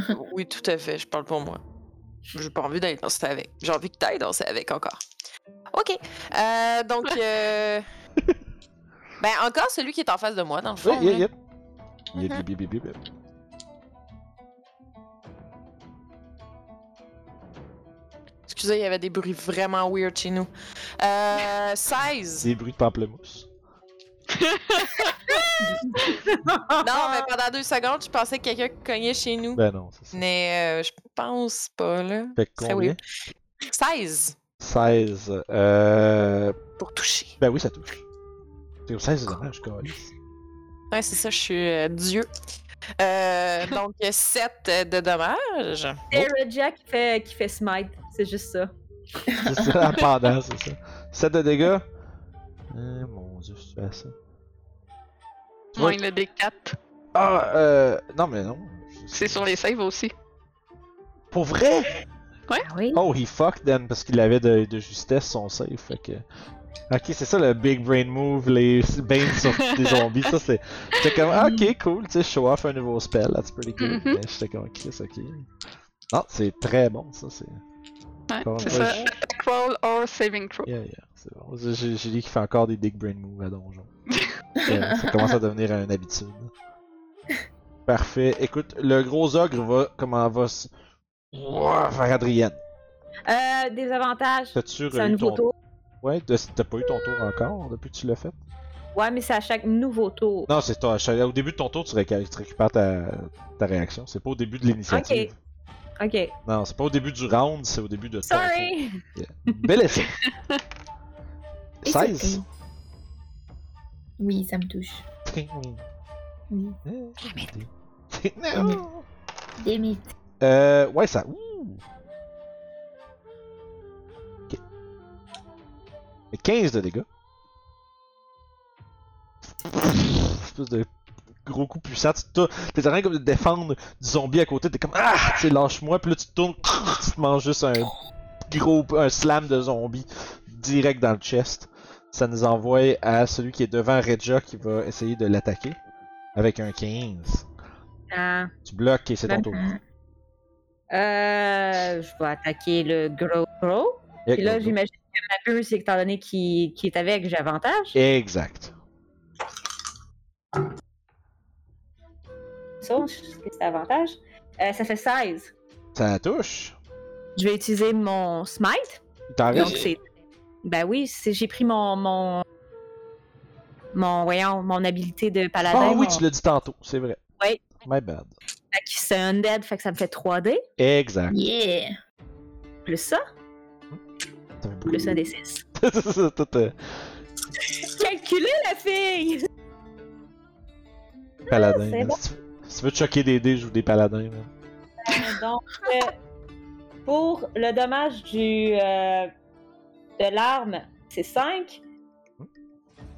S1: Oh.
S5: Oui, tout à fait, je parle pour moi. J'ai pas envie d'aller danser avec. J'ai envie que t'ailles danser avec encore. Ok. euh, donc. euh, ben, encore celui qui est en face de moi, dans le
S1: Oui,
S5: fond.
S1: yep,
S5: là.
S1: yep. Yep,
S5: Mhm.
S1: yep, yep, yep, yep.
S5: Excusez, il y avait des bruits vraiment weird chez nous. Euh, 16.
S1: Des bruits de pamplemousse.
S5: Non, mais pendant deux secondes, je pensais que quelqu'un cognait chez nous.
S1: Ben non, c'est ça.
S5: Mais euh, je pense pas, là.
S1: Fait que
S5: Très
S1: combien
S5: weird. 16
S1: 16. Euh...
S5: pour toucher.
S1: Ben oui, ça touche. C'est au 16 de dommage, câlisse.
S5: Ouais, c'est ça, je suis euh, Dieu. Euh, donc, 7 de dommages.
S2: C'est Raja qui fait, qui fait smite, c'est juste ça.
S1: C'est ça, en pendant, c'est ça. 7 de dégâts. Eh, mon dieu, c'est à ça. Tu vois-
S3: Moins le D4.
S1: Ah, euh. Non, mais non.
S3: C'est sur les saves aussi.
S1: Pour vrai?
S2: Ah oui?
S1: Oh, he fucked then, parce qu'il avait de, de justesse son save, fait que... Ok, c'est ça le big brain move, les bains sur des zombies, ça c'est... J'étais comme, ah, ok, cool, tu sais, show off un nouveau spell, that's pretty good.
S3: Mhm.
S2: Mm-hmm.
S1: Mais J'étais comme, Chris, ok. Non, c'est très bon, ça, c'est...
S3: Ouais,
S1: Bon,
S3: c'est
S1: moi,
S3: ça.
S1: je-
S3: Attack roll or saving throw.
S1: Yeah, yeah, c'est bon. J'ai- J'ai j'ai dit qu'il fait encore des big brain moves à donjon. Euh, ça commence à devenir une habitude. Parfait. Écoute, le gros ogre va... Comment va... s- Ouah, Faire Adrienne.
S2: Euh, des avantages.
S1: T'as-tu
S2: C'est un
S1: eu
S2: nouveau
S1: ton...
S2: tour.
S1: Ouais, t'as t'as pas eu ton tour encore depuis que tu l'as fait?
S2: Ouais, mais c'est à chaque nouveau tour.
S1: Non, c'est ton- au début de ton tour, tu, réca- tu récupères ta, ta réaction. C'est pas au début de l'initiative.
S2: Ok.
S1: Non, c'est pas au début du round, c'est au début de ton tour.
S2: Sorry!
S1: Bel essai! 16!
S4: Oui, ça me touche. Oui.
S1: Non.
S4: Des mythes.
S1: Euh, ouais, ça. Ouh. Ok. Mais 15 de dégâts. Espèce de gros coup puissant. Tu te- T'es en train comme de défendre du zombie à côté. T'es comme Ah! Tu sais, lâche-moi. Puis là, tu te tournes. Tu te manges juste un gros un slam de zombie direct dans le chest. Ça nous envoie à celui qui est devant Reja qui va essayer de l'attaquer avec un 15.
S2: Ah.
S1: Tu bloques et c'est ton tour.
S2: Euh, je vais attaquer le gros gros. Puis là, j'imagine que ma peur, c'est étant donné qu'il qu'il est avec, j'ai avantage.
S1: Exact.
S2: Ça, je sais que c'est avantage. Euh, ça fait 16.
S1: Ça touche.
S2: Je vais utiliser mon smite.
S1: Il t'en
S2: Donc,
S1: reste-
S2: c'est. Ben oui, c'est- j'ai pris mon. mon... Mon, voyons, mon habilité de paladin.
S1: Ah oui,
S2: mon-
S1: tu l'as dit tantôt, c'est vrai.
S2: Oui.
S1: My bad.
S2: Fait que C'est undead, fait que ça me fait 3D.
S1: Exact.
S4: Yeah!
S2: Plus ça,
S1: T'avais beaucoup-
S2: plus un des 6.
S1: C'est tout, euh,
S2: Calculez la fille!
S1: paladin.
S2: Ah, c'est
S1: man.
S2: bon.
S1: Si tu veux- si tu veux te choquer des dés, joue des paladins. man.
S2: Donc, euh, pour le dommage du, euh, de l'arme, c'est 5.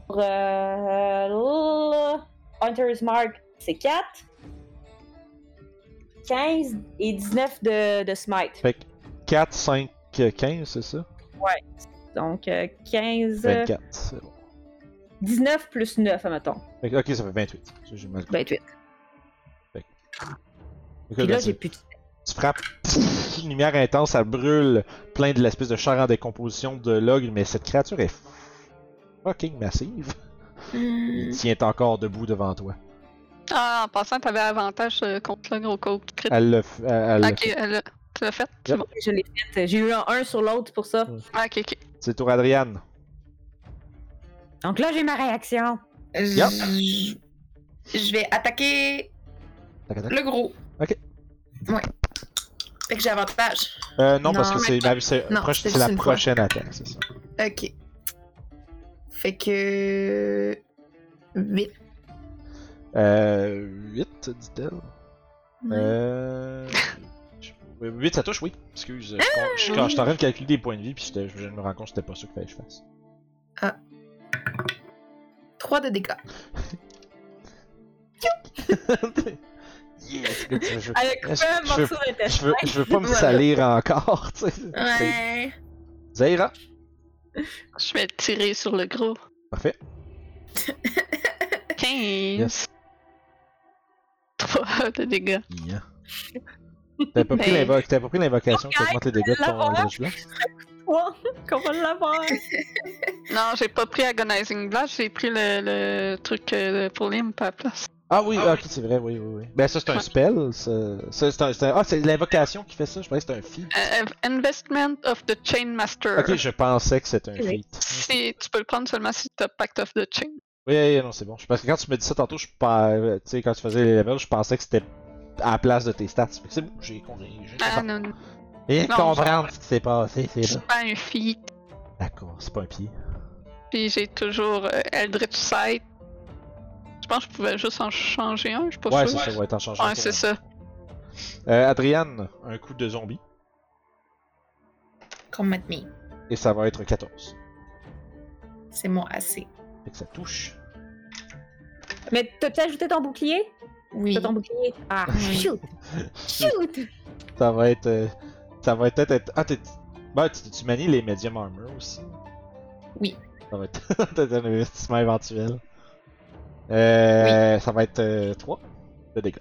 S2: Pour euh, le Hunter's Mark, c'est 4. 15 et 19 de, de smite.
S1: Fait que 4, 5, 15, euh, c'est ça?
S2: Donc, euh, 15, euh,
S1: 24, c'est bon.
S2: 19 plus 9, admettons.
S1: Fait que- ok, ça fait 28. J'ai- J'ai mal compris.
S2: 28.
S1: Écoute,
S2: Puis Bah, là,
S1: vas-y.
S2: j'ai plus de...
S1: Tu frappes, pfff, une lumière intense, ça brûle plein de l'espèce de chair en décomposition de l'ogre, mais cette créature est fucking massive.
S2: Hmm.
S1: Il tient encore debout devant toi.
S3: Ah, en passant, t'avais avantage euh, contre le gros code. Crit.
S1: Elle le f- elle- elle le
S3: ok, elle l'a- tu l'as fait? C'est
S1: Yep.
S3: bon.
S2: Je l'ai fait. J'ai eu un 1 sur l'autre pour ça.
S3: Ah, ok, ok.
S1: C'est tour Adriane.
S2: Donc là, j'ai ma réaction.
S1: Yup.
S4: Je je vais attaquer
S1: Tac, tac.
S4: le gros.
S1: Ok.
S4: Ouais. Fait que j'ai avantage.
S1: Euh, non, parce
S4: Non.
S1: que c'est ma- c'est
S4: Non,
S1: proche-
S4: c'est
S1: c'est la
S4: juste une fois.
S1: prochaine attaque, c'est ça.
S4: Ok. Fait que. 8.
S1: Euh, 8, dit-elle. Euh. 8, ça touche, oui. Excuse. je- je-
S4: Ah!
S1: quand je suis en train de calculer des points de vie, puis j'étais- je, je me rends compte que c'était pas sûr qu'il fallait que je fasse.
S4: 3 de dégâts.
S1: Yeah, c'est le petit jeu.
S2: Avec
S1: Je-
S2: un
S1: je,
S2: morceau de
S1: je veux, je veux pas me
S4: Voilà.
S1: salir encore, tu sais. C'est-
S4: Ouais.
S1: Zahira,
S3: Je vais tirer sur le gros.
S1: Parfait.
S3: 15. 3 de dégâts.
S1: Yeah. T'avais pas pris
S3: Mais-
S1: l'invo- t'avais pas pris l'invocation qui augmente les dégâts de ton
S2: L'avant-là.
S1: linge blanc?
S2: Quoi? Comment l'avoir?
S3: Non, j'ai pas pris Agonizing Blast, j'ai pris le, le truc euh, pour l'imp à la place.
S1: Ah oui,
S3: Ah
S1: ok, c'est vrai, oui, oui, oui. Ben ça c'est un
S3: Ouais.
S1: spell, ça- ça, c'est un, c'est un- Ah, c'est l'invocation qui fait ça, je pensais que c'était un feat.
S3: Euh, investment of the Chain Master.
S1: Ok, je pensais que c'était un
S2: Oui.
S1: feat.
S3: Si, tu peux le prendre seulement si t'as Pact of the Chain.
S1: Oui, oui, non, c'est bon. Parce que quand tu me dis ça tantôt, je pas, tu sais, quand tu faisais les levels, je pensais que c'était à la place de tes stats. Fait que C'est bon, j'ai compris. j'ai-
S3: Ah non, non,
S1: Rien de
S3: non,
S1: comprendre ce qui s'est passé, c'est là.
S3: c'est pas un feat.
S1: D'accord, c'est pas un pied.
S3: Puis j'ai toujours euh, Eldritch Sight. Je pense que je pouvais juste en changer un, je suis pas
S1: Ouais, c'est
S3: sûre.
S1: ça, ouais, t'en changes. un
S3: Ouais,
S1: pour
S3: c'est
S1: un.
S3: ça.
S1: Euh, Adriane, un coup de zombie,
S4: Come at me.
S1: et ça va être 14.
S4: C'est mon AC.
S1: Fait que ça touche.
S2: Mais t'as-tu ajouté ton bouclier?
S4: Oui.
S2: T'as ton bouclier? Ah,
S4: Oui.
S2: shoot! Shoot!
S1: Ça va être. euh, ça va être. être- Ah, t'es. Bah, tu, tu manies les medium armor aussi.
S4: Oui.
S1: Ça va être. T'as un investissement éventuel. Euh, Ça va être 3 de dégâts.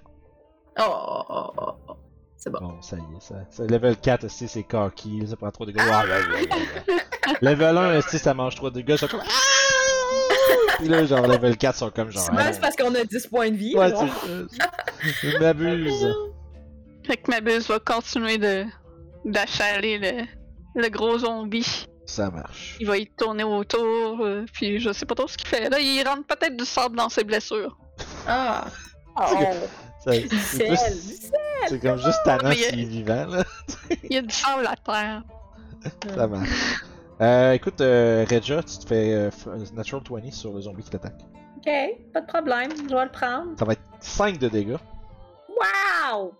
S4: Oh, oh, oh, oh. C'est
S2: Bah.
S4: bon.
S1: Bon, ça y est. Ça, ça- level 4 aussi, c'est cocky. Ça prend 3 dégâts. Ah, là, là, là, là. level 1 aussi, ça mange 3 dégâts. Ils sont comme. Ah! Puis là, genre, level 4 sont comme genre.
S2: C'est
S1: ah,
S2: mal, c'est parce qu'on a 10 points de vie.
S1: Ouais,
S2: alors.
S1: c'est- Je m'abuse.
S3: Fait que ma buse va continuer de d'achaler le, le gros zombie.
S1: Ça marche.
S3: Il va y tourner autour, euh, puis je sais pas trop ce qu'il fait. Là, il rentre peut-être du sable dans ses blessures.
S4: Ah,
S2: Euh,
S1: Ça- c'est
S2: Sel,
S1: juste- C'est comme juste Thanos
S3: Mais-
S1: qui est vivant, là.
S3: Il y a du sable à terre.
S1: Ça marche. Euh, écoute, euh, Regia, tu te fais euh, f- un Natural 20 sur le zombie qui t'attaque.
S2: Ok, pas de problème, je vais le prendre.
S1: Ça va être 5 de dégâts,
S2: Wow!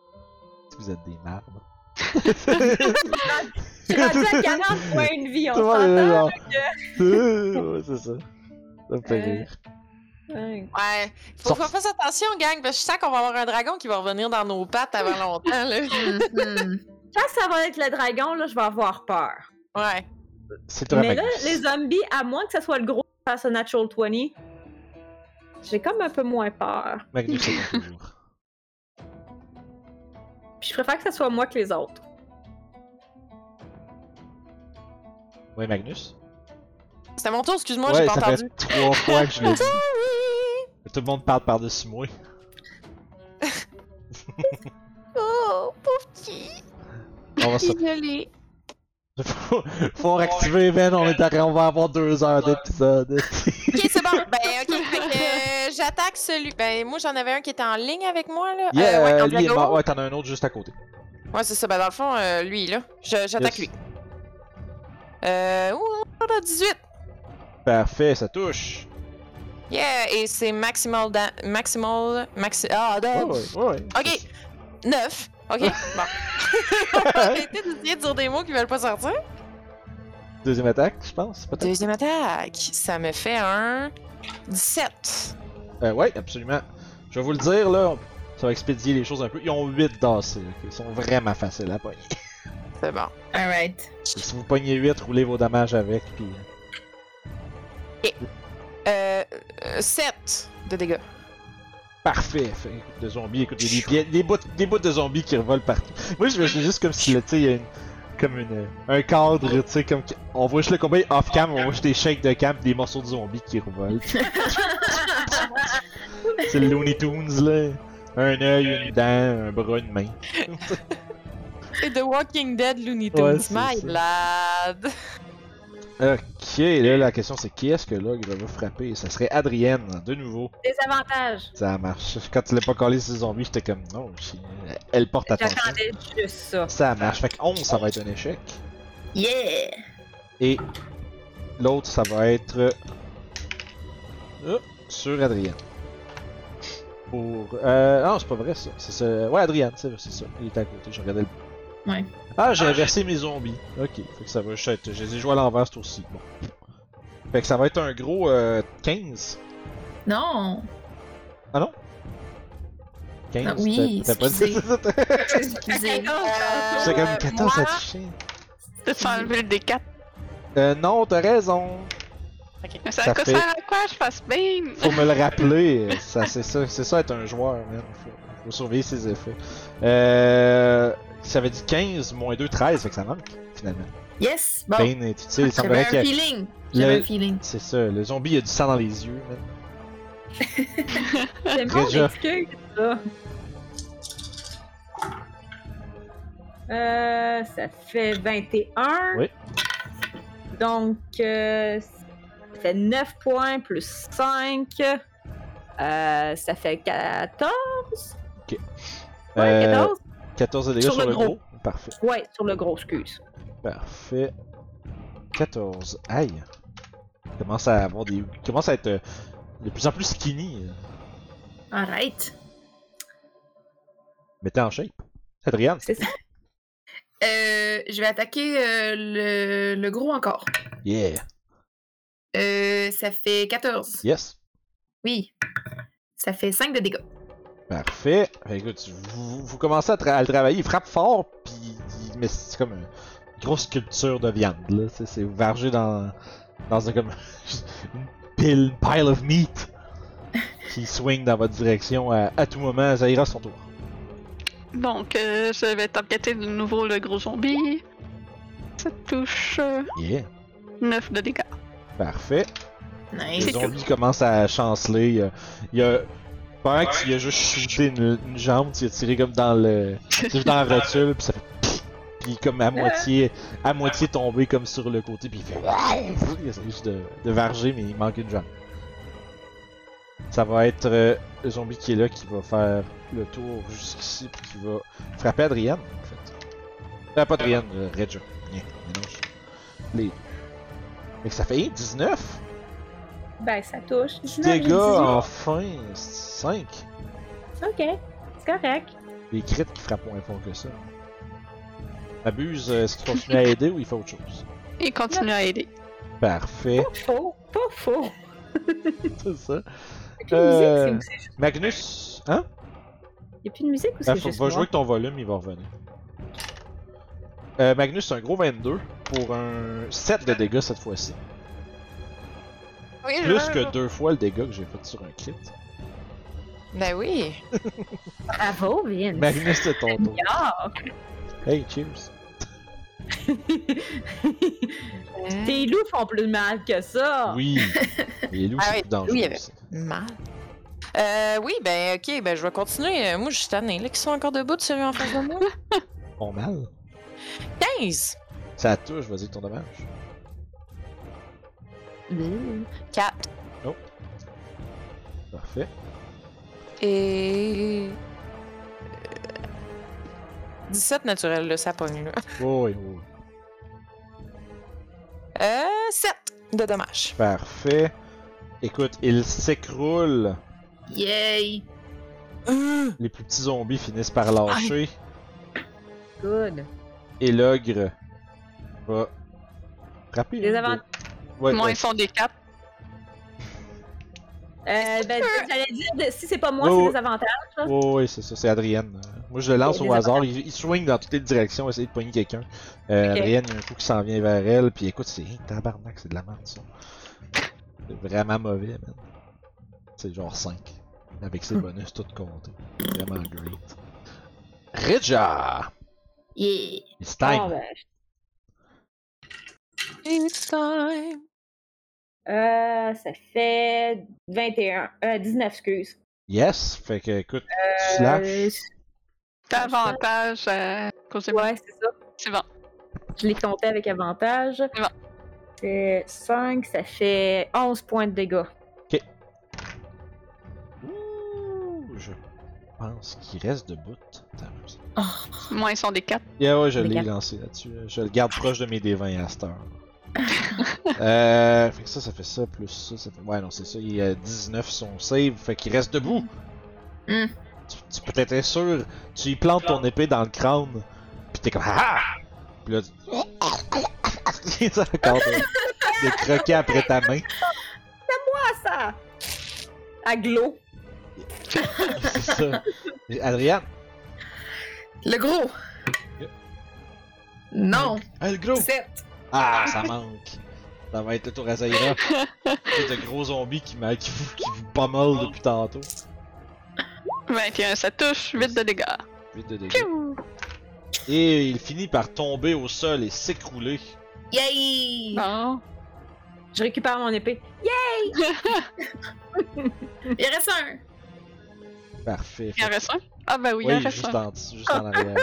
S1: si vous êtes des marbres.
S2: Je suis rendu à 40 points de vie, on
S1: Tout le monde est
S2: s'entend?
S1: là, genre, Euh, ouais, c'est ça. Ça me fait
S2: hein? Euh,
S1: rire.
S2: Ouais.
S5: Ouais. Faut
S1: Sort-
S5: faire plus attention, gang, parce que je sens qu'on va avoir un dragon qui va revenir dans nos pattes avant longtemps, là.
S4: Mhm.
S2: Quand ça va être le dragon, là, je vais avoir peur.
S5: Ouais.
S1: C'est un
S2: Mais là,
S1: Magnus.
S2: les zombies, à moins que ça soit le gros qui fasse un natural 20, j'ai comme un peu moins peur.
S1: Magnus, c'est ton tour.
S2: Puis je préfère que ça soit moi que les autres.
S1: Ouais, Magnus.
S5: C'était mon tour, excuse-moi,
S1: ouais,
S5: j'ai pas
S1: ça
S5: entendu.
S1: fait 3 fois que je l'ai dit. Tout le monde parle par-dessus moi.
S5: Oh, pauvre petit.
S1: On va se...
S5: Désolé.
S1: faut, faut réactiver, Ben, on, est à... on va avoir 2 heures d'épisode.
S5: Ok, c'est bon. Ben, ok. fait que, euh, j'attaque celui. Ben, moi, j'en avais un qui était en ligne avec moi, là.
S1: Yeah,
S5: Euh, ouais,
S1: euh,
S5: en
S1: lui est
S5: dragon.
S1: mort. Ouais, t'en as un autre juste à côté.
S5: Ouais, c'est ça. Ben, dans le fond, euh, lui, là. Je- J'attaque
S1: Yes.
S5: lui. Euh. Ouh, on a 18.
S1: Parfait, ça touche.
S5: Yeah, et c'est maximal. da- Maximal. Maxi... Ah,
S1: Ouais,
S5: da-
S1: ouais, ouais, ouais.
S5: Ok, 9. Ok, bon. Arrêtez d'essayer de dire des mots qui veulent pas sortir.
S1: Deuxième attaque, je pense, peut-être.
S5: Deuxième attaque. Ça me fait un 17.
S1: Euh, ouais, absolument. Je vais vous le dire, là, ça va expédier les choses un peu. Ils ont 8 d'AC, ok? Ils sont vraiment faciles à pogner.
S5: C'est bon.
S4: Alright.
S1: si vous pognez 8, roulez vos dommages avec, puis...
S5: Euh, 7 de dégâts.
S1: Parfait! Fait, écoute, de zombies, écoute, il y a des, pieds- des, bouts, des bouts de zombies qui revolent partout. Moi, je me suis juste comme si, là, tu sais, il y a une- comme une, un cadre, tu sais, comme... On voit juste le combat off-cam, on voit juste des shakes de camp, des morceaux de zombies qui revolent. C'est le Looney Tunes, là. Un œil, une dent, un bras, une main.
S5: C'est The Walking Dead Looney Tunes.
S1: Ouais, c'est
S5: My
S1: ça.
S5: lad.
S1: Ok, là la question c'est qui est-ce que là il va frapper Ça serait Adrienne, de nouveau.
S2: Des avantages.
S1: Ça marche. Quand tu l'as pas collé sur le zombie, j'étais comme non, chi- elle porte attention.
S2: J'attendais juste ça.
S1: Ça marche. Fait que 11, ça va être un échec.
S4: Yeah!
S1: Et l'autre, ça va être. euh, sur Adrienne. Pour. Euh, non, c'est pas vrai ça. C'est ça. Ouais, Adrienne, c'est c'est ça. Il était à côté, je regardais le.
S4: Ouais.
S1: Ah, j'ai inversé mes zombies. Ok, fait que ça va juste être. Je les ai joués à l'envers, c'est aussi. Bon. Fait que ça va être un gros euh, 15.
S4: Non.
S1: Ah non? 15?
S4: Ah oui,
S1: t'as- t'as pas dit-
S4: Excusez.
S1: C'est
S4: Euh,
S1: comme 14
S5: moi-
S1: à toucher.
S3: T'as-tu enlevé le D4?
S1: Euh, non, t'as raison.
S3: Mais
S1: Ça
S3: ça, ça
S1: fait-
S3: sert à quoi je fasse bien?
S1: Faut me le rappeler. ça, c'est ça, c'est ça être un joueur, man. Faut, faut surveiller ses effets. Euh, ça veut dire 15 moins 2, 13, fait que ça manque, finalement.
S4: Yes, bon.
S1: Bane est utile, il
S4: J'avais
S1: semblerait
S4: un
S1: que.
S4: feeling.
S1: le-
S4: J'avais un feeling.
S1: C'est ça, le zombie il a du sang dans les yeux, man. Très
S2: C'est bon,
S1: jeune.
S2: excuse, ça. Euh, ça fait 21.
S1: Oui.
S2: Donc, euh, ça fait 9 points plus 5. Euh, ça fait 14. Ouais,
S1: Euh,
S2: 14.
S1: 14 de dégâts sur, le gros. Parfait,
S2: Ouais, sur le gros, excuse.
S1: parfait. 14. Aïe. Il commence à avoir des. il commence à être euh, de plus en plus skinny. euh.
S4: Alright.
S1: Mais t'es en shape. Adrian,
S2: C'est ça.
S4: Euh, je vais attaquer euh, le, le gros encore.
S1: yeah.
S4: Euh, ça fait 14.
S1: Yes.
S4: Oui. Ça fait 5 de dégâts.
S1: Parfait. Fait que là, tu- vous, vous- vous commencez à, tra- à le travailler. Il frappe fort, puis il- mais c'est comme une grosse sculpture de viande. Là. C'est, c'est vargé dans, dans un, comme une pile, une pile of meat qui swing dans votre direction à, à tout moment. Ça ira son tour.
S3: Donc, euh, je vais targeter de nouveau le gros zombie. Ça touche
S1: Yeah.
S3: 9 de dégâts.
S1: Parfait. Le
S4: Nice.
S1: zombie commence à chanceler. Il y a- Il y a. Pendant qu'il a juste shooté une, une jambe, il a tiré comme dans le. C'est juste dans la rotule, puis ça fait. pfff, Puis comme à moitié, à moitié tombé comme sur le côté, puis il fait. Il essaie juste de, de varger, mais il manque une jambe. Ça va être euh, le zombie qui est là qui va faire le tour jusqu'ici, puis qui va frapper Adrienne, en fait. Euh, pas Adrienne, euh, Regia. Bien, mélange. Les deux. Fait que ça fait 19!
S2: Ben, ça touche.
S1: Dégâts enfin 5.
S2: Ok, c'est correct.
S1: Les crits qui frappent moins fort que ça. Abuse, euh, est-ce qu'il continue à aider ou il fait autre chose?
S3: Il continue à aider.
S1: Parfait,
S2: Faux, pas faux.
S1: c'est ça.
S2: Il n'y
S1: Euh,
S2: a plus de musique, c'est-
S1: Magnus, hein?
S2: il y a plus de musique ou
S1: Ah,
S2: c'est
S1: faut,
S2: juste
S1: va jouer
S2: moi?
S1: avec ton volume, il va revenir. Euh, Magnus, c'est un gros 22 pour un 7 de dégâts cette fois-ci. Plus que deux fois le dégât que j'ai fait sur un crit.
S5: Ben oui.
S2: Bravo, Vince.
S1: Magnus, c'est ton tour.
S2: Ah!
S1: Hey, cheers.
S2: Euh. Tes loups font plus mal que ça.
S1: Oui. Les loups,
S5: Ah
S1: c'est
S5: oui,
S1: plus dangereux.
S5: oui, avec-
S1: ça.
S5: Mal. Euh, oui, ben ok, ben je vais continuer. Euh, Moi, je suis tannée. Là, qui sont encore debout de celui en face de moi?
S1: Bon mal.
S5: 15!
S1: Ça touche, vas-y, ton dommage.
S2: Mmh.
S5: 4.
S1: Oh. Parfait.
S5: Et. euh, 17 naturel, là, ça pogne, là.
S1: Oh, oui, oui.
S5: Euh, 7 de dommage.
S1: Parfait. Écoute, il s'écroule.
S4: Yay.
S1: Les plus petits zombies finissent par lâcher.
S2: Good.
S1: Et l'ogre va frapper. hein,
S2: Des avant-
S1: de- Ouais,
S3: Moins
S1: ouais.
S3: son D4.
S2: Euh, ben, j'allais dire, de- si c'est pas moi,
S1: Ouais, ouais.
S2: c'est des avantages.
S1: Ouais, ouais, c'est ça, c'est Adrienne. Euh, Moi, je le lance
S2: Des
S1: au hasard. Il, il swing dans toutes les directions, essayer de pogner quelqu'un. Euh,
S2: Ok.
S1: Adrienne, il y a un coup qui s'en vient vers elle. Puis écoute, c'est hey, tabarnak, c'est de la merde, ça. C'est vraiment mauvais, man. C'est genre 5. Avec
S2: Hmm.
S1: ses bonus, tout compté. Vraiment great. Regia!
S4: Yeah.
S1: It's
S2: Bon,
S1: time.
S2: ben,
S5: It's time.
S2: euh, ça fait 21. Euh, 19, excuse.
S1: Yes. Fait que, écoute, tu
S2: Euh,
S1: slash.
S3: T'as avantage à cause de moi.
S2: ouais, c'est ça.
S3: C'est bon.
S2: Je l'ai compté avec avantage.
S3: bon.
S2: C'est 5, ça fait 11 points de dégâts.
S1: Ouh, je pense qu'il reste debout. Attends, je sais.
S4: Oh,
S3: Moins son D4.
S1: Yeah, ouais, je
S2: Mais
S1: l'ai
S2: garde.
S1: lancé là-dessus. Je le garde proche de mes D20 à cette heure. euh, fait que ça, ça fait ça, plus ça, ça fait... Ouais, non, c'est ça, il y a 19 son save, fait qu'il reste debout.
S4: Mm.
S1: Tu, tu peux être sûr, tu y plantes ton épée dans le crâne, pis t'es comme... Ah! Pis là, tu... ça encore de, de croquer après ta main.
S2: Ah, ça! aglo.
S1: C'est ça. Adriane,
S4: Le gros. Non.
S1: hey, le gros!
S4: 7.
S1: Ah, ça manque. Ça va être le tour à Zaira. C'est de gros zombies qui, m'a- qui vous, qui vous pommellent depuis tantôt.
S3: 21, ça touche, 8 de dégâts.
S1: 8 de dégâts.
S3: Piou!
S1: Et il finit par tomber au sol et s'écrouler.
S4: Yay!
S3: Non.
S2: Je récupère mon épée.
S4: Il reste un.
S1: Parfait.
S3: Il en reste un? Ah, ben oui, il en
S1: oui,
S3: reste
S1: juste
S3: un.
S1: en, dessous, juste en arrière.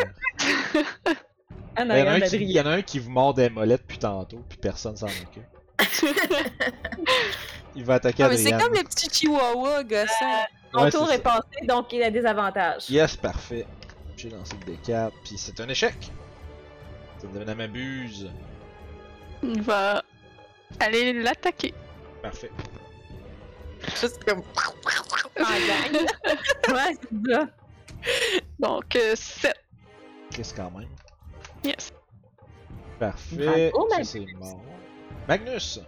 S2: En Ah,
S1: Il y, en a
S2: arrière
S1: un qui, il
S2: d'Adrien.
S1: y en a un qui vous mord des molettes depuis tantôt, puis personne s'en occupe. il va attaquer
S5: Ah, mais c'est
S1: Adriane.
S5: comme les petits chihuahuas, gossants.
S2: Mon
S1: Ouais,
S2: tour
S1: c'est
S2: est,
S1: ça.
S2: passé, donc il a des avantages.
S1: Yes, parfait. J'ai lancé le D4, puis c'est un échec. Ça devient la m'abuse.
S3: Il va aller l'attaquer.
S1: Parfait.
S5: Juste comme-
S2: Ouais, c'est ça.
S3: Donc, euh, 7.
S1: Qu'est-ce quand même.
S3: Yes.
S1: Parfait.
S2: Bravo,
S1: Ça,
S2: Magnus.
S1: c'est mort. Magnus!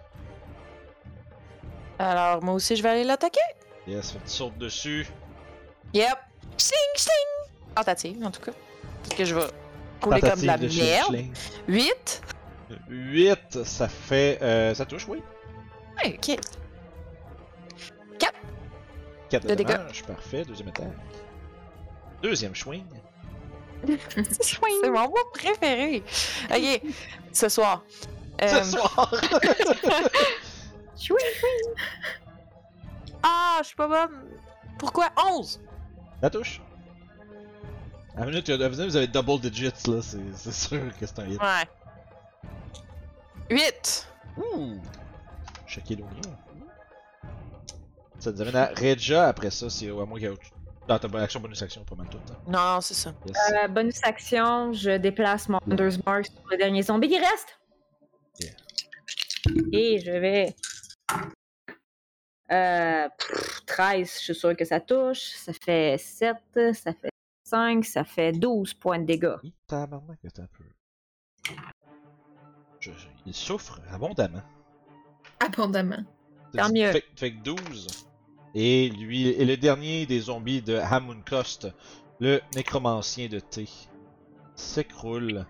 S5: Alors, moi aussi, je vais aller l'attaquer.
S1: Yes, fait que tu sautes dessus.
S5: Yep. Ching, ching. Tentative, en tout cas. Parce que je vais rouler comme de
S1: Tentative
S5: la
S1: de
S5: merde. 8.
S1: 8, ça fait. euh, ça touche, oui.
S5: Ouais, ok.
S1: 4 de
S5: De dégâts.
S1: dégâts. Parfait. Deuxième attaque. Deuxième swing.
S5: C'est mon mot préféré. Ok. Ce soir. Euh,
S1: Ce soir!
S2: Chouin.
S5: Ah, je suis pas bonne. Pourquoi 11
S1: La touche. À la minute, que vous avez double digits, là, c'est c'est sûr que c'est un hit.
S5: Ouais. 8.
S1: Ouh! Choqué l'oignon. Ça nous amène à Reja après ça, c'est à moi qui a autre. Dans ta action bonus action, pas mal tout. Hein.
S5: Non, non, c'est ça.
S1: Yes.
S2: Euh, bonus action, je déplace mon Wonders Mark sur le dernier zombie qui reste.
S1: Mm. Yeah.
S2: Et je vais. Euh, pff, 13, je suis sûre que ça touche. Ça fait 7, ça fait 5, ça fait 12 points de dégâts.
S1: Hi, Tabarnak, attends un peu. Je- je- il souffre abondamment.
S4: Abondamment.
S2: Tant
S1: Fait-
S2: mieux.
S1: Fait, fait que 12. Et lui, et le dernier des zombies de Hamuncost, le nécromancien de T, s'écroule,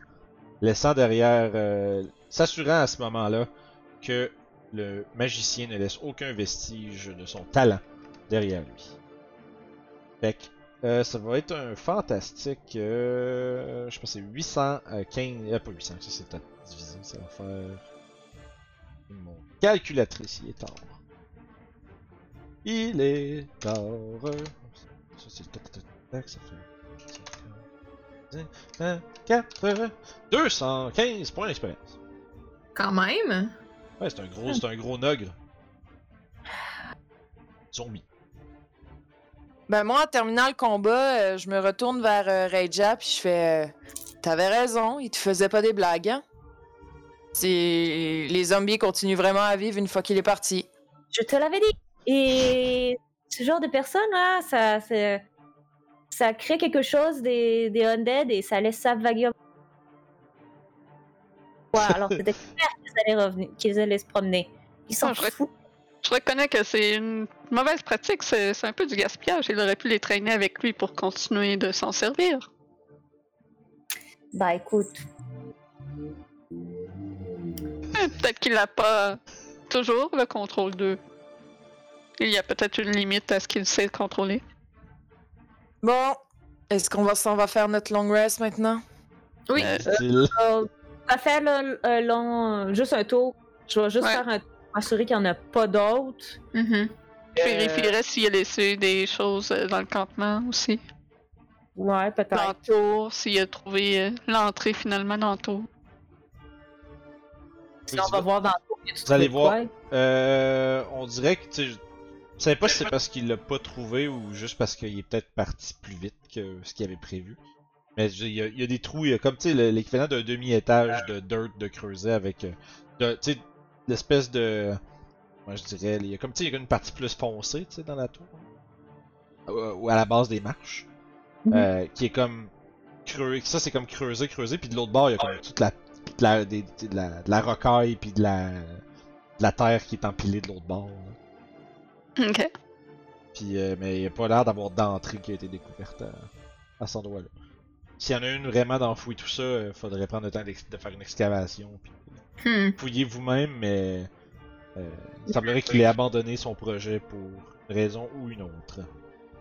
S1: laissant derrière, euh, s'assurant à ce moment-là que le magicien ne laisse aucun vestige de son talent derrière lui. Fait que, euh, ça va être un fantastique, euh, je sais pas, c'est 815, euh, pas 800, ça c'est peut-être divisé, ça va faire... Mon calculatrice, il est tard. Il est tard. Ça, c'est le tac, tac, tac, ça fait. 4, 215 points d'expérience.
S4: Quand même.
S1: Ouais, c'est un gros, c'est un gros nogre. Zombie.
S5: Ben moi, en terminant le combat, euh, je me retourne vers euh, Raja puis je fais euh, T'avais raison, ils te faisaient pas des blagues, hein? C'est... Les zombies continuent vraiment à vivre une fois qu'il est parti.
S2: Je te l'avais dit. Et ce genre de personne, là, ça, c'est- ça crée quelque chose des, des undead et ça laisse ça vagabond. Ouais, alors c'était clair qu'ils allaient, revenir, qu'ils allaient se promener. Ils
S3: Ah,
S2: s'en
S3: je rec-
S2: foutent.
S3: Je reconnais que c'est une mauvaise pratique, c'est c'est un peu du gaspillage. Il aurait pu les traîner avec lui pour continuer de s'en servir.
S2: Bah écoute,
S3: Eh, Peut-être qu'il n'a pas toujours le contrôle d'eux. Il y a peut-être une limite à ce qu'il sait contrôler.
S5: Bon, est-ce qu'on va s'en va faire notre long rest maintenant?
S4: Oui.
S3: Euh,
S1: Style.
S2: euh, on va faire le, le long, euh, juste un tour. Je vais juste
S3: Ouais.
S2: faire un tour, m'assurer qu'il n'y en a pas d'autres.
S4: Mhm.
S3: Je vérifierais s'il a laissé des choses euh, dans le campement aussi.
S2: Ouais, peut-être.
S3: L'entour, s'il a trouvé euh, l'entrée finalement dans l'entour.
S2: Sinon, on va voir dans le tour. que tu
S1: Vous allez
S2: trouves
S1: voir.
S2: quoi.
S1: Euh, on dirait que, tu sais, je- je savais pas si c'est parce qu'il l'a pas trouvé ou juste parce qu'il est peut-être parti plus vite que ce qu'il avait prévu. Mais je veux dire, il y, a, il y a des trous, il y a comme, tu sais, le- l'équivalent d'un demi-étage de dirt de creuset avec, euh, de- tu sais, l'espèce de, moi je dirais, il y a comme, tu sais, il y a une partie plus foncée, tu sais, dans la tour. hein. Ou ou à la base des marches.
S2: Mhm.
S1: Euh, qui est comme creux, ça c'est comme creusé, creusé, puis de l'autre bord il y a comme toute la, de la, des- des- de la, de la rocaille puis de la, de la terre qui est empilée de l'autre bord. là.
S3: Ok.
S1: Puis, euh, mais il n'y a pas l'air d'avoir d'entrée qui a été découverte à, à cet endroit-là. S'il y en a une vraiment d'enfouir tout ça, il faudrait prendre le temps d'ex- de faire une excavation. Puis
S4: Hmm.
S1: fouiller vous-même, mais euh, il semblerait qu'il ait abandonné son projet pour une raison ou une autre.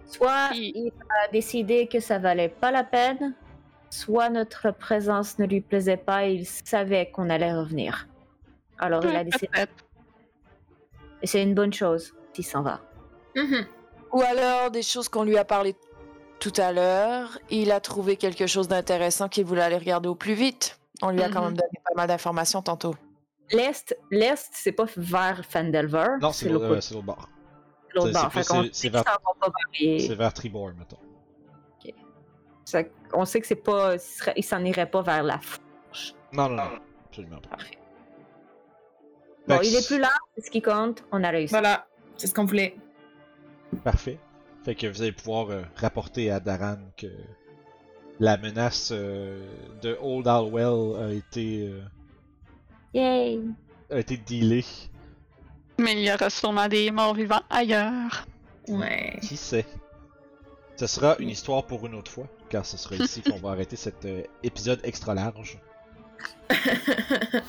S2: Soit
S3: Puis-
S2: il a décidé que ça valait pas la peine, soit notre présence ne lui plaisait pas et il savait qu'on allait revenir. Alors il a décidé.
S3: Peut-être.
S2: Et c'est une bonne chose s'il s'en va.
S4: Mhm.
S5: Ou alors des choses qu'on lui a parlé tout à l'heure. Il a trouvé quelque chose d'intéressant qu'il voulait aller regarder au plus vite. On lui a quand
S4: Mhm.
S5: même donné pas mal d'informations tantôt.
S2: L'Est, l'Est c'est pas vers Fandelver.
S1: Non, c'est
S2: Ah, le
S1: l'autre euh, c'est l'autre bord.
S2: l'autre
S1: c'est-
S2: bord.
S1: c'est
S2: Fait
S1: pas-
S2: qu'on
S1: c'est- c'est
S2: sait que
S1: vers-
S2: ça va pas vers les-
S1: C'est vers Tribord, mettons.
S2: ça- On sait que c'est pas. il serait- Il s'en irait pas vers la fourche.
S1: Non, non, non, absolument pas.
S2: Parfait.
S1: Fait
S2: Bon,
S1: que
S2: il est
S1: c'est-
S2: plus là, c'est ce qui compte. On a réussi.
S4: Voilà, c'est ce qu'on voulait.
S1: Parfait. Fait que vous allez pouvoir euh, rapporter à Daran que la menace euh, de Old Alwell a été, euh,
S2: Yay!
S1: a été dealée.
S3: Mais il y aura sûrement des morts vivants ailleurs.
S4: Ouais.
S1: Qui sait? Ce sera une histoire pour une autre fois, car ce sera ici qu'on va arrêter cet euh, épisode extra large.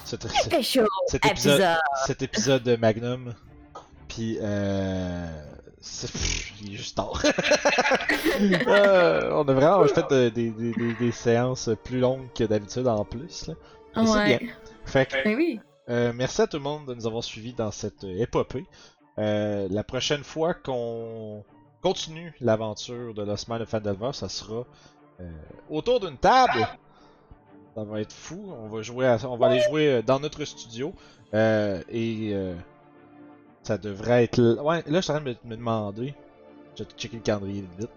S1: Cet- cet-
S2: Fait chaud,
S1: cet épisode,
S2: épisode!
S1: cet épisode de Magnum. Puis, euh... c'est- pff, il est juste tard. Euh, on a vraiment fait de- des, des- des- des séances plus longues que d'habitude en plus. là. Mais c'est
S4: Ouais.
S1: bien. Fait que,
S4: Mais oui.
S1: euh, merci à tout le monde de nous avoir suivis dans cette euh, épopée. Euh, la prochaine fois qu'on continue l'aventure de l'Osman de Fandelver, ça sera euh, autour d'une table. Ça va être fou. On va jouer, à- on va aller jouer euh, dans notre studio Euh, et euh, ça devrait être. l- Ouais, là je suis en train de me, me demander. Je vais checker le calendrier vite.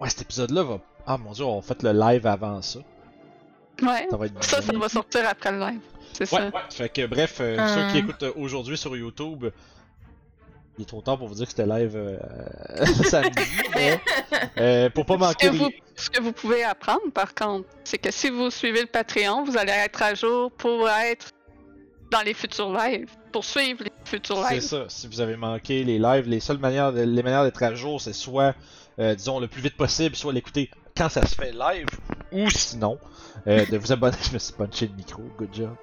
S1: Ouais, cet épisode-là va. Ah mon dieu, on fait le live avant ça.
S3: Ouais.
S1: Ça va être
S3: Ça, ça
S1: bizarre.
S3: va sortir après le live. C'est
S1: Ouais,
S3: ça.
S1: ouais. Fait que bref, euh,
S4: Euh.
S1: ceux qui écoutent euh, aujourd'hui sur YouTube, il est trop tard pour vous dire que c'était live euh, samedi, mais euh, pour pas
S3: Ce que,
S1: manquer. les-
S3: vous, ce que vous pouvez apprendre, par contre, c'est que si vous suivez le Patreon, vous allez être à jour pour être dans les futurs lives, pour suivre les futurs
S1: C'est
S3: lives.
S1: ça. Si vous avez manqué les lives, les seules manières, de- les manières d'être à jour, c'est soit, euh, disons, le plus vite possible, soit l'écouter quand ça se fait live, ou sinon, euh, de vous abonner. Je me suis punché le micro, good job.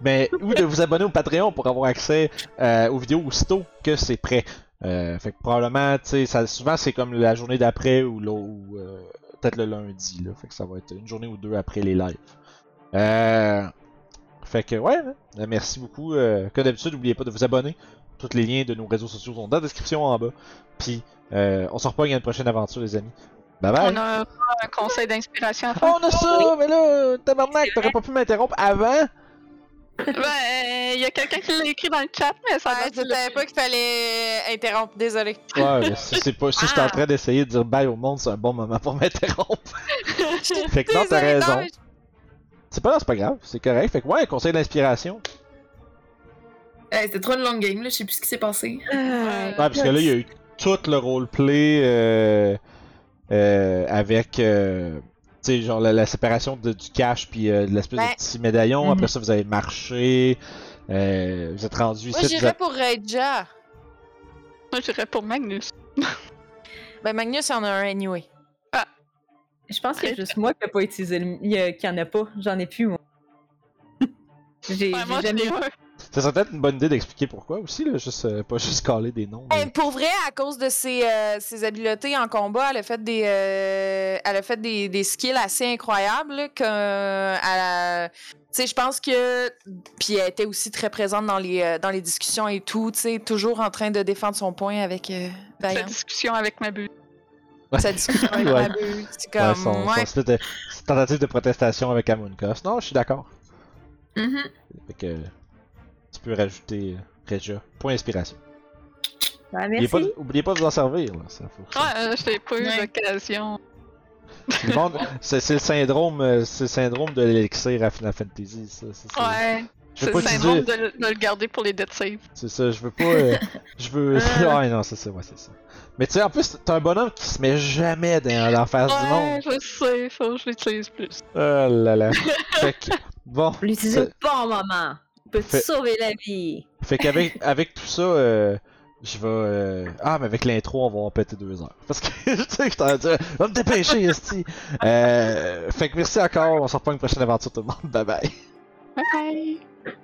S1: Mais, ou de vous abonner au Patreon pour avoir accès euh, aux vidéos aussitôt que c'est prêt. Euh, fait que probablement, tu sais, ça- souvent c'est comme la journée d'après ou, l'au- ou, euh, peut-être le lundi, là. Fait que ça va être une journée ou deux après les lives. Euh, fait que, ouais, hein. Euh, merci beaucoup. Euh, comme d'habitude, n'oubliez pas de vous abonner. Tous les liens de nos réseaux sociaux sont dans la description en bas. Puis, euh, on se repogne à une prochaine aventure, les amis. Bye bye!
S3: On a un conseil d'inspiration à
S1: Oh,
S3: faire.
S1: on a ça! Mais là, tabarnak, t'aurais pas pu m'interrompre avant!
S3: Ben, il y a quelqu'un qui l'a écrit dans le chat, mais ça va
S5: Ouais, je savais pas qu'il fallait interrompre, désolé.
S1: Ouais, mais si c'est pas. Si j'étais en
S3: Ah.
S1: train d'essayer de dire bye au monde, c'est un bon moment pour m'interrompre. Fait que non, t'as raison. C'est pas, c'est pas grave, c'est correct. Fait que ouais, conseil d'inspiration.
S4: Hey, C'était trop une longue game, là. Je sais plus ce qui s'est passé.
S1: Ouais, parce que là, il y a eu tout le roleplay euh, euh, avec. euh, tu sais, genre la, la séparation de- du cash puis euh, de l'espèce
S5: Ouais.
S1: de petit médaillon. Après
S4: Mhm.
S1: ça, vous avez marché. euh, vous êtes rendu
S5: Moi,
S1: ici. vous
S5: j'irais
S1: êtes-
S5: pour Raja.
S3: Moi, j'irais pour Magnus.
S5: Ben, Magnus en a un anyway.
S2: Je pense qu'il y a juste moi qui n'ai pas utilisé le. il y a- Qu'il n'y en a pas. J'en ai plus, moi. J'ai
S3: Ouais,
S2: j'ai
S3: moi, j'en
S2: jamais
S3: ai un.
S1: Ça serait peut-être une bonne idée d'expliquer pourquoi aussi, là, juste, euh, pas juste caler des noms. mais-
S5: Ben, pour vrai, à cause de ses, euh, ses habiletés en combat, elle a fait des, euh, elle a fait des, des skills assez incroyables. là, que, euh, elle a- tu sais, je pense que, puis elle était aussi très présente dans les, euh, dans les discussions et tout, tu sais, toujours en train de défendre son point avec euh,
S3: La
S5: Valiant.
S3: discussion avec ma bulle.
S5: Sa discussion avec
S1: Ouais.
S5: Mabu, c'est comme,
S1: Ouais, son, son
S5: ouais,
S1: espèce de cette tentative de protestation avec Amunkos. Non, je suis d'accord.
S4: Mhm.
S1: Fait que tu peux rajouter euh, Regia. Point inspiration.
S2: Bah,
S1: Oubliez
S2: merci.
S1: pas, de- oubliez pas de vous en servir. Là. Ça, faut que ça-
S3: Ouais, euh, je n'ai pas eu
S4: Ouais.
S3: l'occasion.
S1: Le monde- c'est, c'est le syndrome, euh, c'est le syndrome de l'élixir à Final Fantasy. Ça, ça, c'est-
S3: Ouais,
S1: Je
S3: c'est
S1: veux pas
S3: le syndrome
S1: utiliser.
S3: de, le- de le garder pour les dead saves.
S1: C'est ça. Je veux pas. euh, je veux.
S3: Euh.
S1: ouais, non, c'est ça. Ouais, c'est ça. Mais tu sais, en plus, t'es un bonhomme qui se met jamais dans, dans la face du
S3: Ouais,
S1: monde.
S3: je sais, faut que je l'utilise plus.
S1: Oh là là. fait que, bon.
S2: L'utiliser
S1: c'est-
S2: au bon moment. Il peut te
S1: Fait-
S2: sauver la vie.
S1: Fait qu'avec avec tout ça, euh, Je vais. euh, Ah, mais avec l'intro, on va en péter deux heures. Parce que, tu sais, je t'en dis, va me dépêcher, Esti. Euh, Fait que merci encore, on se reprend une prochaine aventure, tout le monde. Bye bye.
S3: Bye bye!